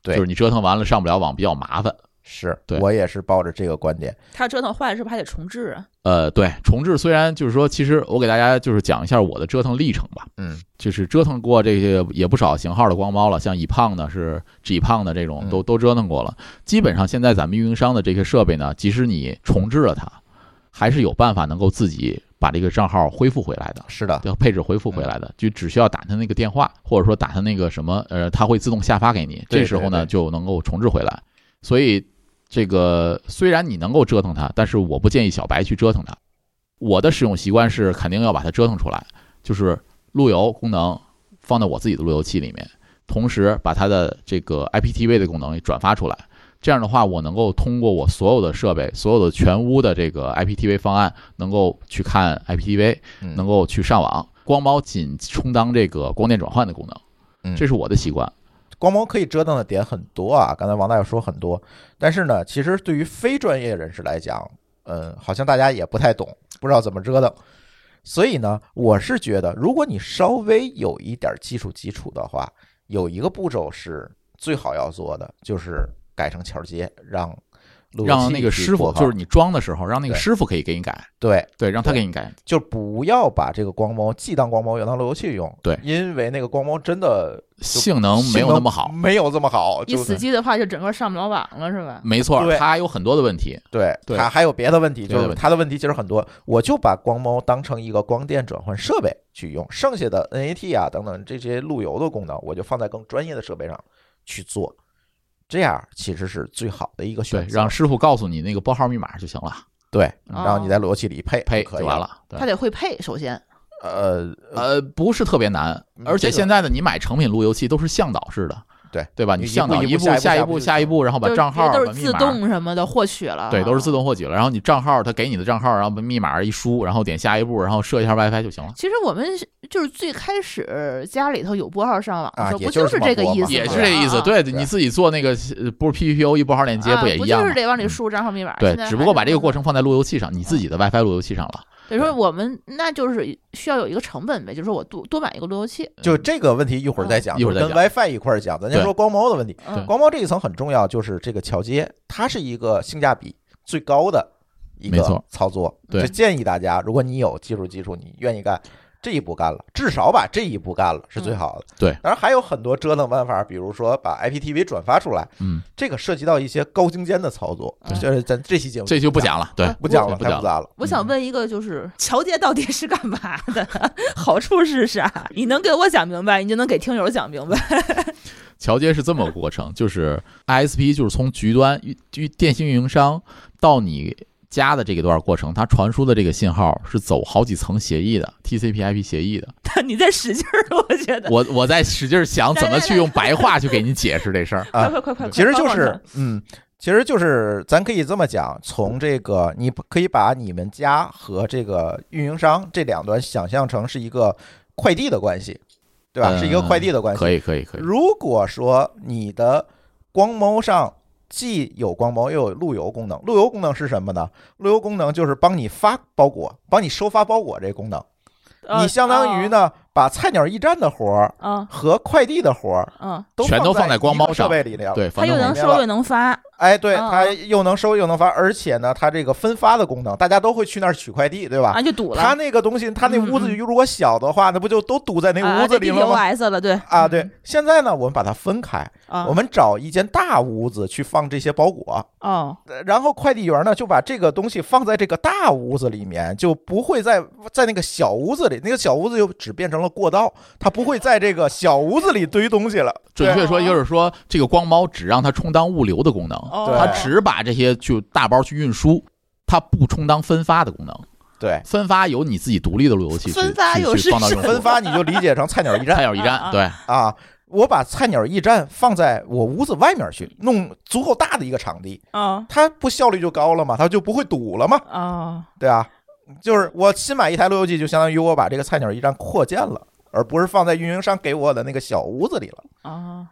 [SPEAKER 1] 对
[SPEAKER 2] 就是你折腾完了上不了网比较麻烦。
[SPEAKER 1] 是
[SPEAKER 2] 对
[SPEAKER 1] 我也是抱着这个观点。
[SPEAKER 3] 它折腾坏了是不是还得重置啊？
[SPEAKER 2] 呃，对，重置虽然就是说，其实我给大家就是讲一下我的折腾历程吧，
[SPEAKER 1] 嗯
[SPEAKER 2] 就是折腾过这些也不少型号的光猫了，像以胖的是 G 胖的这种
[SPEAKER 1] 嗯
[SPEAKER 2] 都都折腾过了。基本上现在咱们运营商的这些设备呢，即使你重置了它，还是有办法能够自己把这个账号恢复回来的。
[SPEAKER 1] 是的，嗯
[SPEAKER 2] 的配置恢复回来的，就只需要打他那个电话，或者说打他那个什么，呃，他会自动下发给你，
[SPEAKER 1] 对
[SPEAKER 2] 这时候
[SPEAKER 1] 对
[SPEAKER 2] 呢
[SPEAKER 1] 对
[SPEAKER 2] 就能够重置回来。所以这个虽然你能够折腾它，但是我不建议小白去折腾它。我的使用习惯是肯定要把它折腾出来，就是路由功能放到我自己的路由器里面，同时把它的这个 IPTV 的功能也转发出来。这样的话，我能够通过我所有的设备、所有的全屋的这个 IPTV 方案，能够去看 IPTV，
[SPEAKER 1] 嗯
[SPEAKER 2] 能够去上网。光猫仅充当这个光电转换的功
[SPEAKER 1] 嗯
[SPEAKER 2] 能，这是我的习惯。
[SPEAKER 1] 光猫可以折腾的点很多啊，刚才王大夫说很多，但是呢，其实对于非专业人士来讲，嗯，好像大家也不太懂，不知道怎么折腾。所以呢，我是觉得，如果你稍微有一点技术基础的话，有一个步骤是最好要做的，就是改成桥接，让路由器
[SPEAKER 2] 让那个
[SPEAKER 1] 去
[SPEAKER 2] 师傅，
[SPEAKER 1] 拨号
[SPEAKER 2] 就是你装的时候，让那个
[SPEAKER 1] 对
[SPEAKER 2] 师傅可以给你改，
[SPEAKER 1] 对，
[SPEAKER 2] 对，让他给你改。
[SPEAKER 1] 就不要把这个光猫既当光猫又当路由器用，
[SPEAKER 2] 对
[SPEAKER 1] 因为那个光猫真的
[SPEAKER 2] 性能没有那么好，
[SPEAKER 1] 没有这么好，
[SPEAKER 3] 一
[SPEAKER 1] 就
[SPEAKER 3] 死机的话，就整个上不了网了，是吧？
[SPEAKER 1] 嗯
[SPEAKER 2] 没错
[SPEAKER 1] 对，
[SPEAKER 2] 它有很多的问题。
[SPEAKER 1] 对，
[SPEAKER 2] 对
[SPEAKER 1] 它还有别的问题，
[SPEAKER 2] 别
[SPEAKER 1] 就
[SPEAKER 2] 的
[SPEAKER 1] 是
[SPEAKER 2] 问题
[SPEAKER 1] 它的问题其实很多。我就把光猫当成一个光电转换设备去用，剩下的 NAT 啊等等这些路由的功能，我就放在更专业的设备上去做，这样其实是最好的一个
[SPEAKER 2] 对
[SPEAKER 1] 选，择。
[SPEAKER 2] 让师傅告诉你那个拨号密码就行了，
[SPEAKER 1] 对，
[SPEAKER 2] 哦
[SPEAKER 1] 然后你在路由器里配
[SPEAKER 2] 呸，
[SPEAKER 1] 可以
[SPEAKER 2] 就完。了。对
[SPEAKER 3] 它得会配，首先
[SPEAKER 1] 呃，
[SPEAKER 2] 呃，不是特别难，而
[SPEAKER 1] 嗯这
[SPEAKER 2] 且
[SPEAKER 1] 个
[SPEAKER 2] 现在的你买成品路由器都是向导式的，
[SPEAKER 1] 对
[SPEAKER 2] 对吧？
[SPEAKER 1] 你
[SPEAKER 2] 你
[SPEAKER 1] 一步
[SPEAKER 2] 向导
[SPEAKER 1] 一步
[SPEAKER 2] 步
[SPEAKER 1] 下
[SPEAKER 2] 下
[SPEAKER 1] 一步下一
[SPEAKER 2] 一
[SPEAKER 1] 步就
[SPEAKER 2] 步下一步，然后把
[SPEAKER 3] 就是
[SPEAKER 2] 账号
[SPEAKER 3] 都
[SPEAKER 2] 把
[SPEAKER 3] 是
[SPEAKER 2] 密
[SPEAKER 3] 自
[SPEAKER 2] 码
[SPEAKER 3] 动啊什么的获取了，
[SPEAKER 2] 对，都是自。动获取了。然后你账号他给你的账号，然后把密码一输，然后点下一步，然后设一下 WiFi 就行了。
[SPEAKER 3] 其实我们是就是最开始家里头有拨号上网的
[SPEAKER 1] 啊
[SPEAKER 3] 时候，
[SPEAKER 1] 也
[SPEAKER 3] 不
[SPEAKER 1] 就是是这么
[SPEAKER 3] 这个
[SPEAKER 1] 播
[SPEAKER 3] 意
[SPEAKER 1] 嘛
[SPEAKER 3] 思吗？
[SPEAKER 2] 也是
[SPEAKER 1] 对
[SPEAKER 2] 这意思，
[SPEAKER 3] 啊，
[SPEAKER 2] 对，
[SPEAKER 1] 对
[SPEAKER 2] 你自己做那个呃不是 PPPO 一拨号链接
[SPEAKER 3] 啊
[SPEAKER 2] 也一
[SPEAKER 3] 不
[SPEAKER 2] 样
[SPEAKER 3] 就是
[SPEAKER 2] 吗？
[SPEAKER 3] 得往里
[SPEAKER 2] 嗯
[SPEAKER 3] 输账号密码？
[SPEAKER 2] 对
[SPEAKER 3] 现在，
[SPEAKER 2] 只不
[SPEAKER 3] 还
[SPEAKER 2] 过
[SPEAKER 3] 是
[SPEAKER 2] 把这
[SPEAKER 3] 这
[SPEAKER 2] 个
[SPEAKER 3] 么
[SPEAKER 2] 过程放在路由器上，你自己的 WiFi 路由器上了。
[SPEAKER 3] 等于说我们那就是需要有一个成本呗，就是说我多多买一个路由器，
[SPEAKER 1] 就这个问题一会儿再讲，
[SPEAKER 2] 嗯一会儿再
[SPEAKER 1] 跟
[SPEAKER 2] 讲
[SPEAKER 1] WiFi 一块儿讲。咱先
[SPEAKER 2] 对
[SPEAKER 1] 说光猫的问题，
[SPEAKER 3] 嗯，
[SPEAKER 1] 光猫这一层很重要，就是这个桥接，它是一个性价比最高的一
[SPEAKER 2] 没
[SPEAKER 1] 个
[SPEAKER 2] 错
[SPEAKER 1] 操作。
[SPEAKER 2] 对
[SPEAKER 1] 就建议大家，如果你有技术基础，你愿意干，这一步干了，至少把这一步干了是最好的。
[SPEAKER 2] 对，
[SPEAKER 1] 当然还有很多折腾办法，比如说把 IPTV 转发出来，
[SPEAKER 2] 嗯，
[SPEAKER 1] 这个涉及到一些高精尖的操作，
[SPEAKER 3] 对
[SPEAKER 1] 就是咱这期节目
[SPEAKER 2] 这就不讲了，
[SPEAKER 3] 啊
[SPEAKER 2] 对，
[SPEAKER 1] 不讲了，
[SPEAKER 2] 不
[SPEAKER 1] 太
[SPEAKER 2] 讲
[SPEAKER 1] 复杂了。
[SPEAKER 4] 我
[SPEAKER 2] 嗯
[SPEAKER 4] 想问一个，就是桥接到底是干嘛 的？好处是啥？你能给我讲明白，你就能给听友讲明白。
[SPEAKER 2] 桥接是这么个过程，就是 ISP 就是从局端运运电信运营商到你家的这一段过程，它传输的这个信号是走好几层协议的 TCP/IP 协议的。
[SPEAKER 4] 你在使劲儿，我觉得。
[SPEAKER 2] 我我在使劲想怎么去用白话去给你解释这 事儿。
[SPEAKER 1] 啊
[SPEAKER 4] 快快快快！
[SPEAKER 1] 其实就
[SPEAKER 4] 帮帮
[SPEAKER 1] 是
[SPEAKER 4] 他，
[SPEAKER 1] 嗯，其实就是咱可以这么讲，从这个你不可以把你们家和这个运营商这两端想象成是一个快递的关系，对吧？
[SPEAKER 2] 嗯
[SPEAKER 1] 是一个快递的关系。
[SPEAKER 2] 可以可以可以，
[SPEAKER 1] 如果说你的光猫上既有光猫又有路由功能，路由功能是什么呢？路由功能就是帮你发包裹、帮你收发包裹这功能。
[SPEAKER 3] 呃
[SPEAKER 1] 你相当
[SPEAKER 2] 哦
[SPEAKER 1] 于呢，把菜鸟驿站的活儿
[SPEAKER 4] 哦
[SPEAKER 3] 啊
[SPEAKER 1] 和快递的活儿
[SPEAKER 3] 啊，
[SPEAKER 1] 都
[SPEAKER 2] 全都放
[SPEAKER 1] 在
[SPEAKER 2] 在光
[SPEAKER 1] 一个
[SPEAKER 2] 猫上
[SPEAKER 1] 设备里了。
[SPEAKER 2] 对，
[SPEAKER 3] 他
[SPEAKER 2] 反
[SPEAKER 3] 又
[SPEAKER 2] 正
[SPEAKER 3] 能
[SPEAKER 2] 我
[SPEAKER 1] 明白
[SPEAKER 3] 收
[SPEAKER 1] 了
[SPEAKER 3] 又能发，
[SPEAKER 1] 哎，对，
[SPEAKER 3] 嗯
[SPEAKER 1] 它又能收又能发，而且呢，它这个分发的功能，大家都会去那儿取快递，对吧？
[SPEAKER 3] 啊就堵
[SPEAKER 1] 它
[SPEAKER 3] 了，嗯
[SPEAKER 1] 那个东西，它那屋子如果小的话，那不就都堵在那
[SPEAKER 3] 啊
[SPEAKER 1] 屋子里
[SPEAKER 3] 这
[SPEAKER 1] 了吗？
[SPEAKER 3] DOS 了，对
[SPEAKER 1] 啊，
[SPEAKER 4] 嗯
[SPEAKER 1] 对。现在呢，我们把它分开，
[SPEAKER 3] 嗯啊
[SPEAKER 1] 我们找一间大屋子去放这些包裹，
[SPEAKER 3] 哦
[SPEAKER 1] 呃然后快递员呢就把这个东西放在这个大屋子里面，就不会在在那个小屋子里，那个小屋子就只变成了过道，它不会在这个小屋子里堆东西了。
[SPEAKER 2] 准确说
[SPEAKER 3] 啊
[SPEAKER 4] 对
[SPEAKER 2] 就是说，这个光猫只让它充当物流的功能，
[SPEAKER 4] 哦
[SPEAKER 1] 对
[SPEAKER 2] 它只把这些就大包去运输，它不充当分发的功能。
[SPEAKER 1] 对，
[SPEAKER 2] 分发有你自己独立的路由器去，
[SPEAKER 4] 分发
[SPEAKER 2] 去
[SPEAKER 4] 又
[SPEAKER 2] 去
[SPEAKER 4] 是
[SPEAKER 2] 放到
[SPEAKER 4] 什
[SPEAKER 2] 用户
[SPEAKER 1] 分发你就理解成菜鸟驿站
[SPEAKER 2] 菜。鸟驿
[SPEAKER 4] 啊
[SPEAKER 2] 站，
[SPEAKER 4] 啊
[SPEAKER 2] 对，
[SPEAKER 1] 啊，我把菜鸟驿站放在我屋子外面去，弄足够大的一个场地，
[SPEAKER 4] 哦
[SPEAKER 3] 啊
[SPEAKER 1] 它不效率就高了嘛，它就不会堵了嘛，
[SPEAKER 3] 啊
[SPEAKER 1] 对啊，就是我新买一台路由器，就相当于我把这个菜鸟驿站扩建了。而不是放在运营商给我的那个小屋子里了。
[SPEAKER 3] 啊，
[SPEAKER 4] 哦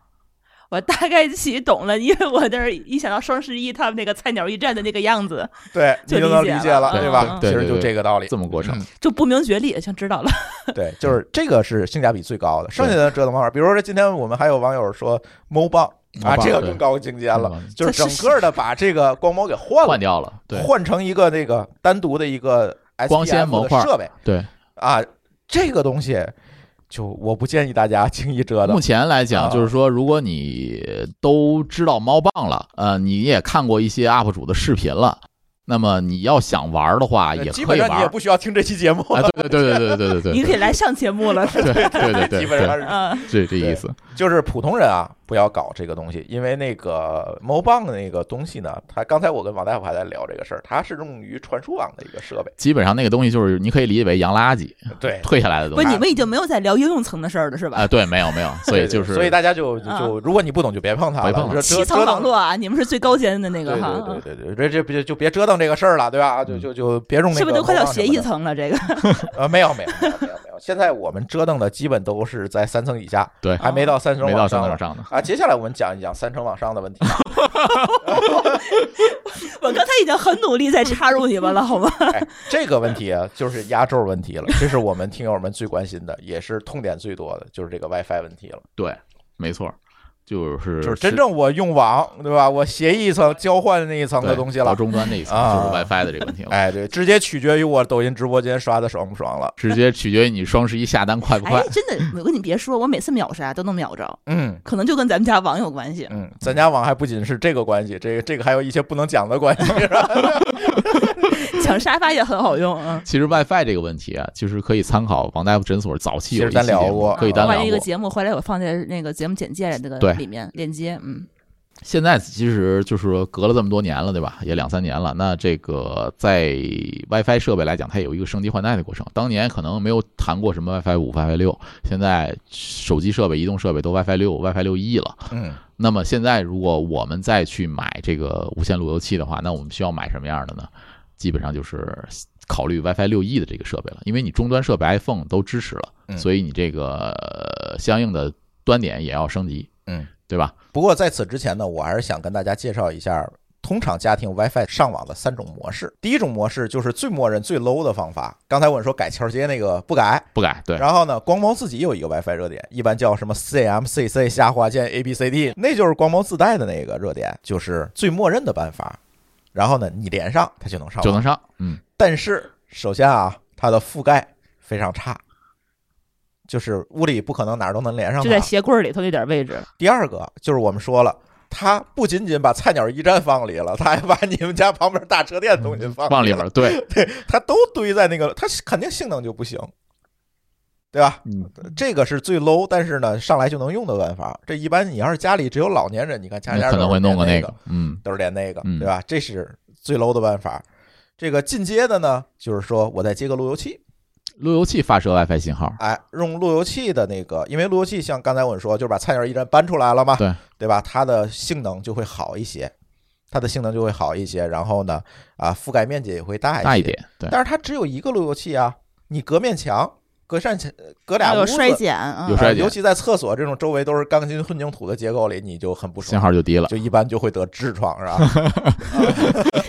[SPEAKER 4] 我大概其懂了，因为我那儿一想到双十一他们那个菜鸟驿站的那个样子，
[SPEAKER 1] 对，你
[SPEAKER 4] 就
[SPEAKER 1] 能
[SPEAKER 4] 理
[SPEAKER 1] 理
[SPEAKER 4] 解
[SPEAKER 1] 解
[SPEAKER 4] 了
[SPEAKER 1] 了，
[SPEAKER 4] 嗯
[SPEAKER 1] 对吧？
[SPEAKER 2] 对对
[SPEAKER 1] 其实
[SPEAKER 2] 对
[SPEAKER 1] 就
[SPEAKER 2] 对
[SPEAKER 1] 这个道理。嗯
[SPEAKER 2] 这么过程。
[SPEAKER 4] 就不明觉厉，行，知道了。
[SPEAKER 1] 对，就是这个是性价比最高的。剩下的折腾方法，比如说今天我们还有网友说猫棒啊，
[SPEAKER 2] 猫棒
[SPEAKER 1] 这个
[SPEAKER 2] 对
[SPEAKER 1] 更高精尖了，
[SPEAKER 2] 嗯
[SPEAKER 1] 就是整个的把这个光猫给换了
[SPEAKER 2] 换，掉了，对
[SPEAKER 1] 换成一个那个单独的一个 SPF
[SPEAKER 2] 光纤模块
[SPEAKER 1] 的设备
[SPEAKER 2] 对。
[SPEAKER 1] 啊，这个东西就我不建议大家轻易折
[SPEAKER 2] 目
[SPEAKER 1] 腾。
[SPEAKER 2] 前来
[SPEAKER 1] 啊
[SPEAKER 2] 讲，就是说，如果你都知道猫棒了，呃，你也看过一些 UP 主的视频了，那么你要想玩的话，也
[SPEAKER 1] 呃基
[SPEAKER 2] 可
[SPEAKER 1] 本
[SPEAKER 2] 以
[SPEAKER 1] 上你
[SPEAKER 2] 玩
[SPEAKER 1] 也。不需要听这期节目，
[SPEAKER 2] 啊，对对对对对对对对，
[SPEAKER 4] 你可以来上节目了，是吧？
[SPEAKER 2] 对对对对对，
[SPEAKER 1] 基本上是
[SPEAKER 4] 嗯，
[SPEAKER 2] 这这意思。
[SPEAKER 1] 就是普通人啊，不要搞这个东西，因为那个猫棒的那个东西呢，它刚才我跟王大夫还在聊这个事儿，它是用于传输网的一个设备，
[SPEAKER 2] 基本上那个东西就是你可以理解为洋垃圾
[SPEAKER 1] 对。
[SPEAKER 2] 退下来的东
[SPEAKER 4] 不，
[SPEAKER 2] 西
[SPEAKER 4] 你们已经没有在聊应用层的事儿了，是
[SPEAKER 2] 啊、
[SPEAKER 4] 吧？
[SPEAKER 2] 对，没有没有，所
[SPEAKER 1] 对对
[SPEAKER 2] 以就是
[SPEAKER 1] 所以大家就
[SPEAKER 4] 啊
[SPEAKER 1] 就，如果你不懂就别碰它
[SPEAKER 2] 别碰
[SPEAKER 1] 了，
[SPEAKER 2] 了
[SPEAKER 1] 折
[SPEAKER 4] 七
[SPEAKER 1] 折
[SPEAKER 4] 层
[SPEAKER 1] 折
[SPEAKER 4] 网
[SPEAKER 1] 腾，
[SPEAKER 4] 络啊，你们是最高尖的那
[SPEAKER 1] 对
[SPEAKER 4] 个哈，嗯
[SPEAKER 1] 对对对对，这这别就别折腾这个事儿了，对吧？就就就别用那个，
[SPEAKER 4] 是不是都快到协议？层了？这个
[SPEAKER 1] 呃，没有没有没有没有没有，现在我们折腾的基本都是在三层以下，
[SPEAKER 2] 对
[SPEAKER 1] 还没到三层
[SPEAKER 2] 没
[SPEAKER 1] 往
[SPEAKER 2] 到三
[SPEAKER 1] 上
[SPEAKER 2] 层
[SPEAKER 1] 呢
[SPEAKER 2] 上的。
[SPEAKER 1] 啊。接下来我们讲一讲三层往上的问题。啊
[SPEAKER 4] 我刚才已经很努力在插入你们 了，好吗？
[SPEAKER 1] 哎，这个问题啊，就是压轴问题了，这是我们听友们最关心的，也是痛点最多的，就是这个 WiFi 问题了。
[SPEAKER 2] 对，没错，就是
[SPEAKER 1] 就是真正我用网，对吧？我协议层交换那一层的东西
[SPEAKER 2] 对到
[SPEAKER 1] 了。
[SPEAKER 2] 终端这一层，
[SPEAKER 1] 啊
[SPEAKER 2] 就是 WiFi 的这个问题了。
[SPEAKER 1] 哎，对，直接取决于我抖音直播间刷的爽不爽了。
[SPEAKER 2] 直接取决于你双十一下单快不快
[SPEAKER 4] 哎，。真的，我跟你别说，我每次秒杀都能秒着，
[SPEAKER 1] 嗯
[SPEAKER 4] 可能就跟咱们家网有关系。
[SPEAKER 1] 嗯，咱家网还不仅是这个关系，这个这个还有一些不能讲的关系。 是吧
[SPEAKER 4] 抢沙发也很好用，嗯。
[SPEAKER 2] 其实 WiFi 这个问题啊，其实可以参考王大夫诊所早期有
[SPEAKER 1] 其实
[SPEAKER 2] 一期
[SPEAKER 1] 咱
[SPEAKER 2] 节
[SPEAKER 1] 聊
[SPEAKER 2] 目
[SPEAKER 1] 过
[SPEAKER 2] 可以
[SPEAKER 4] 我
[SPEAKER 2] 单
[SPEAKER 4] 把
[SPEAKER 2] 聊
[SPEAKER 4] 这嗯个
[SPEAKER 2] 过。
[SPEAKER 4] 节目回来我放在那个节目简介那
[SPEAKER 2] 对
[SPEAKER 4] 个里面链接，嗯，
[SPEAKER 2] 现在其实就是说隔了这么多年了，对吧？也两三年了。那这个在 WiFi 设备来讲，它有一个升级换代的过程。当年可能没有谈过什么 WiFi 五、WiFi 六，现在手机设备、移动设备都 WiFi 六、WiFi 六 E 了。
[SPEAKER 1] 嗯，
[SPEAKER 2] 那么现在，如果我们再去买这个无线路由器的话，那我们需要买什么样的呢？基本上就是考虑 WiFi 六 E 的这个设备了，因为你终端设备 iPhone 都支持
[SPEAKER 1] 嗯
[SPEAKER 2] 了，所以你这个呃相应的端点也要升级，
[SPEAKER 1] 嗯，
[SPEAKER 2] 对吧？
[SPEAKER 1] 不过在此之前呢，我还是想跟大家介绍一下通常家庭 WiFi 上网的三种模式。第一种模式就是最默认最 low 的方法，刚才我说改桥接那个不改，
[SPEAKER 2] 不改，对，
[SPEAKER 1] 然后呢，光猫自己有一个 WiFi 热点，一般叫什么 CMCC 下划线 ABCD，那就是光猫自带的那个热点，就是最默认的办法。然后呢，你连上它就能上
[SPEAKER 2] 就
[SPEAKER 1] 网
[SPEAKER 2] 能上，嗯，
[SPEAKER 1] 但是首先啊，它的覆盖非常差，就是屋里不可能哪儿都能连上
[SPEAKER 4] 就在
[SPEAKER 1] 它。
[SPEAKER 4] 鞋柜儿里头那点儿位置，
[SPEAKER 1] 第二个就是我们说了。它不仅仅把菜鸟驿站放里了，它还把你们家旁边大车店东西放
[SPEAKER 2] 往
[SPEAKER 1] 里
[SPEAKER 2] 嗯里边
[SPEAKER 1] 了，
[SPEAKER 2] 儿 对，
[SPEAKER 1] 它都堆在那个，它是肯定性能就不行，对吧？
[SPEAKER 2] 嗯，
[SPEAKER 1] 这个是最 low，但是呢，上来就能用的办法。这一般你要是家里只有老年人，你看家
[SPEAKER 2] 那
[SPEAKER 1] 家
[SPEAKER 2] 可能
[SPEAKER 1] 都
[SPEAKER 2] 会
[SPEAKER 1] 是
[SPEAKER 2] 弄
[SPEAKER 1] 连那
[SPEAKER 2] 个那
[SPEAKER 1] 个
[SPEAKER 2] 个，，嗯
[SPEAKER 1] 都是连那个，
[SPEAKER 2] 嗯
[SPEAKER 1] 对吧？这是最 low 的办法。这个进阶的呢，就是说我再接个路由器，
[SPEAKER 2] 路由器发射 WiFi 信号，
[SPEAKER 1] 哎，用路由器的那个，因为路由器像刚才我们说，就是把菜鸟驿站搬出来了嘛，
[SPEAKER 2] 对
[SPEAKER 1] 对吧？它的性能就会好一些，它的性能就会好一些，然后呢，啊，覆盖面积也会大一些。
[SPEAKER 2] 大一点，对，
[SPEAKER 1] 但是它只有一个路由器啊，你隔面墙、隔扇墙、隔俩
[SPEAKER 3] 还
[SPEAKER 1] 屋
[SPEAKER 3] 有
[SPEAKER 1] 子
[SPEAKER 3] 衰减啊
[SPEAKER 2] 有，
[SPEAKER 1] 啊
[SPEAKER 2] 衰减
[SPEAKER 1] 尤其在厕所这种周围都是钢筋混凝土的结构里，你就很不
[SPEAKER 2] 信
[SPEAKER 1] 爽，
[SPEAKER 2] 号就低了。
[SPEAKER 1] 就一般就会得痔疮，是吧？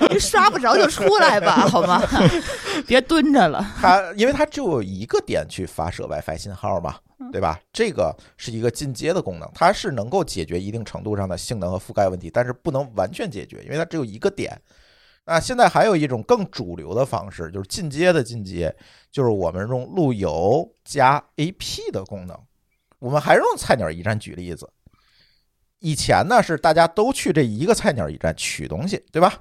[SPEAKER 4] 你刷不着就出来吧，好吗？ 别蹲着了。
[SPEAKER 1] 它因为它只有一个点去发射 WiFi 信号嘛，对吧？这个是一个进阶的功能，它是能够解决一定程度上的性能和覆盖问题，但是不能完全解决，因为它只有一个点。那现在还有一种更主流的方式，就是进阶的进阶，就是我们用路由加 AP 的功能。我们还是用菜鸟驿站举例子。以前呢是大家都去这一个菜鸟驿站取东西，对吧？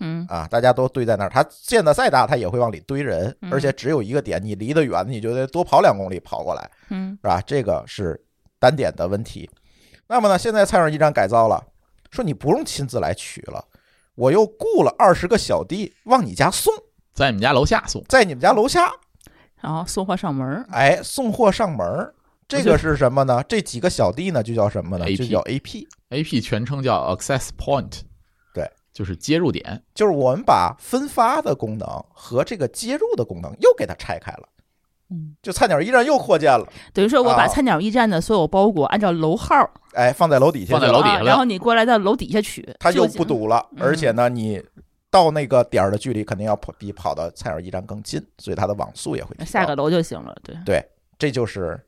[SPEAKER 4] 嗯，
[SPEAKER 1] 啊，大家都堆在那儿，它建的再大，它也会往里堆人，
[SPEAKER 4] 嗯
[SPEAKER 1] 而且只有一个点，你离得远，你就得多跑两公里跑过来，
[SPEAKER 4] 嗯，
[SPEAKER 1] 是吧？这个是单点的问题。那么呢，现在菜鸟驿站改造了，说你不用亲自来取了，我又雇了二十个小弟往你家送，
[SPEAKER 2] 在你们家楼下送，
[SPEAKER 1] 在你们家楼下，
[SPEAKER 4] 然后送货上门儿，
[SPEAKER 1] 哎，送货上门儿。这个是什么呢？这几个小弟呢，就叫什么呢？
[SPEAKER 2] AP
[SPEAKER 1] 就叫 AP，
[SPEAKER 2] AP 全称叫 Access Point，
[SPEAKER 1] 对，
[SPEAKER 2] 就是接入点。
[SPEAKER 1] 就是我们把分发的功能和这个接入的功能又给它拆开了
[SPEAKER 4] 嗯，
[SPEAKER 1] 就菜鸟驿站又扩建了。
[SPEAKER 4] 等于说我
[SPEAKER 1] 啊
[SPEAKER 2] 哦
[SPEAKER 4] 把菜鸟驿站的所有包裹按照楼号儿，
[SPEAKER 1] 哎，放在楼底下
[SPEAKER 2] 放在
[SPEAKER 1] 去了，
[SPEAKER 2] 楼底下
[SPEAKER 4] 啊
[SPEAKER 2] 了
[SPEAKER 4] 然后你过来到楼底下取，
[SPEAKER 1] 它又
[SPEAKER 4] 就
[SPEAKER 1] 不堵了，而
[SPEAKER 4] 嗯
[SPEAKER 1] 且呢，你到那个点儿的距离肯定要跑比跑到菜鸟驿站更近，所以它的网速也会提
[SPEAKER 4] 下
[SPEAKER 1] 高
[SPEAKER 4] 个楼就行了。对，
[SPEAKER 1] 这就是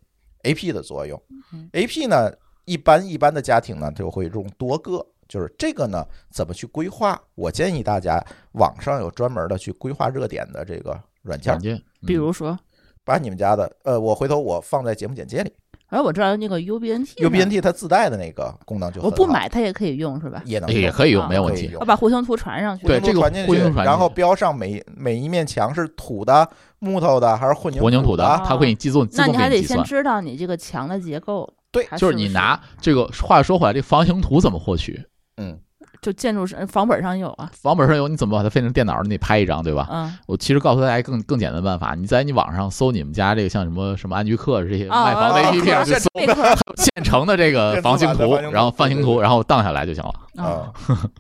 [SPEAKER 1] A P 的作用
[SPEAKER 4] 嗯。
[SPEAKER 1] A P 呢，一般一般的家庭呢就会用多个，就是这个呢怎么去规划？我建议大家网上有专门的去规划热点的这个软件
[SPEAKER 2] 软，件，嗯
[SPEAKER 4] 比如说，
[SPEAKER 1] 把你们家的呃，我回头我放在节目简介里
[SPEAKER 4] 哎，我知道那个 UBNT 呢
[SPEAKER 1] U B N T 它自带的那个功能就
[SPEAKER 4] 我
[SPEAKER 1] 很
[SPEAKER 4] 不
[SPEAKER 1] 好
[SPEAKER 4] 买它也可以用是吧？
[SPEAKER 1] 也能
[SPEAKER 2] 也
[SPEAKER 1] 用
[SPEAKER 2] 可以用，
[SPEAKER 4] 啊
[SPEAKER 2] 哎没有问
[SPEAKER 1] 可以
[SPEAKER 2] 题
[SPEAKER 1] 用。
[SPEAKER 4] 我把互相图传上去。
[SPEAKER 2] 对这个
[SPEAKER 1] 传进
[SPEAKER 2] 混凝
[SPEAKER 1] 去
[SPEAKER 2] 土，传
[SPEAKER 1] 然后
[SPEAKER 2] 进去
[SPEAKER 1] 标上每每一面墙是土的、木头的还是混凝
[SPEAKER 2] 混凝土
[SPEAKER 1] 土
[SPEAKER 2] 的，它会给你自动自
[SPEAKER 4] 那
[SPEAKER 2] 动
[SPEAKER 4] 你还得
[SPEAKER 2] 给你计
[SPEAKER 4] 先
[SPEAKER 2] 算。
[SPEAKER 4] 知道你这个墙的结构，
[SPEAKER 1] 对
[SPEAKER 4] 它
[SPEAKER 2] 就是你
[SPEAKER 4] 不
[SPEAKER 2] 拿这个话说回来，这房型图怎么获取？
[SPEAKER 4] 就建筑是房本上有啊，
[SPEAKER 2] 房本上有，你怎么把它变成电脑？你得拍一张，对
[SPEAKER 1] 啊
[SPEAKER 2] 吧？
[SPEAKER 4] 嗯，
[SPEAKER 2] 我其实告诉大家一个更更简单的办法，你在你网上搜你们家这个像什么什么安居客这些
[SPEAKER 4] 哦
[SPEAKER 2] 卖房的
[SPEAKER 1] 哦哦
[SPEAKER 2] APP 上去
[SPEAKER 1] 现
[SPEAKER 2] 搜
[SPEAKER 4] 那 个
[SPEAKER 2] 现成的这个房型
[SPEAKER 1] 现成
[SPEAKER 2] 图
[SPEAKER 1] 版的房型，图
[SPEAKER 2] 然后房型
[SPEAKER 1] 对对
[SPEAKER 2] 图，
[SPEAKER 1] 对
[SPEAKER 2] 然后荡下来就行了。
[SPEAKER 4] 啊，
[SPEAKER 1] 啊，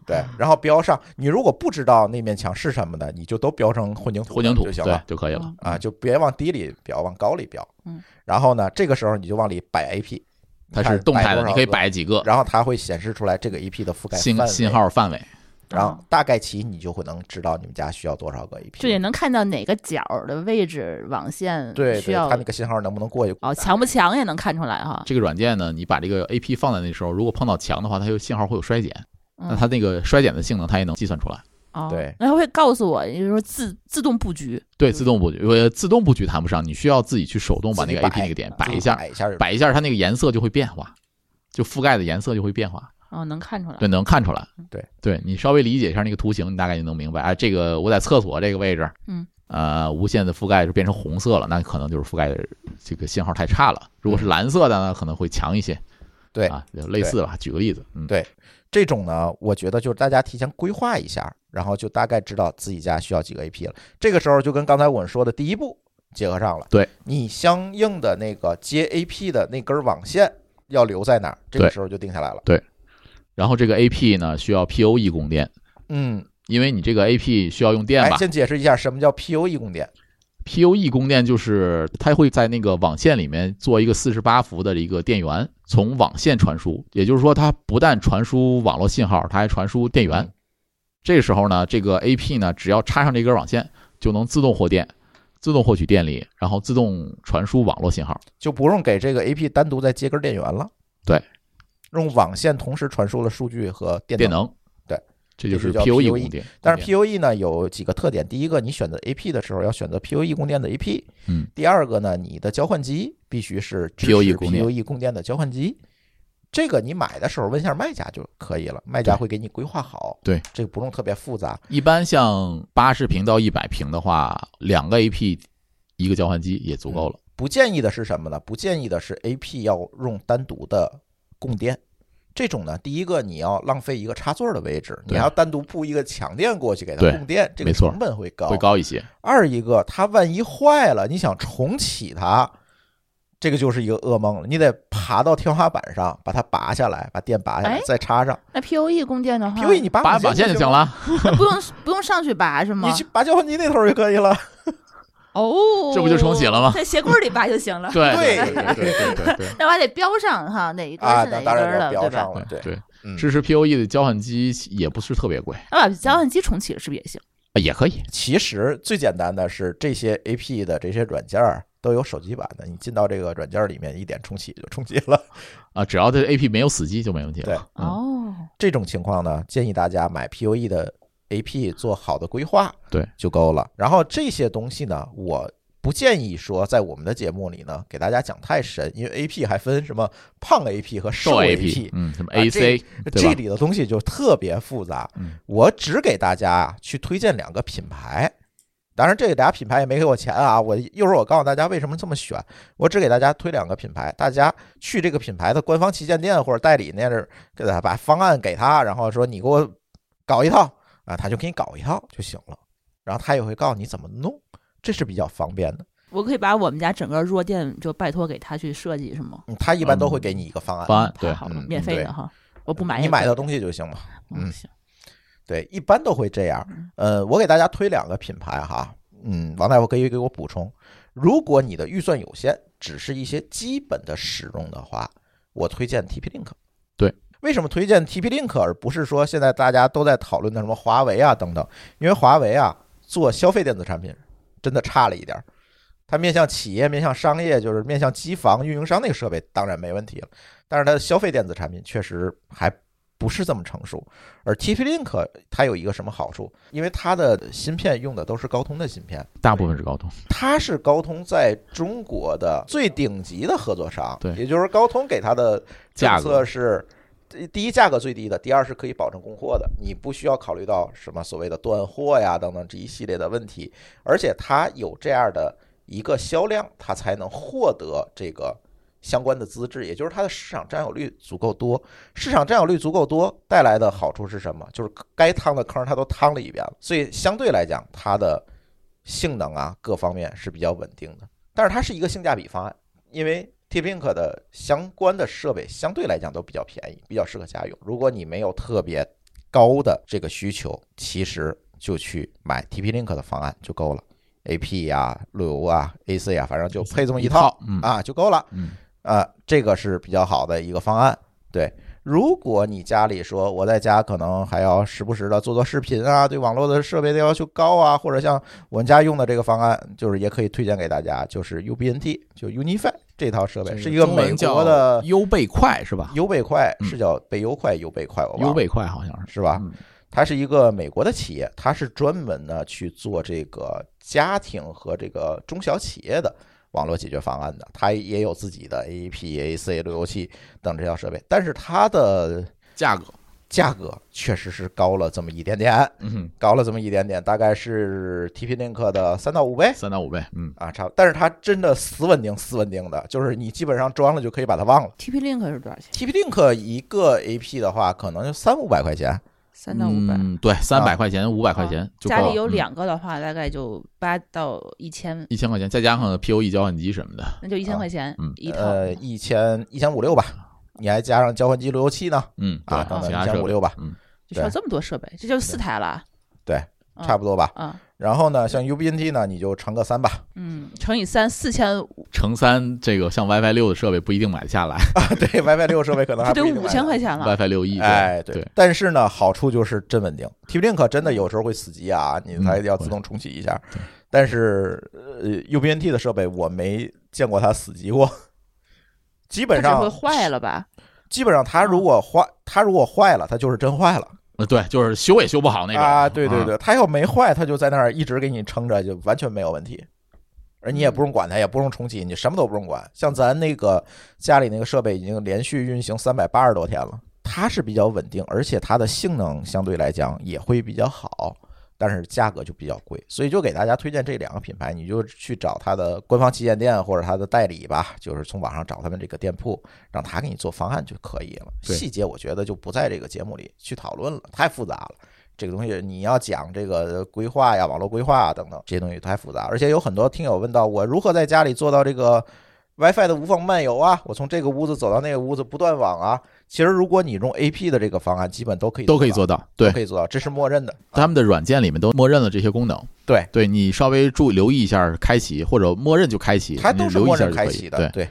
[SPEAKER 1] 对，然后标上你如果不知道那面墙是什么的，你就都标成混凝土的
[SPEAKER 2] 混凝土
[SPEAKER 1] 就行
[SPEAKER 2] 对
[SPEAKER 1] 了
[SPEAKER 2] 就可以了。
[SPEAKER 1] 啊，就别往低里标，往高里标。
[SPEAKER 4] 嗯，
[SPEAKER 1] 然后呢，这个时候你就往里摆 A P，
[SPEAKER 2] 它是动态的，你可以，摆几
[SPEAKER 1] 你
[SPEAKER 2] 个
[SPEAKER 1] 看多少个然后它会显示出来这个 A P 的覆盖
[SPEAKER 2] 信
[SPEAKER 1] 范围
[SPEAKER 2] 信，号范围。
[SPEAKER 1] 然后大概齐你就会能知道你们家需要多少个 A
[SPEAKER 4] 就嗯也
[SPEAKER 1] P。
[SPEAKER 4] 能看到哪个角儿的位置网线
[SPEAKER 1] 对，
[SPEAKER 4] 需
[SPEAKER 1] 对，
[SPEAKER 4] 要
[SPEAKER 1] 它那个信号能不能过去？
[SPEAKER 4] 哦，强不强也能看出来哈。
[SPEAKER 2] 这个软件呢，你把这个 A P 放在那时候，如果碰到墙的话，它就信号会有衰减，
[SPEAKER 4] 嗯
[SPEAKER 2] 那它那个衰减的性能它也能计算出来。
[SPEAKER 4] 哦，
[SPEAKER 1] 对
[SPEAKER 4] 然后会告诉我，也就是说自自动布局，
[SPEAKER 2] 对，自动布局，呃，自动布局谈不上，你需要自己去手动把那
[SPEAKER 1] 嗯
[SPEAKER 2] 个
[SPEAKER 1] 自己
[SPEAKER 2] A
[SPEAKER 1] 摆啊
[SPEAKER 2] P 那个点
[SPEAKER 1] 自
[SPEAKER 2] 摆
[SPEAKER 1] 己
[SPEAKER 2] 一下，
[SPEAKER 1] 摆一下就
[SPEAKER 2] 摆一下，它那个颜色就会变化，就覆盖的颜色就会变化，
[SPEAKER 4] 哦，能看出来。
[SPEAKER 2] 对，能看出来。
[SPEAKER 1] 啊对，
[SPEAKER 2] 对你稍微理解一下那个图形，你大概就能明白，哎，这个我在厕所这个位置，
[SPEAKER 4] 嗯，
[SPEAKER 2] 呃，无线的覆盖就变成红色了，那可能就是覆盖的这个信号太差了。如果是蓝色的呢，可能会强一些。
[SPEAKER 1] 嗯对
[SPEAKER 2] 啊，就类似吧，举个例子，嗯，
[SPEAKER 1] 对这种呢，我觉得就是大家提前规划一下，然后就大概知道自己家需要几个 AP 了。这个时候就跟刚才我们说的第一步结合上了。
[SPEAKER 2] 对，
[SPEAKER 1] 你相应的那个接 AP 的那根网线要留在哪儿，这个
[SPEAKER 2] 对
[SPEAKER 1] 时候就定下来了。
[SPEAKER 2] 然后这个 A P 呢需要 P O E 供电，
[SPEAKER 1] 嗯，
[SPEAKER 2] 因为你这个 A P 需要用电
[SPEAKER 1] 哎，
[SPEAKER 2] 吧
[SPEAKER 1] 先解释一下什么叫 POE 供电。
[SPEAKER 2] ？P O E 供电就是它会在那个网线里面做一个四十八伏的一个电源，从网线传输，也就是说它不但传输网络信号，它还传输电源
[SPEAKER 1] 嗯。
[SPEAKER 2] 这个时候呢，这个 A P 呢只要插上这根网线，就能自动获电，自动获取电力，然后自动传输网络信号。
[SPEAKER 1] 就不用给这个 AP 单独再接根电源了。
[SPEAKER 2] 对，
[SPEAKER 1] 用网线同时传输了数据和电
[SPEAKER 2] 电能。
[SPEAKER 1] 对，
[SPEAKER 2] 这就是 E
[SPEAKER 1] 这就叫
[SPEAKER 2] POE
[SPEAKER 1] 供
[SPEAKER 2] 供电。
[SPEAKER 1] 但是 E POE 呢有几个特点，第一个，你选择 AP 的时候要选择 POE 供电的 AP；
[SPEAKER 2] 嗯，
[SPEAKER 1] 第二个呢，你的交换机必须是支持
[SPEAKER 2] POE 供电
[SPEAKER 1] POE 供电的交换机。这个你买的时候问一下卖家就可以了，卖家
[SPEAKER 2] 对
[SPEAKER 1] 会给你规划好。
[SPEAKER 2] 对，
[SPEAKER 1] 这个不用特别复杂。
[SPEAKER 2] 一般像八十平到一百平的话，两个 AP 一个交换机也足够了。
[SPEAKER 1] 不建议的是什么呢？不建议的是 AP 要用单独的供电。这种呢，第一个你要浪费一个插座的位置，你
[SPEAKER 2] 对
[SPEAKER 1] 还要单独铺一个强电过去给它
[SPEAKER 2] 对
[SPEAKER 1] 供电，这个
[SPEAKER 2] 没错
[SPEAKER 1] 成本会高。
[SPEAKER 2] 会高一些，
[SPEAKER 1] 二一个，它万一坏了，你想重启它，这个就是一个噩梦了。你得爬到天花板上，把它拔下来，把电拔下来
[SPEAKER 3] 哎，啊
[SPEAKER 1] 再插上。
[SPEAKER 3] 那
[SPEAKER 4] E
[SPEAKER 3] POE 供电的话，
[SPEAKER 1] POE 你拔
[SPEAKER 2] 拔
[SPEAKER 1] 把
[SPEAKER 2] 把线就行
[SPEAKER 1] 了，
[SPEAKER 2] 了，
[SPEAKER 3] 不用不用上去拔是吗
[SPEAKER 1] 你？去拔交换机那头就可以了。
[SPEAKER 3] 哦，
[SPEAKER 2] 这不就重启了吗。
[SPEAKER 3] 在鞋柜里拔就行了
[SPEAKER 2] 对
[SPEAKER 1] 对
[SPEAKER 2] 对对对对对
[SPEAKER 3] 那我还得标上哈，哪一根
[SPEAKER 1] 啊，
[SPEAKER 3] 是哪
[SPEAKER 1] 那
[SPEAKER 3] 一
[SPEAKER 1] 当然
[SPEAKER 3] 根
[SPEAKER 1] 要
[SPEAKER 3] 了，对
[SPEAKER 1] 标
[SPEAKER 3] 吧
[SPEAKER 1] 上？了，对
[SPEAKER 2] 对，对，
[SPEAKER 1] 嗯
[SPEAKER 2] 支持 POE 的交换机也不是特别贵，
[SPEAKER 3] 那把交
[SPEAKER 1] 嗯
[SPEAKER 3] 换机重启了是不是也行？
[SPEAKER 2] 啊也可以。
[SPEAKER 1] 其实最简单的是这些 AP 的这些软件儿都有手机版的，你进到这个软件儿里面一点重启就重启了。
[SPEAKER 2] 啊，只要这 A P 没有死机就没问题了。嗯，
[SPEAKER 3] 哦，
[SPEAKER 1] 这种情况呢，建议大家买 POE 的 AP 做好的规划，
[SPEAKER 2] 对，
[SPEAKER 1] 就够了。然后这些东西呢，我不建议说在我们的节目里呢给大家讲太深，因为 AP 还分什么胖 AP 和
[SPEAKER 2] 受
[SPEAKER 1] 瘦
[SPEAKER 2] A
[SPEAKER 1] AP，
[SPEAKER 2] 嗯，什么
[SPEAKER 1] 啊
[SPEAKER 2] A C，对吧
[SPEAKER 1] 这里的东西就特别复杂
[SPEAKER 2] 嗯。
[SPEAKER 1] 我只给大家去推荐两个品牌。当然，这俩品牌也没给我钱啊！我一会儿我告诉大家为什么这么选，我只给大家推两个品牌，大家去这个品牌的官方旗舰店或者代理那儿，给他把方案给他，然后说你给我搞一套啊，他就给你搞一套就行了。然后他也会告诉你怎么弄，这是比较方便的。
[SPEAKER 4] 我可以把我们家整个弱电就拜托给他去设计，是吗？
[SPEAKER 1] 嗯他一般都会给你一个方案，
[SPEAKER 2] 方案对
[SPEAKER 4] 太，好了，
[SPEAKER 1] 嗯
[SPEAKER 4] 免费
[SPEAKER 1] 对嗯
[SPEAKER 4] 的哈，我不买
[SPEAKER 1] 你
[SPEAKER 4] 也
[SPEAKER 1] 买
[SPEAKER 4] 可以
[SPEAKER 1] 到东西就行了。嗯
[SPEAKER 4] 嗯行，
[SPEAKER 1] 对，一般都会这样。呃，我给大家推两个品牌哈，嗯，王大夫可以给我补充。如果你的预算有限，只是一些基本的使用的话，我推荐 TP Link。
[SPEAKER 2] 对，
[SPEAKER 1] 为什么推荐 TP Link 而不是说现在大家都在讨论的什么华为啊等等？因为华为啊做消费电子产品真的差了一点儿。它面向企业、面向商业，就是面向机房运营商那个设备，当然没问题了。但是它的消费电子产品确实还不是这么成熟。而 TP-Link 它有一个什么好处？因为它的芯片用的都是高通的芯片，
[SPEAKER 2] 大部分是高通，
[SPEAKER 1] 它是高通在中国的最顶级的合作商。
[SPEAKER 2] 对
[SPEAKER 1] 也就是说高通给它的
[SPEAKER 2] 价
[SPEAKER 1] 政
[SPEAKER 2] 格
[SPEAKER 1] 策是。第一，价格最低的；第二是可以保证供货的，你不需要考虑到什么所谓的断货呀等等这一系列的问题。而且它有这样的一个销量，它才能获得这个相关的资质，也就是它的市场占有率足够多。市场占有率足够多带来的好处是什么？就是该趟的坑它都趟了一遍了，所以相对来讲，它的性能啊各方面是比较稳定的。但是它是一个性价比方案，因为 T-Link 的相关的设备相对来讲都比较便宜，比较适合家用。如果你没有特别高的这个需求，其实就去买 TP-Link 的方案就够了。A P 呀、路由啊、A C 啊，反正就配这么一套，
[SPEAKER 2] 嗯
[SPEAKER 1] 啊就够了。
[SPEAKER 2] 嗯，
[SPEAKER 1] 啊，这个是比较好的一个方案。对，如果你家里说我在家可能还要时不时的做做视频啊，对网络的设备的要求高啊，或者像我们家用的这个方案，就是也可以推荐给大家，就是 UBNT 就 Unify 这套设备，是一个
[SPEAKER 2] 中
[SPEAKER 1] 美
[SPEAKER 2] 文叫
[SPEAKER 1] 国的
[SPEAKER 2] 优倍快是吧？
[SPEAKER 1] 优倍快，
[SPEAKER 2] 嗯
[SPEAKER 1] 是叫倍优快，优倍快，我忘了
[SPEAKER 2] 优倍快好像是
[SPEAKER 1] 是吧？
[SPEAKER 2] 嗯
[SPEAKER 1] 它是一个美国的企业，它是专门呢去做这个家庭和这个中小企业的网络解决方案的。它也有自己的 AEP、AC 路由器等这套设备，但是它的
[SPEAKER 2] 价格，
[SPEAKER 1] 价格确实是高了这么一点点，
[SPEAKER 2] 嗯，
[SPEAKER 1] 高了这么一点点，大概是 TP-Link 的三到五倍。
[SPEAKER 2] 三到五倍，嗯，
[SPEAKER 1] 啊，差不多，但是它真的死稳定，死稳定的，就是你基本上装了就可以把它忘了。
[SPEAKER 4] TP Link 是多少钱？
[SPEAKER 1] TP-Link 一个 AP 的话，可能就三五百块钱，
[SPEAKER 4] 三到五百。哦
[SPEAKER 2] 嗯，对，三
[SPEAKER 1] 啊
[SPEAKER 2] 百块钱、五百块钱就够
[SPEAKER 4] 家
[SPEAKER 2] 了嗯
[SPEAKER 4] 里
[SPEAKER 1] 嗯
[SPEAKER 4] 有两个的话，大概就八到一千，
[SPEAKER 2] 一千块钱，再加上 POE 交换机什么的，
[SPEAKER 4] 那就一千块钱
[SPEAKER 2] 嗯
[SPEAKER 4] 一套。
[SPEAKER 1] 啊呃，一千一千五六吧，你还加上交换机路由器呢，
[SPEAKER 2] 嗯，对
[SPEAKER 1] 啊，等等
[SPEAKER 2] 其
[SPEAKER 1] 一
[SPEAKER 2] 他
[SPEAKER 1] 千
[SPEAKER 2] 设
[SPEAKER 1] 五
[SPEAKER 2] 备
[SPEAKER 1] 六吧，
[SPEAKER 2] 嗯，
[SPEAKER 4] 就需要这么多设备，这就是四台了啊嗯
[SPEAKER 1] 差不多吧。
[SPEAKER 4] 啊，
[SPEAKER 1] 然后呢，像 UBNT 呢，你就乘个三 吧，
[SPEAKER 4] 嗯，乘以三四
[SPEAKER 1] 啊
[SPEAKER 4] 千五，
[SPEAKER 2] 乘三这个像 WiFi 六的设备不一定买得下来
[SPEAKER 1] 对，WiFi 六设备可能还
[SPEAKER 4] 这
[SPEAKER 1] 不
[SPEAKER 4] 得
[SPEAKER 1] 一定
[SPEAKER 4] 五千块
[SPEAKER 1] 钱。
[SPEAKER 4] 钱了。
[SPEAKER 2] ，WiFi 六 E，
[SPEAKER 1] 哎，
[SPEAKER 2] 对，
[SPEAKER 1] 但是呢，好处就是真稳定。TP-Link 真的有时候会死机啊，你
[SPEAKER 2] 嗯
[SPEAKER 1] 它要
[SPEAKER 2] 会
[SPEAKER 1] 自动重启一下。
[SPEAKER 2] 嗯
[SPEAKER 1] 但是呃，UBNT 的设备我没见过它死机过，基
[SPEAKER 4] 它
[SPEAKER 1] 本
[SPEAKER 4] 只会
[SPEAKER 1] 上
[SPEAKER 4] 坏了吧？嗯
[SPEAKER 1] 基本上它如果坏，它如果坏了，它就是真坏了。
[SPEAKER 2] 呃对，就是修也修不好那种嗯
[SPEAKER 1] 啊，对对，对，它要没坏，它就在那儿一直给你撑着，就完全没有问题。而你也不用管它，也不用重启，你什么都不用管。像咱那个家里那个设备已经连续运行三百八十多天了，它是比较稳定，而且它的性能相对来讲也会比较好，但是价格就比较贵，所以就给大家推荐这两个品牌，你就去找它的官方旗舰店或者它的代理吧，就是从网上找他们这个店铺，让他给你做方案就可以了。
[SPEAKER 2] 对
[SPEAKER 1] 细节我觉得就不在这个节目里去讨论了，太复杂了。这个东西你要讲这个规划呀、网络规划啊等等这些东西太复杂，而且有很多听友问到我如何在家里做到这个 WiFi 的无缝漫游啊，我从这个屋子走到那个屋子不断网啊。其实如果你用 AP 的这个方案，基本都可以
[SPEAKER 2] 都可以
[SPEAKER 1] 到
[SPEAKER 2] 做到。对
[SPEAKER 1] 都，可以做到，这是默认的。啊
[SPEAKER 2] 他们的软件里面都默认了这些功能。
[SPEAKER 1] 对，
[SPEAKER 2] 对你稍微注意留意一下开启，或者默认就开启，
[SPEAKER 1] 它都
[SPEAKER 2] 你
[SPEAKER 1] 是
[SPEAKER 2] 留意
[SPEAKER 1] 默
[SPEAKER 2] 一下
[SPEAKER 1] 认
[SPEAKER 2] 就
[SPEAKER 1] 开
[SPEAKER 2] 可以
[SPEAKER 1] 启的。
[SPEAKER 2] 对，
[SPEAKER 1] 对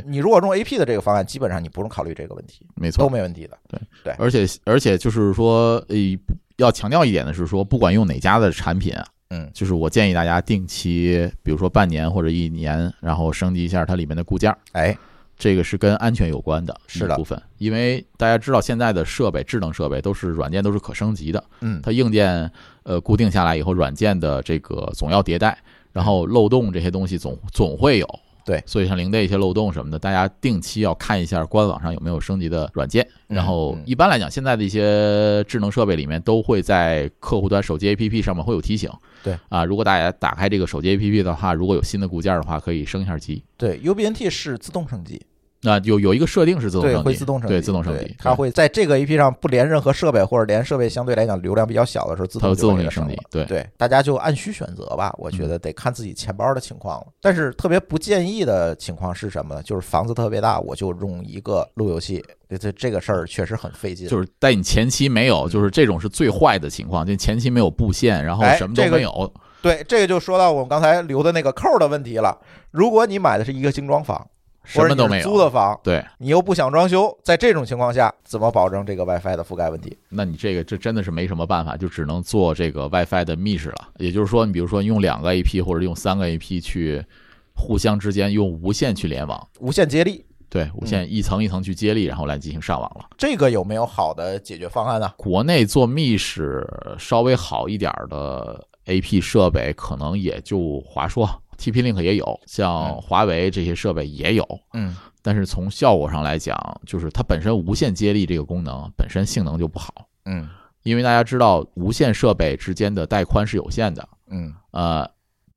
[SPEAKER 2] 对
[SPEAKER 1] 你如果用 AP 的这个方案，基本上你不用考虑这个问题，
[SPEAKER 2] 没错
[SPEAKER 1] 都。没问题的。
[SPEAKER 2] 而且而且就是说，呃，不要强调一点的是说，不管用哪家的产品啊，
[SPEAKER 1] 嗯
[SPEAKER 2] 就是我建议大家定期，比如说半年或者一年，然后升级一下它里面的固件儿。
[SPEAKER 1] 哎，
[SPEAKER 2] 这个是跟安全有关的
[SPEAKER 1] 是
[SPEAKER 2] 一
[SPEAKER 1] 的
[SPEAKER 2] 部分，因为大家知道现在的设备，智能设备都是软件都是可升级的，
[SPEAKER 1] 嗯，
[SPEAKER 2] 它硬件呃固定下来以后，软件的这个总要迭代，然后漏洞这些东西总总会有。
[SPEAKER 1] 对
[SPEAKER 2] 所以像零 day 一些漏洞什么的，大家定期要看一下官网上有没有升级的软件。
[SPEAKER 1] 嗯
[SPEAKER 2] 然后
[SPEAKER 1] 嗯
[SPEAKER 2] 一般来讲，现在的一些智能设备里面都会在客户端手机 APP 上面会有提醒。
[SPEAKER 1] 对
[SPEAKER 2] 啊，如果大家打开这个手机 APP 的话，如果有新的固件的话，可以升一下级。
[SPEAKER 1] 对，UBNT 是自动升级，
[SPEAKER 2] 那有有一个设定是自动
[SPEAKER 1] 对，
[SPEAKER 2] 升级，
[SPEAKER 1] 会自动升级，
[SPEAKER 2] 对自动升级
[SPEAKER 1] 对，它会在这个 AP 上不连任何设备，或者连设备相对来讲流量比较小的时候，自
[SPEAKER 2] 它
[SPEAKER 1] 动
[SPEAKER 2] 会自动
[SPEAKER 1] 就
[SPEAKER 2] 给
[SPEAKER 1] 给
[SPEAKER 2] 你
[SPEAKER 1] 它升
[SPEAKER 2] 升级
[SPEAKER 1] 了。，
[SPEAKER 2] 对嗯
[SPEAKER 1] 对，大家就按需选择吧。我觉得得看自己钱包的情况了。但是特别不建议的情况是什么呢？就是房子特别大，我就用一个路由器，这这这个事儿确实很费劲。
[SPEAKER 2] 就是在你前期没有，就是这种是最坏的情况，就前期没有布线，然后
[SPEAKER 1] 嗯哎
[SPEAKER 2] 什么都
[SPEAKER 1] 这个
[SPEAKER 2] 没有，
[SPEAKER 1] 对，这个就说到我们刚才留的那个扣儿的问题了。如果你买的是一个精装房，
[SPEAKER 2] 什么都没
[SPEAKER 1] 或者你是租的
[SPEAKER 2] 有。
[SPEAKER 1] 房，
[SPEAKER 2] 对，
[SPEAKER 1] 你又不想装修，在这种情况下，怎么保证这个 WiFi 的覆盖问题？
[SPEAKER 2] 那你这个这真的是没什么办法，就只能做这个 WiFi 的密室了。也就是说，你比如说用两个 AP 或者用三个 AP 去互相之间用无线去联网，
[SPEAKER 1] 无线接力，
[SPEAKER 2] 对，无
[SPEAKER 1] 嗯
[SPEAKER 2] 线一层一层去接力，然后来进行上网了。
[SPEAKER 1] 这个有没有好的解决方案呢、
[SPEAKER 2] 国内做密室稍微好一点儿的 AP 设备，可能也就华硕、TP-Link 也有，像
[SPEAKER 1] 嗯
[SPEAKER 2] 华为这些设备也有。
[SPEAKER 1] 嗯，
[SPEAKER 2] 但是从效果上来讲，就是它本身无线接力这个功能本身性能就不好，
[SPEAKER 1] 嗯
[SPEAKER 2] 因为大家知道无线设备之间的带宽是有限的，
[SPEAKER 1] 嗯
[SPEAKER 2] 呃，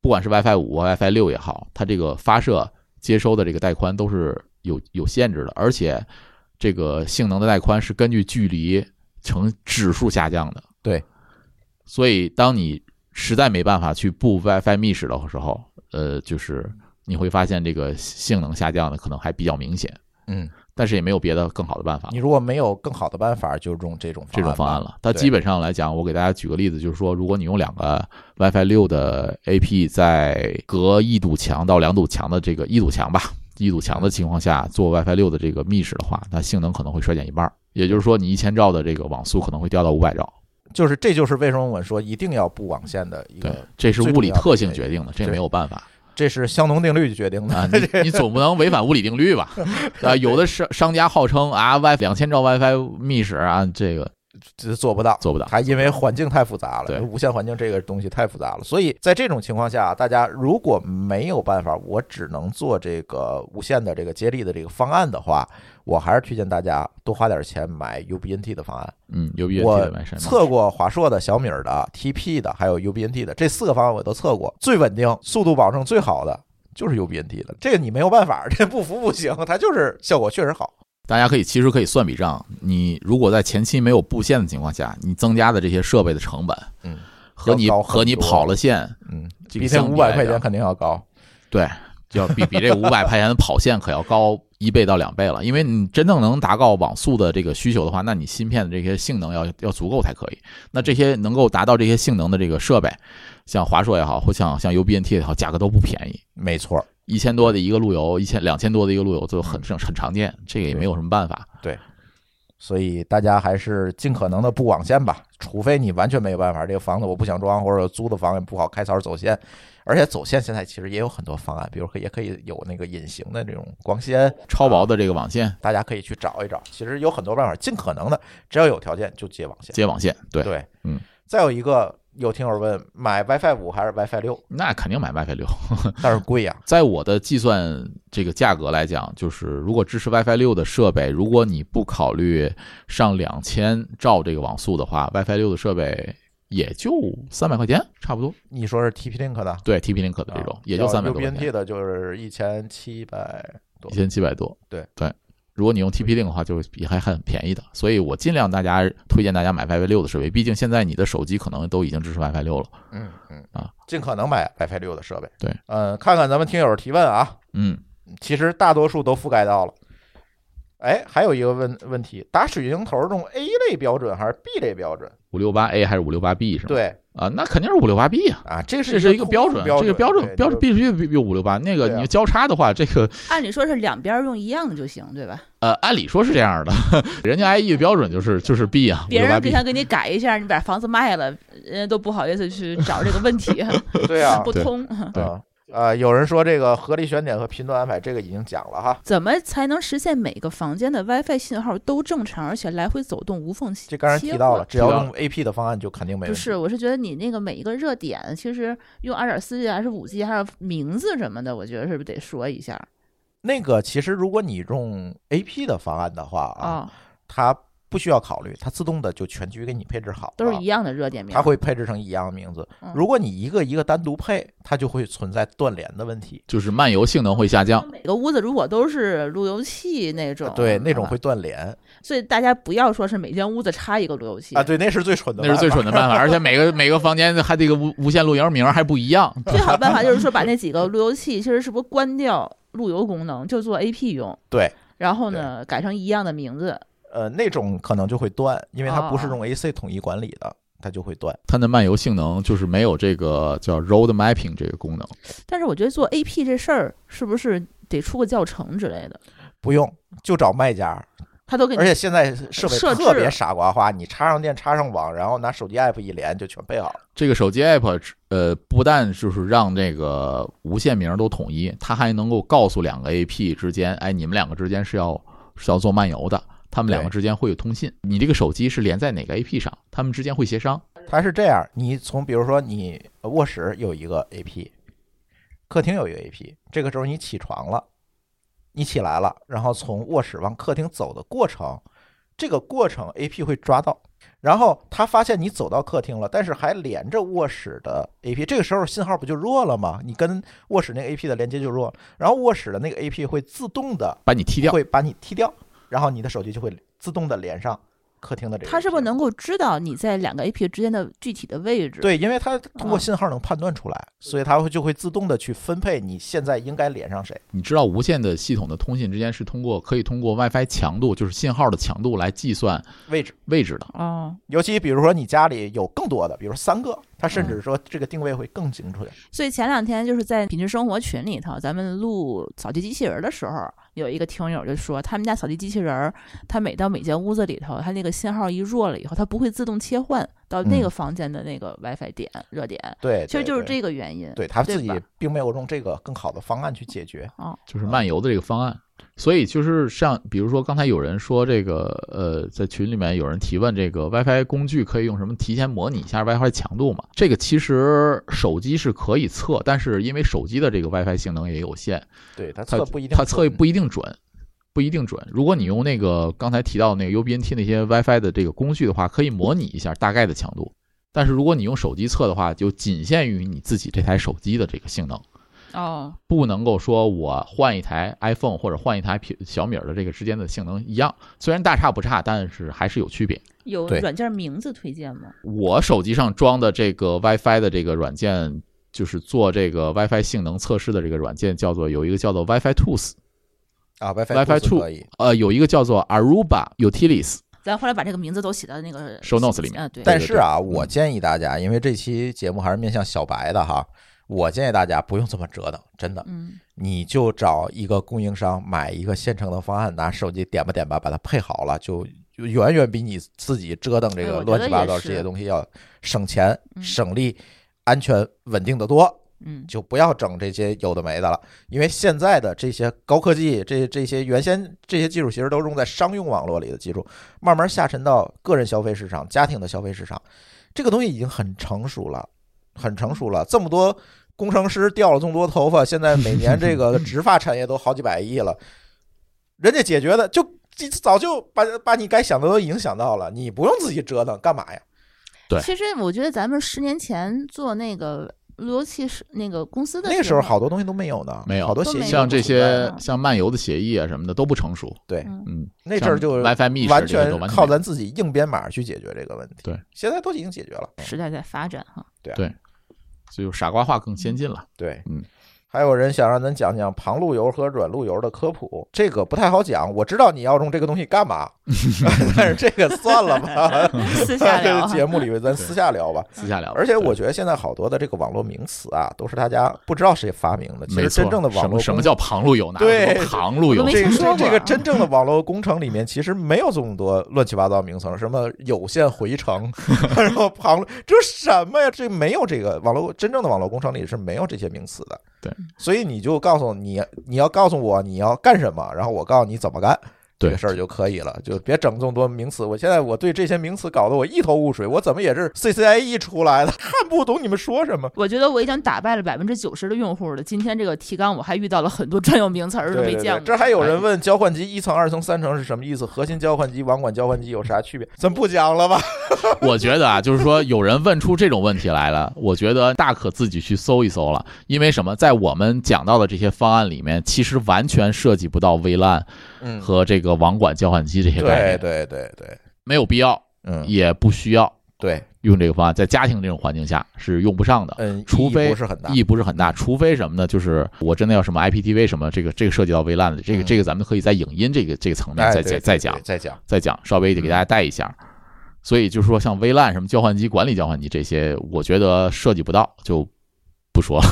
[SPEAKER 2] 不管是 WiFi 五、WiFi 六也好，它这个发射接收的这个带宽都是有有限制的，而且这个性能的带宽是根据距离呈指数下降的。
[SPEAKER 1] 对，
[SPEAKER 2] 所以当你实在没办法去布 WiFi 密室的时候，呃，就是你会发现这个性能下降的可能还比较明显，
[SPEAKER 1] 嗯，
[SPEAKER 2] 但是也没有别的更好的办法
[SPEAKER 1] 你。如果没有更好的办法，就用这种
[SPEAKER 2] 这种
[SPEAKER 1] 方
[SPEAKER 2] 方
[SPEAKER 1] 吧
[SPEAKER 2] 案了，它
[SPEAKER 1] 对
[SPEAKER 2] 基本上来讲，我给大家举个例子，就是说，如果你用两个 WiFi 六的 AP 在隔一堵墙到两堵墙的这个一堵墙吧，一堵墙的情况下做 WiFi 六的这个密室的话，它性能可能会衰减一半儿。也就是说，你一千兆的这个网速可能会掉到五百兆。
[SPEAKER 1] 就是这就是为什么我们说一定要布网线的一
[SPEAKER 2] 对
[SPEAKER 1] 个，，
[SPEAKER 2] 这是物理特性决定的，这也没有 办法
[SPEAKER 1] 这是香农定律决定
[SPEAKER 2] 啊
[SPEAKER 1] 的。。
[SPEAKER 2] 你你总不能违反物理定 律吧？啊，有的商商家号称啊 Wi 两千兆 WiFi 密室啊，这个
[SPEAKER 1] 这做不到。
[SPEAKER 2] 做不到。
[SPEAKER 1] 它因为环境太复杂
[SPEAKER 2] 对
[SPEAKER 1] 了，无线环境这个东西太复杂了，所以在这种情况下，大家如果没有办法，我只能做这个无线的这个接力的这个方案的话，我还是推荐大家多花点钱买 UBNT 的方案。
[SPEAKER 2] 嗯，有比
[SPEAKER 1] 我
[SPEAKER 2] t 完善。
[SPEAKER 1] 测过华硕的、小米儿的、TP 的，还有 UBNT 的这四个方案我都测过，最稳定、速度保证最好的就是 UBNT 的，这个你没有办法， 这不服不行，它就是效果确实好。
[SPEAKER 2] 大家可以其实可以算笔账，你如果在前期没有布线的情况下，你增加的这些设备的成本，
[SPEAKER 1] 嗯，
[SPEAKER 2] 和你
[SPEAKER 1] 要高很多
[SPEAKER 2] 和你跑了线，
[SPEAKER 1] 嗯，
[SPEAKER 2] 这
[SPEAKER 1] 比
[SPEAKER 2] 个
[SPEAKER 1] 那
[SPEAKER 2] 相
[SPEAKER 1] 五
[SPEAKER 2] 比来
[SPEAKER 1] 百块
[SPEAKER 2] 讲
[SPEAKER 1] 钱肯定要高。
[SPEAKER 2] 对，就要比比这五百块 钱的跑线可要高一倍到两倍了，因为你真正能达到网速的这个需求的话，那你芯片的这些性能要要足够才可以。那这些能够达到这些性能的这个设备，像华硕也好，或像像 UBNT 也好，价格都不便宜。
[SPEAKER 1] 没错，
[SPEAKER 2] 一千多的一个路由，一千两千多的一个路由就很很常见，这个也没有什么办法。
[SPEAKER 1] 所以大家还是尽可能的布网线吧，除非你完全没有办法，这个房子我不想装，或者租的房也不好开槽走线。而且走线现在其实也有很多方案，比如可以也可以有那个隐形的这种光纤，
[SPEAKER 2] 超薄的这个网线
[SPEAKER 1] 大家可以去找一找。其实有很多办法，尽可能的，只要有条件就接网线。
[SPEAKER 2] 接网线，对，
[SPEAKER 1] 对，
[SPEAKER 2] 嗯。
[SPEAKER 1] 再有一个，有听友问买 WiFi 五还是 WiFi 六，
[SPEAKER 2] 那肯定买 WiFi 六。
[SPEAKER 1] 但是贵呀、
[SPEAKER 2] 在我的计算这个价格来讲，就是如果支持 WiFi 六的设备，如果你不考虑上两千兆这个网速的话，WiFi 六的设备也就三百块钱，差不多。
[SPEAKER 1] 你说是 TP Link 的，
[SPEAKER 2] 对 TP Link 的这种
[SPEAKER 1] 啊，
[SPEAKER 2] 也就
[SPEAKER 1] 要
[SPEAKER 2] 三百多块钱，
[SPEAKER 1] UBNT 的就是一千七百多
[SPEAKER 2] 一。千七百多。
[SPEAKER 1] 对
[SPEAKER 2] 对，如果你用 TP Link 的话，就是也还很便宜的。所以我尽量大家推荐大家买 WiFi 六的设备，毕竟现在你的手机可能都已经支持 WiFi 六了。
[SPEAKER 1] 嗯嗯
[SPEAKER 2] 啊，
[SPEAKER 1] 尽可能买 WiFi 六的设备。
[SPEAKER 2] 对，
[SPEAKER 1] 嗯，看看咱们听友提问啊，
[SPEAKER 2] 嗯，
[SPEAKER 1] 其实大多数都覆盖到了。哎，还有一个问问题，打水晶头用 A 类标准还是 B 类标准？
[SPEAKER 2] 五六八 A 还是五六八 B 是吧？
[SPEAKER 1] 对
[SPEAKER 2] 啊，那肯定是五六八 B 呀。
[SPEAKER 1] 啊，这
[SPEAKER 2] 这
[SPEAKER 1] 是
[SPEAKER 2] 是一个标准，
[SPEAKER 1] 标
[SPEAKER 2] 这个标准
[SPEAKER 1] 对
[SPEAKER 2] 标
[SPEAKER 1] 就
[SPEAKER 2] 准
[SPEAKER 1] 是
[SPEAKER 2] 必须必有五六八。那
[SPEAKER 1] 对
[SPEAKER 2] 个
[SPEAKER 1] 啊
[SPEAKER 2] 你交叉的话，这个
[SPEAKER 3] 按理说是两边用一样的就行，对吧？
[SPEAKER 2] 呃，按理说是这样的， 人家 IE 标准就是就是 B 啊，五
[SPEAKER 3] 别
[SPEAKER 2] 六八
[SPEAKER 3] 人就
[SPEAKER 2] B。
[SPEAKER 3] 想给你改一下，你把房子卖了，人家都不好意思去找这个问题，
[SPEAKER 1] 对啊，
[SPEAKER 3] 不
[SPEAKER 2] 对
[SPEAKER 3] 通。
[SPEAKER 2] 对
[SPEAKER 1] 啊呃，有人说这个合理选点和频段安排，这个已经讲了哈。
[SPEAKER 3] 怎么才能实现每个房间的 WiFi 信号都正常，而且来回走动无缝切
[SPEAKER 1] 这刚才提到了，
[SPEAKER 3] 切
[SPEAKER 1] 只要
[SPEAKER 2] 提到
[SPEAKER 1] 用 AP 的方案就肯定没
[SPEAKER 3] 换
[SPEAKER 1] 问
[SPEAKER 3] 不
[SPEAKER 1] 题。
[SPEAKER 3] 是，我是觉得你那个每一个热点，其实用二点四 G 还是五 G，还有名字什么的，我觉得是不是得说一下
[SPEAKER 1] 那个，其实如果你用 AP 的方案的话啊，
[SPEAKER 3] 啊？
[SPEAKER 1] 它不需要考虑，它自动的就全局给你配置好了，
[SPEAKER 3] 都是一样的热点名
[SPEAKER 1] 啊它。会配置成一样的名字
[SPEAKER 3] 嗯。
[SPEAKER 1] 如果你一个一个单独配，它就会存在断联的问题，
[SPEAKER 2] 就是漫游性能会下降，
[SPEAKER 3] 每个屋子如果都是路由器那种，
[SPEAKER 1] 对，那种
[SPEAKER 3] 啊
[SPEAKER 1] 会，断联
[SPEAKER 3] 所以大家不要说是每间屋子插一个路由器
[SPEAKER 1] 啊，，对，那是最蠢的，
[SPEAKER 2] 那是最。蠢的办法。而且每个每个房间还这个无无线路由名还不一样，
[SPEAKER 3] 最好办法就是说把那几个路由器其实是不是关掉路由功能，就做 AP 用，
[SPEAKER 1] 对，
[SPEAKER 3] 然后呢改成一样的名字，
[SPEAKER 1] 呃，那种可能就会断，因为它不是
[SPEAKER 3] 哦
[SPEAKER 1] 用 AC 统一管理的，它就会断。
[SPEAKER 2] 它的漫游性能就是没有这个叫 road mapping 这个功能。
[SPEAKER 3] 但是我觉得做 AP 这事儿是不是得出个教程之类的？
[SPEAKER 1] 不用，就找卖家，
[SPEAKER 3] 他都给
[SPEAKER 1] 而
[SPEAKER 3] 你
[SPEAKER 1] 且现在设备
[SPEAKER 3] 设置
[SPEAKER 1] 特别傻瓜化，你插上电、插上网，然后拿手机 app 一连就全配好了。
[SPEAKER 2] 这个手机 app 呃，不但就是让这个无线名都统一，它还能够告诉两个 AP 之间，哎，你们两个之间是要是要做漫游的，他们两个
[SPEAKER 1] 对
[SPEAKER 2] 之间会有通信。你这个手机是连在哪个 AP 上，他们之间会协商。
[SPEAKER 1] 它是这样，你从比如说你呃卧室有一个 app，客厅有一个 app，这个时候你起床了，你起来了，然后从卧室往客厅走的过程，这个过程 app 会抓到。然后他发现你走到客厅了，但是还连着卧室的 A P，这个时候信号不就弱了吗？你跟卧室那个 A P 的连接就弱了，然后卧室的那个 A P 会自动的
[SPEAKER 2] 把你踢掉。
[SPEAKER 1] 会把你踢掉，然后你的手机就会自动的连上客厅的这个。
[SPEAKER 3] 他是不是？能够知道你在两个 AP 之间的具体的位置？，
[SPEAKER 1] 对，因为它通过信号能判断出
[SPEAKER 3] 嗯
[SPEAKER 1] 来，所以它会就会自动的去分配你现在应该连上谁。
[SPEAKER 2] 你知道无线的系统的通信之间是通过可以通过 WiFi 强度，就是信号的强度来计算
[SPEAKER 1] 位置，
[SPEAKER 2] 位置的。
[SPEAKER 3] 哦，
[SPEAKER 1] 尤其比如说你家里有更多的，比如三个，它甚至说这个定位会更精准。
[SPEAKER 3] 所以前两天就是在品质生活群里头，咱们录扫地机器人儿的时候，有一个听友就说，他们家扫地机器人儿，它每到每间屋子里头，它那个信号一弱了以后，它不会自动切换到那个房间的那个 WiFi 点、热点，
[SPEAKER 1] 嗯对，
[SPEAKER 3] 其实就是
[SPEAKER 1] 对。
[SPEAKER 3] 这个原因。
[SPEAKER 1] 对对他自己
[SPEAKER 3] 对吧
[SPEAKER 1] 并没有用这个更好的方案去解决，
[SPEAKER 2] 就是漫游的这个方案。所以就是像，比如说刚才有人说这个，呃，在群里面有人提问，这个 WiFi 工具可以用什么提前模拟一下 WiFi 强度嘛？这个其实手机是可以测，但是因为手机的这个 WiFi 性能也有限，
[SPEAKER 1] 对他
[SPEAKER 2] 它
[SPEAKER 1] 测不一定准，
[SPEAKER 2] 它测不一定准，不一定准。如果你用那个刚才提到那个 UBNT 那些 WiFi 的这个工具的话，可以模拟一下大概的强度。但是如果你用手机测的话，就仅限于你自己这台手机的这个性能，
[SPEAKER 3] 哦，
[SPEAKER 2] 不能够说我换一台 iPhone 或者换一台苹小米儿的这个之间的性能一样。虽然大差不差，但是还是有区别。
[SPEAKER 3] 有
[SPEAKER 1] 对
[SPEAKER 3] 软件名字推荐吗？
[SPEAKER 2] 我手机上装的这个 WiFi 的这个软件，就是做这个 WiFi 性能测试的这个软件，叫做有一个叫做 WiFi Tools，
[SPEAKER 1] 啊，WiFi
[SPEAKER 2] WiFi
[SPEAKER 1] two
[SPEAKER 2] two
[SPEAKER 1] 可以，
[SPEAKER 2] 呃，有一个叫做 Aruba Utilities，
[SPEAKER 3] 咱后来把这个名字都写到 那个
[SPEAKER 2] Show notes 里面
[SPEAKER 3] 啊，对，
[SPEAKER 1] 但
[SPEAKER 2] 对嗯
[SPEAKER 1] 是啊，
[SPEAKER 2] 对
[SPEAKER 1] 我建议大家，因为这期节目还是面向小白的哈，我建议大家不用这么折腾，真的，
[SPEAKER 3] 嗯，
[SPEAKER 1] 你就找一个供应商买一个现成的方案，拿手机点吧点吧，把它配好了，就就远远比你自己折腾这
[SPEAKER 3] 哎
[SPEAKER 1] 个
[SPEAKER 3] 我觉得
[SPEAKER 1] 乱七八
[SPEAKER 3] 也
[SPEAKER 1] 糟
[SPEAKER 3] 是
[SPEAKER 1] 这些东西要省钱、
[SPEAKER 3] 嗯
[SPEAKER 1] 省力、安全、稳定的多。
[SPEAKER 4] 嗯
[SPEAKER 1] 就不要整这些有的没的了，因为现在的这些高科技，这这些原先这些技术其实都用在商用网络里的技术，慢慢下沉到个人消费市场、家庭的消费市场，这个东西已经很成熟了，很成熟了。这么多工程师掉了这么多头发，现在每年 这个植发产业都好几百亿了，人家解决的就早就把把你该想的都已经想到了，你不用自己折腾，干嘛呀？
[SPEAKER 2] 对
[SPEAKER 4] 其实我觉得咱们十年前做那个路由器是那个公司的
[SPEAKER 1] 那个时候
[SPEAKER 4] 目
[SPEAKER 1] 好多东西都没有呢，
[SPEAKER 2] 没有
[SPEAKER 1] 好多协议
[SPEAKER 2] 像这
[SPEAKER 1] 都不存在
[SPEAKER 2] 些
[SPEAKER 1] 呢
[SPEAKER 2] 像漫游的协议啊什么的都不成熟，
[SPEAKER 1] 对
[SPEAKER 4] 嗯
[SPEAKER 2] 嗯，
[SPEAKER 1] 那阵儿就
[SPEAKER 2] 像 WiFi 密室
[SPEAKER 1] 完
[SPEAKER 2] 这些都
[SPEAKER 1] 全
[SPEAKER 2] 完全
[SPEAKER 1] 靠
[SPEAKER 2] 没有
[SPEAKER 1] 咱自己硬编码去解决这个问题。
[SPEAKER 2] 对，
[SPEAKER 1] 现在都已经解决了。
[SPEAKER 4] 时代在发展 哈，
[SPEAKER 2] 就傻瓜化更先进了。
[SPEAKER 1] 对，
[SPEAKER 2] 嗯，
[SPEAKER 1] 还有人想让咱讲讲旁路由和软路由的科普，这个不太好讲。我知道你要用这个东西干 嘛，但是这个算了吧，
[SPEAKER 4] 私下
[SPEAKER 1] 这
[SPEAKER 4] 聊
[SPEAKER 1] 个
[SPEAKER 4] 啊
[SPEAKER 1] 节目里面咱私下聊吧。
[SPEAKER 2] 私下聊吧。
[SPEAKER 1] 而且
[SPEAKER 2] 对
[SPEAKER 1] 我觉得现在好多的这个网络名词啊，都是大家不知道谁发明的。其
[SPEAKER 2] 没
[SPEAKER 1] 实
[SPEAKER 2] 错
[SPEAKER 1] 真正的网
[SPEAKER 2] 什
[SPEAKER 1] 络
[SPEAKER 2] 么什么
[SPEAKER 1] 工
[SPEAKER 2] 叫旁路由？哪有
[SPEAKER 1] 对
[SPEAKER 2] 什么旁路由
[SPEAKER 4] 我？没
[SPEAKER 1] 这
[SPEAKER 4] 听
[SPEAKER 1] 个
[SPEAKER 4] 说过
[SPEAKER 1] 这个真正的网络工程里面，其实没有这么多乱七八糟名词，什么有线 回程，然后旁路，这什么呀？这没有这个网络真正的网络工程里是没有这些名词的。
[SPEAKER 2] 对，
[SPEAKER 1] 所以你就告诉你，你要告诉我你要干什么，然后我告诉你怎么干，这
[SPEAKER 2] 对
[SPEAKER 1] 个事儿就可以了，就别整这么多名词。我现在我对这些名词搞得我一头雾水，我怎么也是 CCIE E 出来的， 看不懂你们说什么。
[SPEAKER 4] 我觉得我已经打败了百分之九十的用户了。今天这个提纲我还遇到了很多专有名词儿都
[SPEAKER 1] 对
[SPEAKER 4] 没哎
[SPEAKER 1] 对
[SPEAKER 4] 见
[SPEAKER 1] 对
[SPEAKER 4] 过。
[SPEAKER 1] 这还有人问交换机一层、二层、三层是什么意思？核心交换机、网管交换机有啥区别？咱不讲了吧？
[SPEAKER 2] 我觉得啊，就是说有人问出这种问题来了，我觉得大可自己去搜一搜了。因为什么？在我们讲到的这些方案里面，其实完全涉及不到 VLAN
[SPEAKER 1] 嗯
[SPEAKER 2] 和这个网管交换机这些概
[SPEAKER 1] 对
[SPEAKER 2] 念，
[SPEAKER 1] 对对对，
[SPEAKER 2] 没有必要，
[SPEAKER 1] 嗯，
[SPEAKER 2] 也不需要
[SPEAKER 1] 对，
[SPEAKER 2] 用这个方案，在家庭这种环境下是用不上的。
[SPEAKER 1] 嗯，
[SPEAKER 2] 除
[SPEAKER 1] 意义
[SPEAKER 2] 非
[SPEAKER 1] 不是很大
[SPEAKER 2] 意，义不是很大，除非什么呢？就是我真的要什么 IPTV 什么，这个这个涉及到 VLAN 的，这个
[SPEAKER 1] 嗯
[SPEAKER 2] 这个咱们可以在影音这个这个层面
[SPEAKER 1] 哎
[SPEAKER 2] 再
[SPEAKER 1] 对
[SPEAKER 2] 再
[SPEAKER 1] 对
[SPEAKER 2] 再
[SPEAKER 1] 对
[SPEAKER 2] 讲。
[SPEAKER 1] 再讲，
[SPEAKER 2] 再讲，稍微得给大家带一下。所以就是说，像 VLAN 什么交换机、管理交换机这些，我觉得涉及不到，就不说了。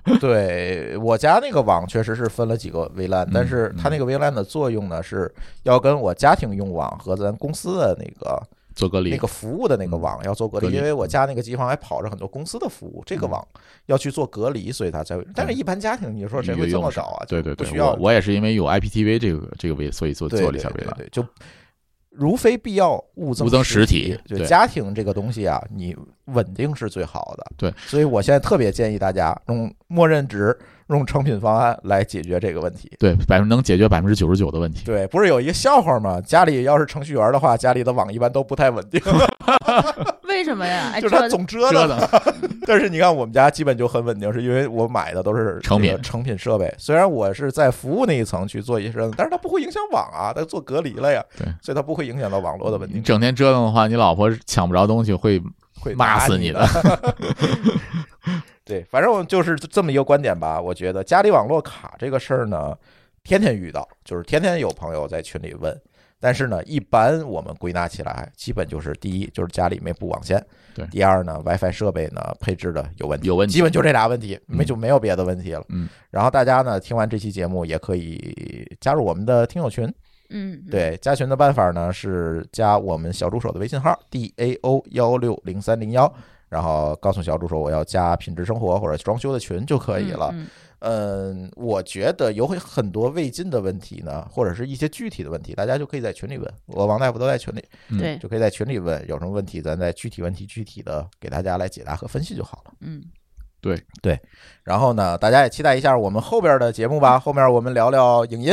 [SPEAKER 1] 对我家那个网确实是分了几个 VLAN，、
[SPEAKER 2] 嗯
[SPEAKER 1] 但是它那个 VLAN 的作用呢，是要跟我家庭用网和咱公司的那个
[SPEAKER 2] 做隔离嗯
[SPEAKER 1] 那，个服务的那个网要做隔
[SPEAKER 2] 隔
[SPEAKER 1] 离，
[SPEAKER 2] 离嗯
[SPEAKER 1] 因为我家那个机房还跑着很多公司的服务，这个网要去做隔离，所以它才会。但是一般家庭，你说谁会这么搞啊？
[SPEAKER 2] 对对
[SPEAKER 1] 不
[SPEAKER 2] 对，
[SPEAKER 1] 需要
[SPEAKER 2] 我我也是因为有 IPTV 这个这个 V，所以做
[SPEAKER 1] 对
[SPEAKER 2] 做了一下
[SPEAKER 1] 对对
[SPEAKER 2] VLAN。
[SPEAKER 1] 对，就如非必要，勿增
[SPEAKER 2] 勿增
[SPEAKER 1] 实
[SPEAKER 2] 实体
[SPEAKER 1] 就
[SPEAKER 2] 对
[SPEAKER 1] 家庭这个东西啊，你稳定是最好的。
[SPEAKER 2] 对，
[SPEAKER 1] 所以我现在特别建议大家用默认值、用成品方案来解决这个问题。
[SPEAKER 2] 对，百分能解决百分之九十九的问题。
[SPEAKER 1] 对，不是有一个笑话吗？家里要是程序员的话，家里的网一般都不太稳定，
[SPEAKER 4] 为什么呀？哎，
[SPEAKER 1] 就
[SPEAKER 4] 这
[SPEAKER 1] 是他总折
[SPEAKER 2] 折
[SPEAKER 1] 腾。
[SPEAKER 2] 腾，
[SPEAKER 1] 但是你看我们家基本就很稳定，是因为我买的都是
[SPEAKER 2] 成品
[SPEAKER 1] 这个成品设备。虽然我是在服务那一层去做一些，但是它不会影响网啊，它做隔离了呀，
[SPEAKER 2] 对
[SPEAKER 1] 所以它不会影响到网络的稳
[SPEAKER 2] 你
[SPEAKER 1] 定，
[SPEAKER 2] 整天折腾的话，你老婆抢不着东西会
[SPEAKER 1] 会
[SPEAKER 2] 骂
[SPEAKER 1] 打
[SPEAKER 2] 死
[SPEAKER 1] 你
[SPEAKER 2] 你
[SPEAKER 1] 的
[SPEAKER 2] 的。。
[SPEAKER 1] 对，反正我就是这么一个观点吧。我觉得家里网络卡这个事儿呢，天天遇到，就是天天有朋友在群里问。但是呢，一般我们归纳起来，基本就是第一，就是家里没布网线；
[SPEAKER 2] 对
[SPEAKER 1] 第二呢，WiFi 设备呢配置的有问题，
[SPEAKER 2] 有问题
[SPEAKER 1] 基本就这俩问题，没
[SPEAKER 2] 嗯
[SPEAKER 1] 就没有别的问题了。
[SPEAKER 2] 嗯，
[SPEAKER 1] 然后大家呢听完这期节目，也可以加入我们的听友群，
[SPEAKER 4] 嗯，
[SPEAKER 1] 对，加群的办法呢是加我们小助手的微信号 d a o 幺六零三零幺，然后告诉小助手我要加品质生活或者装修的群就可以了。
[SPEAKER 4] 嗯。嗯
[SPEAKER 1] 嗯，我觉得有很多未尽的问题呢，或者是一些具体的问题，大家就可以在群里问，我王大夫都在群里，
[SPEAKER 2] 嗯
[SPEAKER 4] 对，
[SPEAKER 1] 就可以在群里问，有什么问题咱再具体问题具体的给大家来解答和分析就好了。
[SPEAKER 4] 嗯，
[SPEAKER 1] 然后呢，大家也期待一下我们后边的节目
[SPEAKER 2] 嗯
[SPEAKER 1] 吧，后面我们聊聊影音。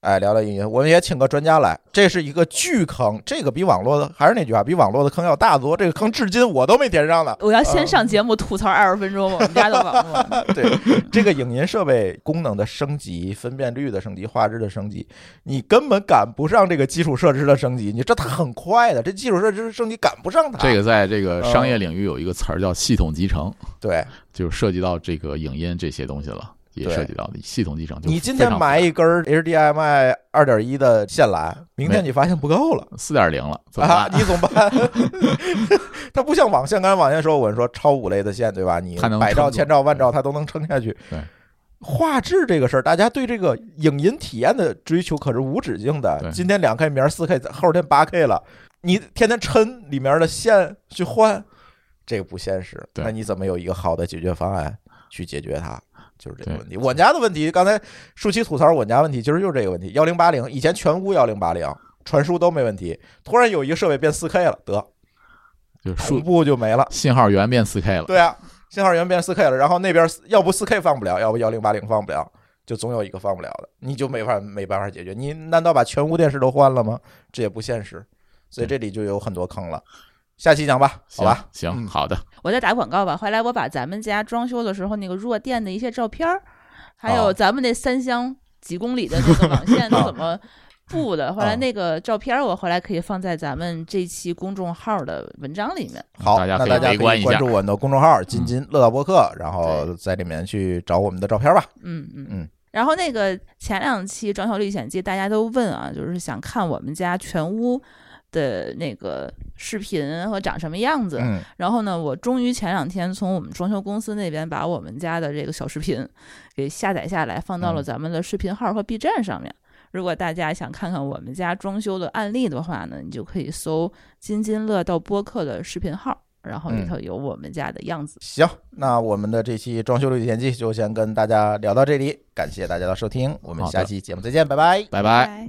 [SPEAKER 1] 哎，聊聊影音，我们也请个专家来，这是一个巨坑，这个比网络的还是那句话，比网络的坑要大得多。这个坑至今我都没填 上呢。
[SPEAKER 4] 我要先
[SPEAKER 1] 嗯
[SPEAKER 4] 上节目吐槽二十分钟我们家的网络。
[SPEAKER 1] 对，这个影音设备功能的升级、分辨率的升级、画质的升级，你根本赶不上这个基础设施的升级。你这它很快的，这基础设施升级赶不上它。
[SPEAKER 2] 这个在这个
[SPEAKER 1] 嗯
[SPEAKER 2] 商业领域有一个词儿叫系统集成，
[SPEAKER 1] 对
[SPEAKER 2] 就是涉及到这个影音这些东西了，也
[SPEAKER 1] 对
[SPEAKER 2] 涉及到系统集成。就
[SPEAKER 1] 你今
[SPEAKER 2] 非
[SPEAKER 1] 天
[SPEAKER 2] 常
[SPEAKER 1] 买一根 HDMI 二点一的线缆，明天
[SPEAKER 2] 没
[SPEAKER 1] 你发现不够了。
[SPEAKER 2] 四点零了，怎么
[SPEAKER 1] 啊
[SPEAKER 2] 办，？
[SPEAKER 1] 你怎么办？ 它不像网线，刚才网线说，我们说超五类的线，对吧？你
[SPEAKER 2] 它能
[SPEAKER 1] 百兆、
[SPEAKER 2] 撑住
[SPEAKER 1] 千兆、万兆，它都能撑下去。
[SPEAKER 2] 对
[SPEAKER 1] 画质这个事儿，大家对这个影音体验的追求可是无止境的
[SPEAKER 2] 对。
[SPEAKER 1] 今天两 K，明儿四 K，后天八 K 了，你天天抻里面的线去换，这个不现实。
[SPEAKER 2] 对
[SPEAKER 1] 那你怎么有一个好的解决方案？去解决它，就是这个问题。我家的问题，刚才舒淇吐槽我家问题，其实就是这个问题。幺零八零以前全屋幺零八零传输都没问题，突然有一个设备变四 K 了，得
[SPEAKER 2] 就是
[SPEAKER 1] 同
[SPEAKER 2] 数
[SPEAKER 1] 步就没了。
[SPEAKER 2] 信号源变四 K 了。
[SPEAKER 1] 对啊，信号源变四 K 了，然后那边要不四 K 放不了，要不幺零八零放不了，就总有一个放不了的，你就没法没办法解决。你难道把全屋电视都换了吗？这也不现实，所以这里就有很多坑了。下期讲吧，好
[SPEAKER 2] 行
[SPEAKER 1] 吧，
[SPEAKER 2] 行，
[SPEAKER 1] 嗯
[SPEAKER 2] 好的，
[SPEAKER 3] 我再打广告吧。后来我把咱们家装修的时候那个弱电的一些照片儿，还有
[SPEAKER 1] 哦
[SPEAKER 3] 咱们那三厢几公里的那个网 线都怎么布的，后来
[SPEAKER 1] 哦
[SPEAKER 3] 那个照片儿我后来可以放在咱们这期公众号的文章里面。
[SPEAKER 1] 好，
[SPEAKER 2] 嗯大家
[SPEAKER 1] 那
[SPEAKER 2] 可以
[SPEAKER 1] 大家可
[SPEAKER 2] 围观
[SPEAKER 1] 以
[SPEAKER 2] 一
[SPEAKER 1] 关
[SPEAKER 2] 下嗯
[SPEAKER 1] 注我们的公众号“津津乐道播客”，然后在里面去找我们的照片吧。
[SPEAKER 3] 嗯嗯
[SPEAKER 1] 嗯。
[SPEAKER 3] 然后那个前两期《装修历险记》，大家都问啊，就是想看我们家全屋的那个视频和长什么样子。
[SPEAKER 1] 嗯，
[SPEAKER 3] 然后呢，我终于前两天从我们装修公司那边把我们家的这个小视频给下载下来，放到了
[SPEAKER 1] 嗯
[SPEAKER 3] 咱们的视频号和 B 站上面。如果大家想看看我们家装修的案例的话呢，你就可以搜“津津乐道播客”的视频号，然后里
[SPEAKER 1] 嗯
[SPEAKER 3] 头有我们家的样子。
[SPEAKER 1] 行，那我们的这期装修历险记就先跟大家聊到这里，感谢大家的收听，我们
[SPEAKER 2] 好的
[SPEAKER 1] 下期节目再见，拜拜。
[SPEAKER 2] 拜拜。
[SPEAKER 3] 拜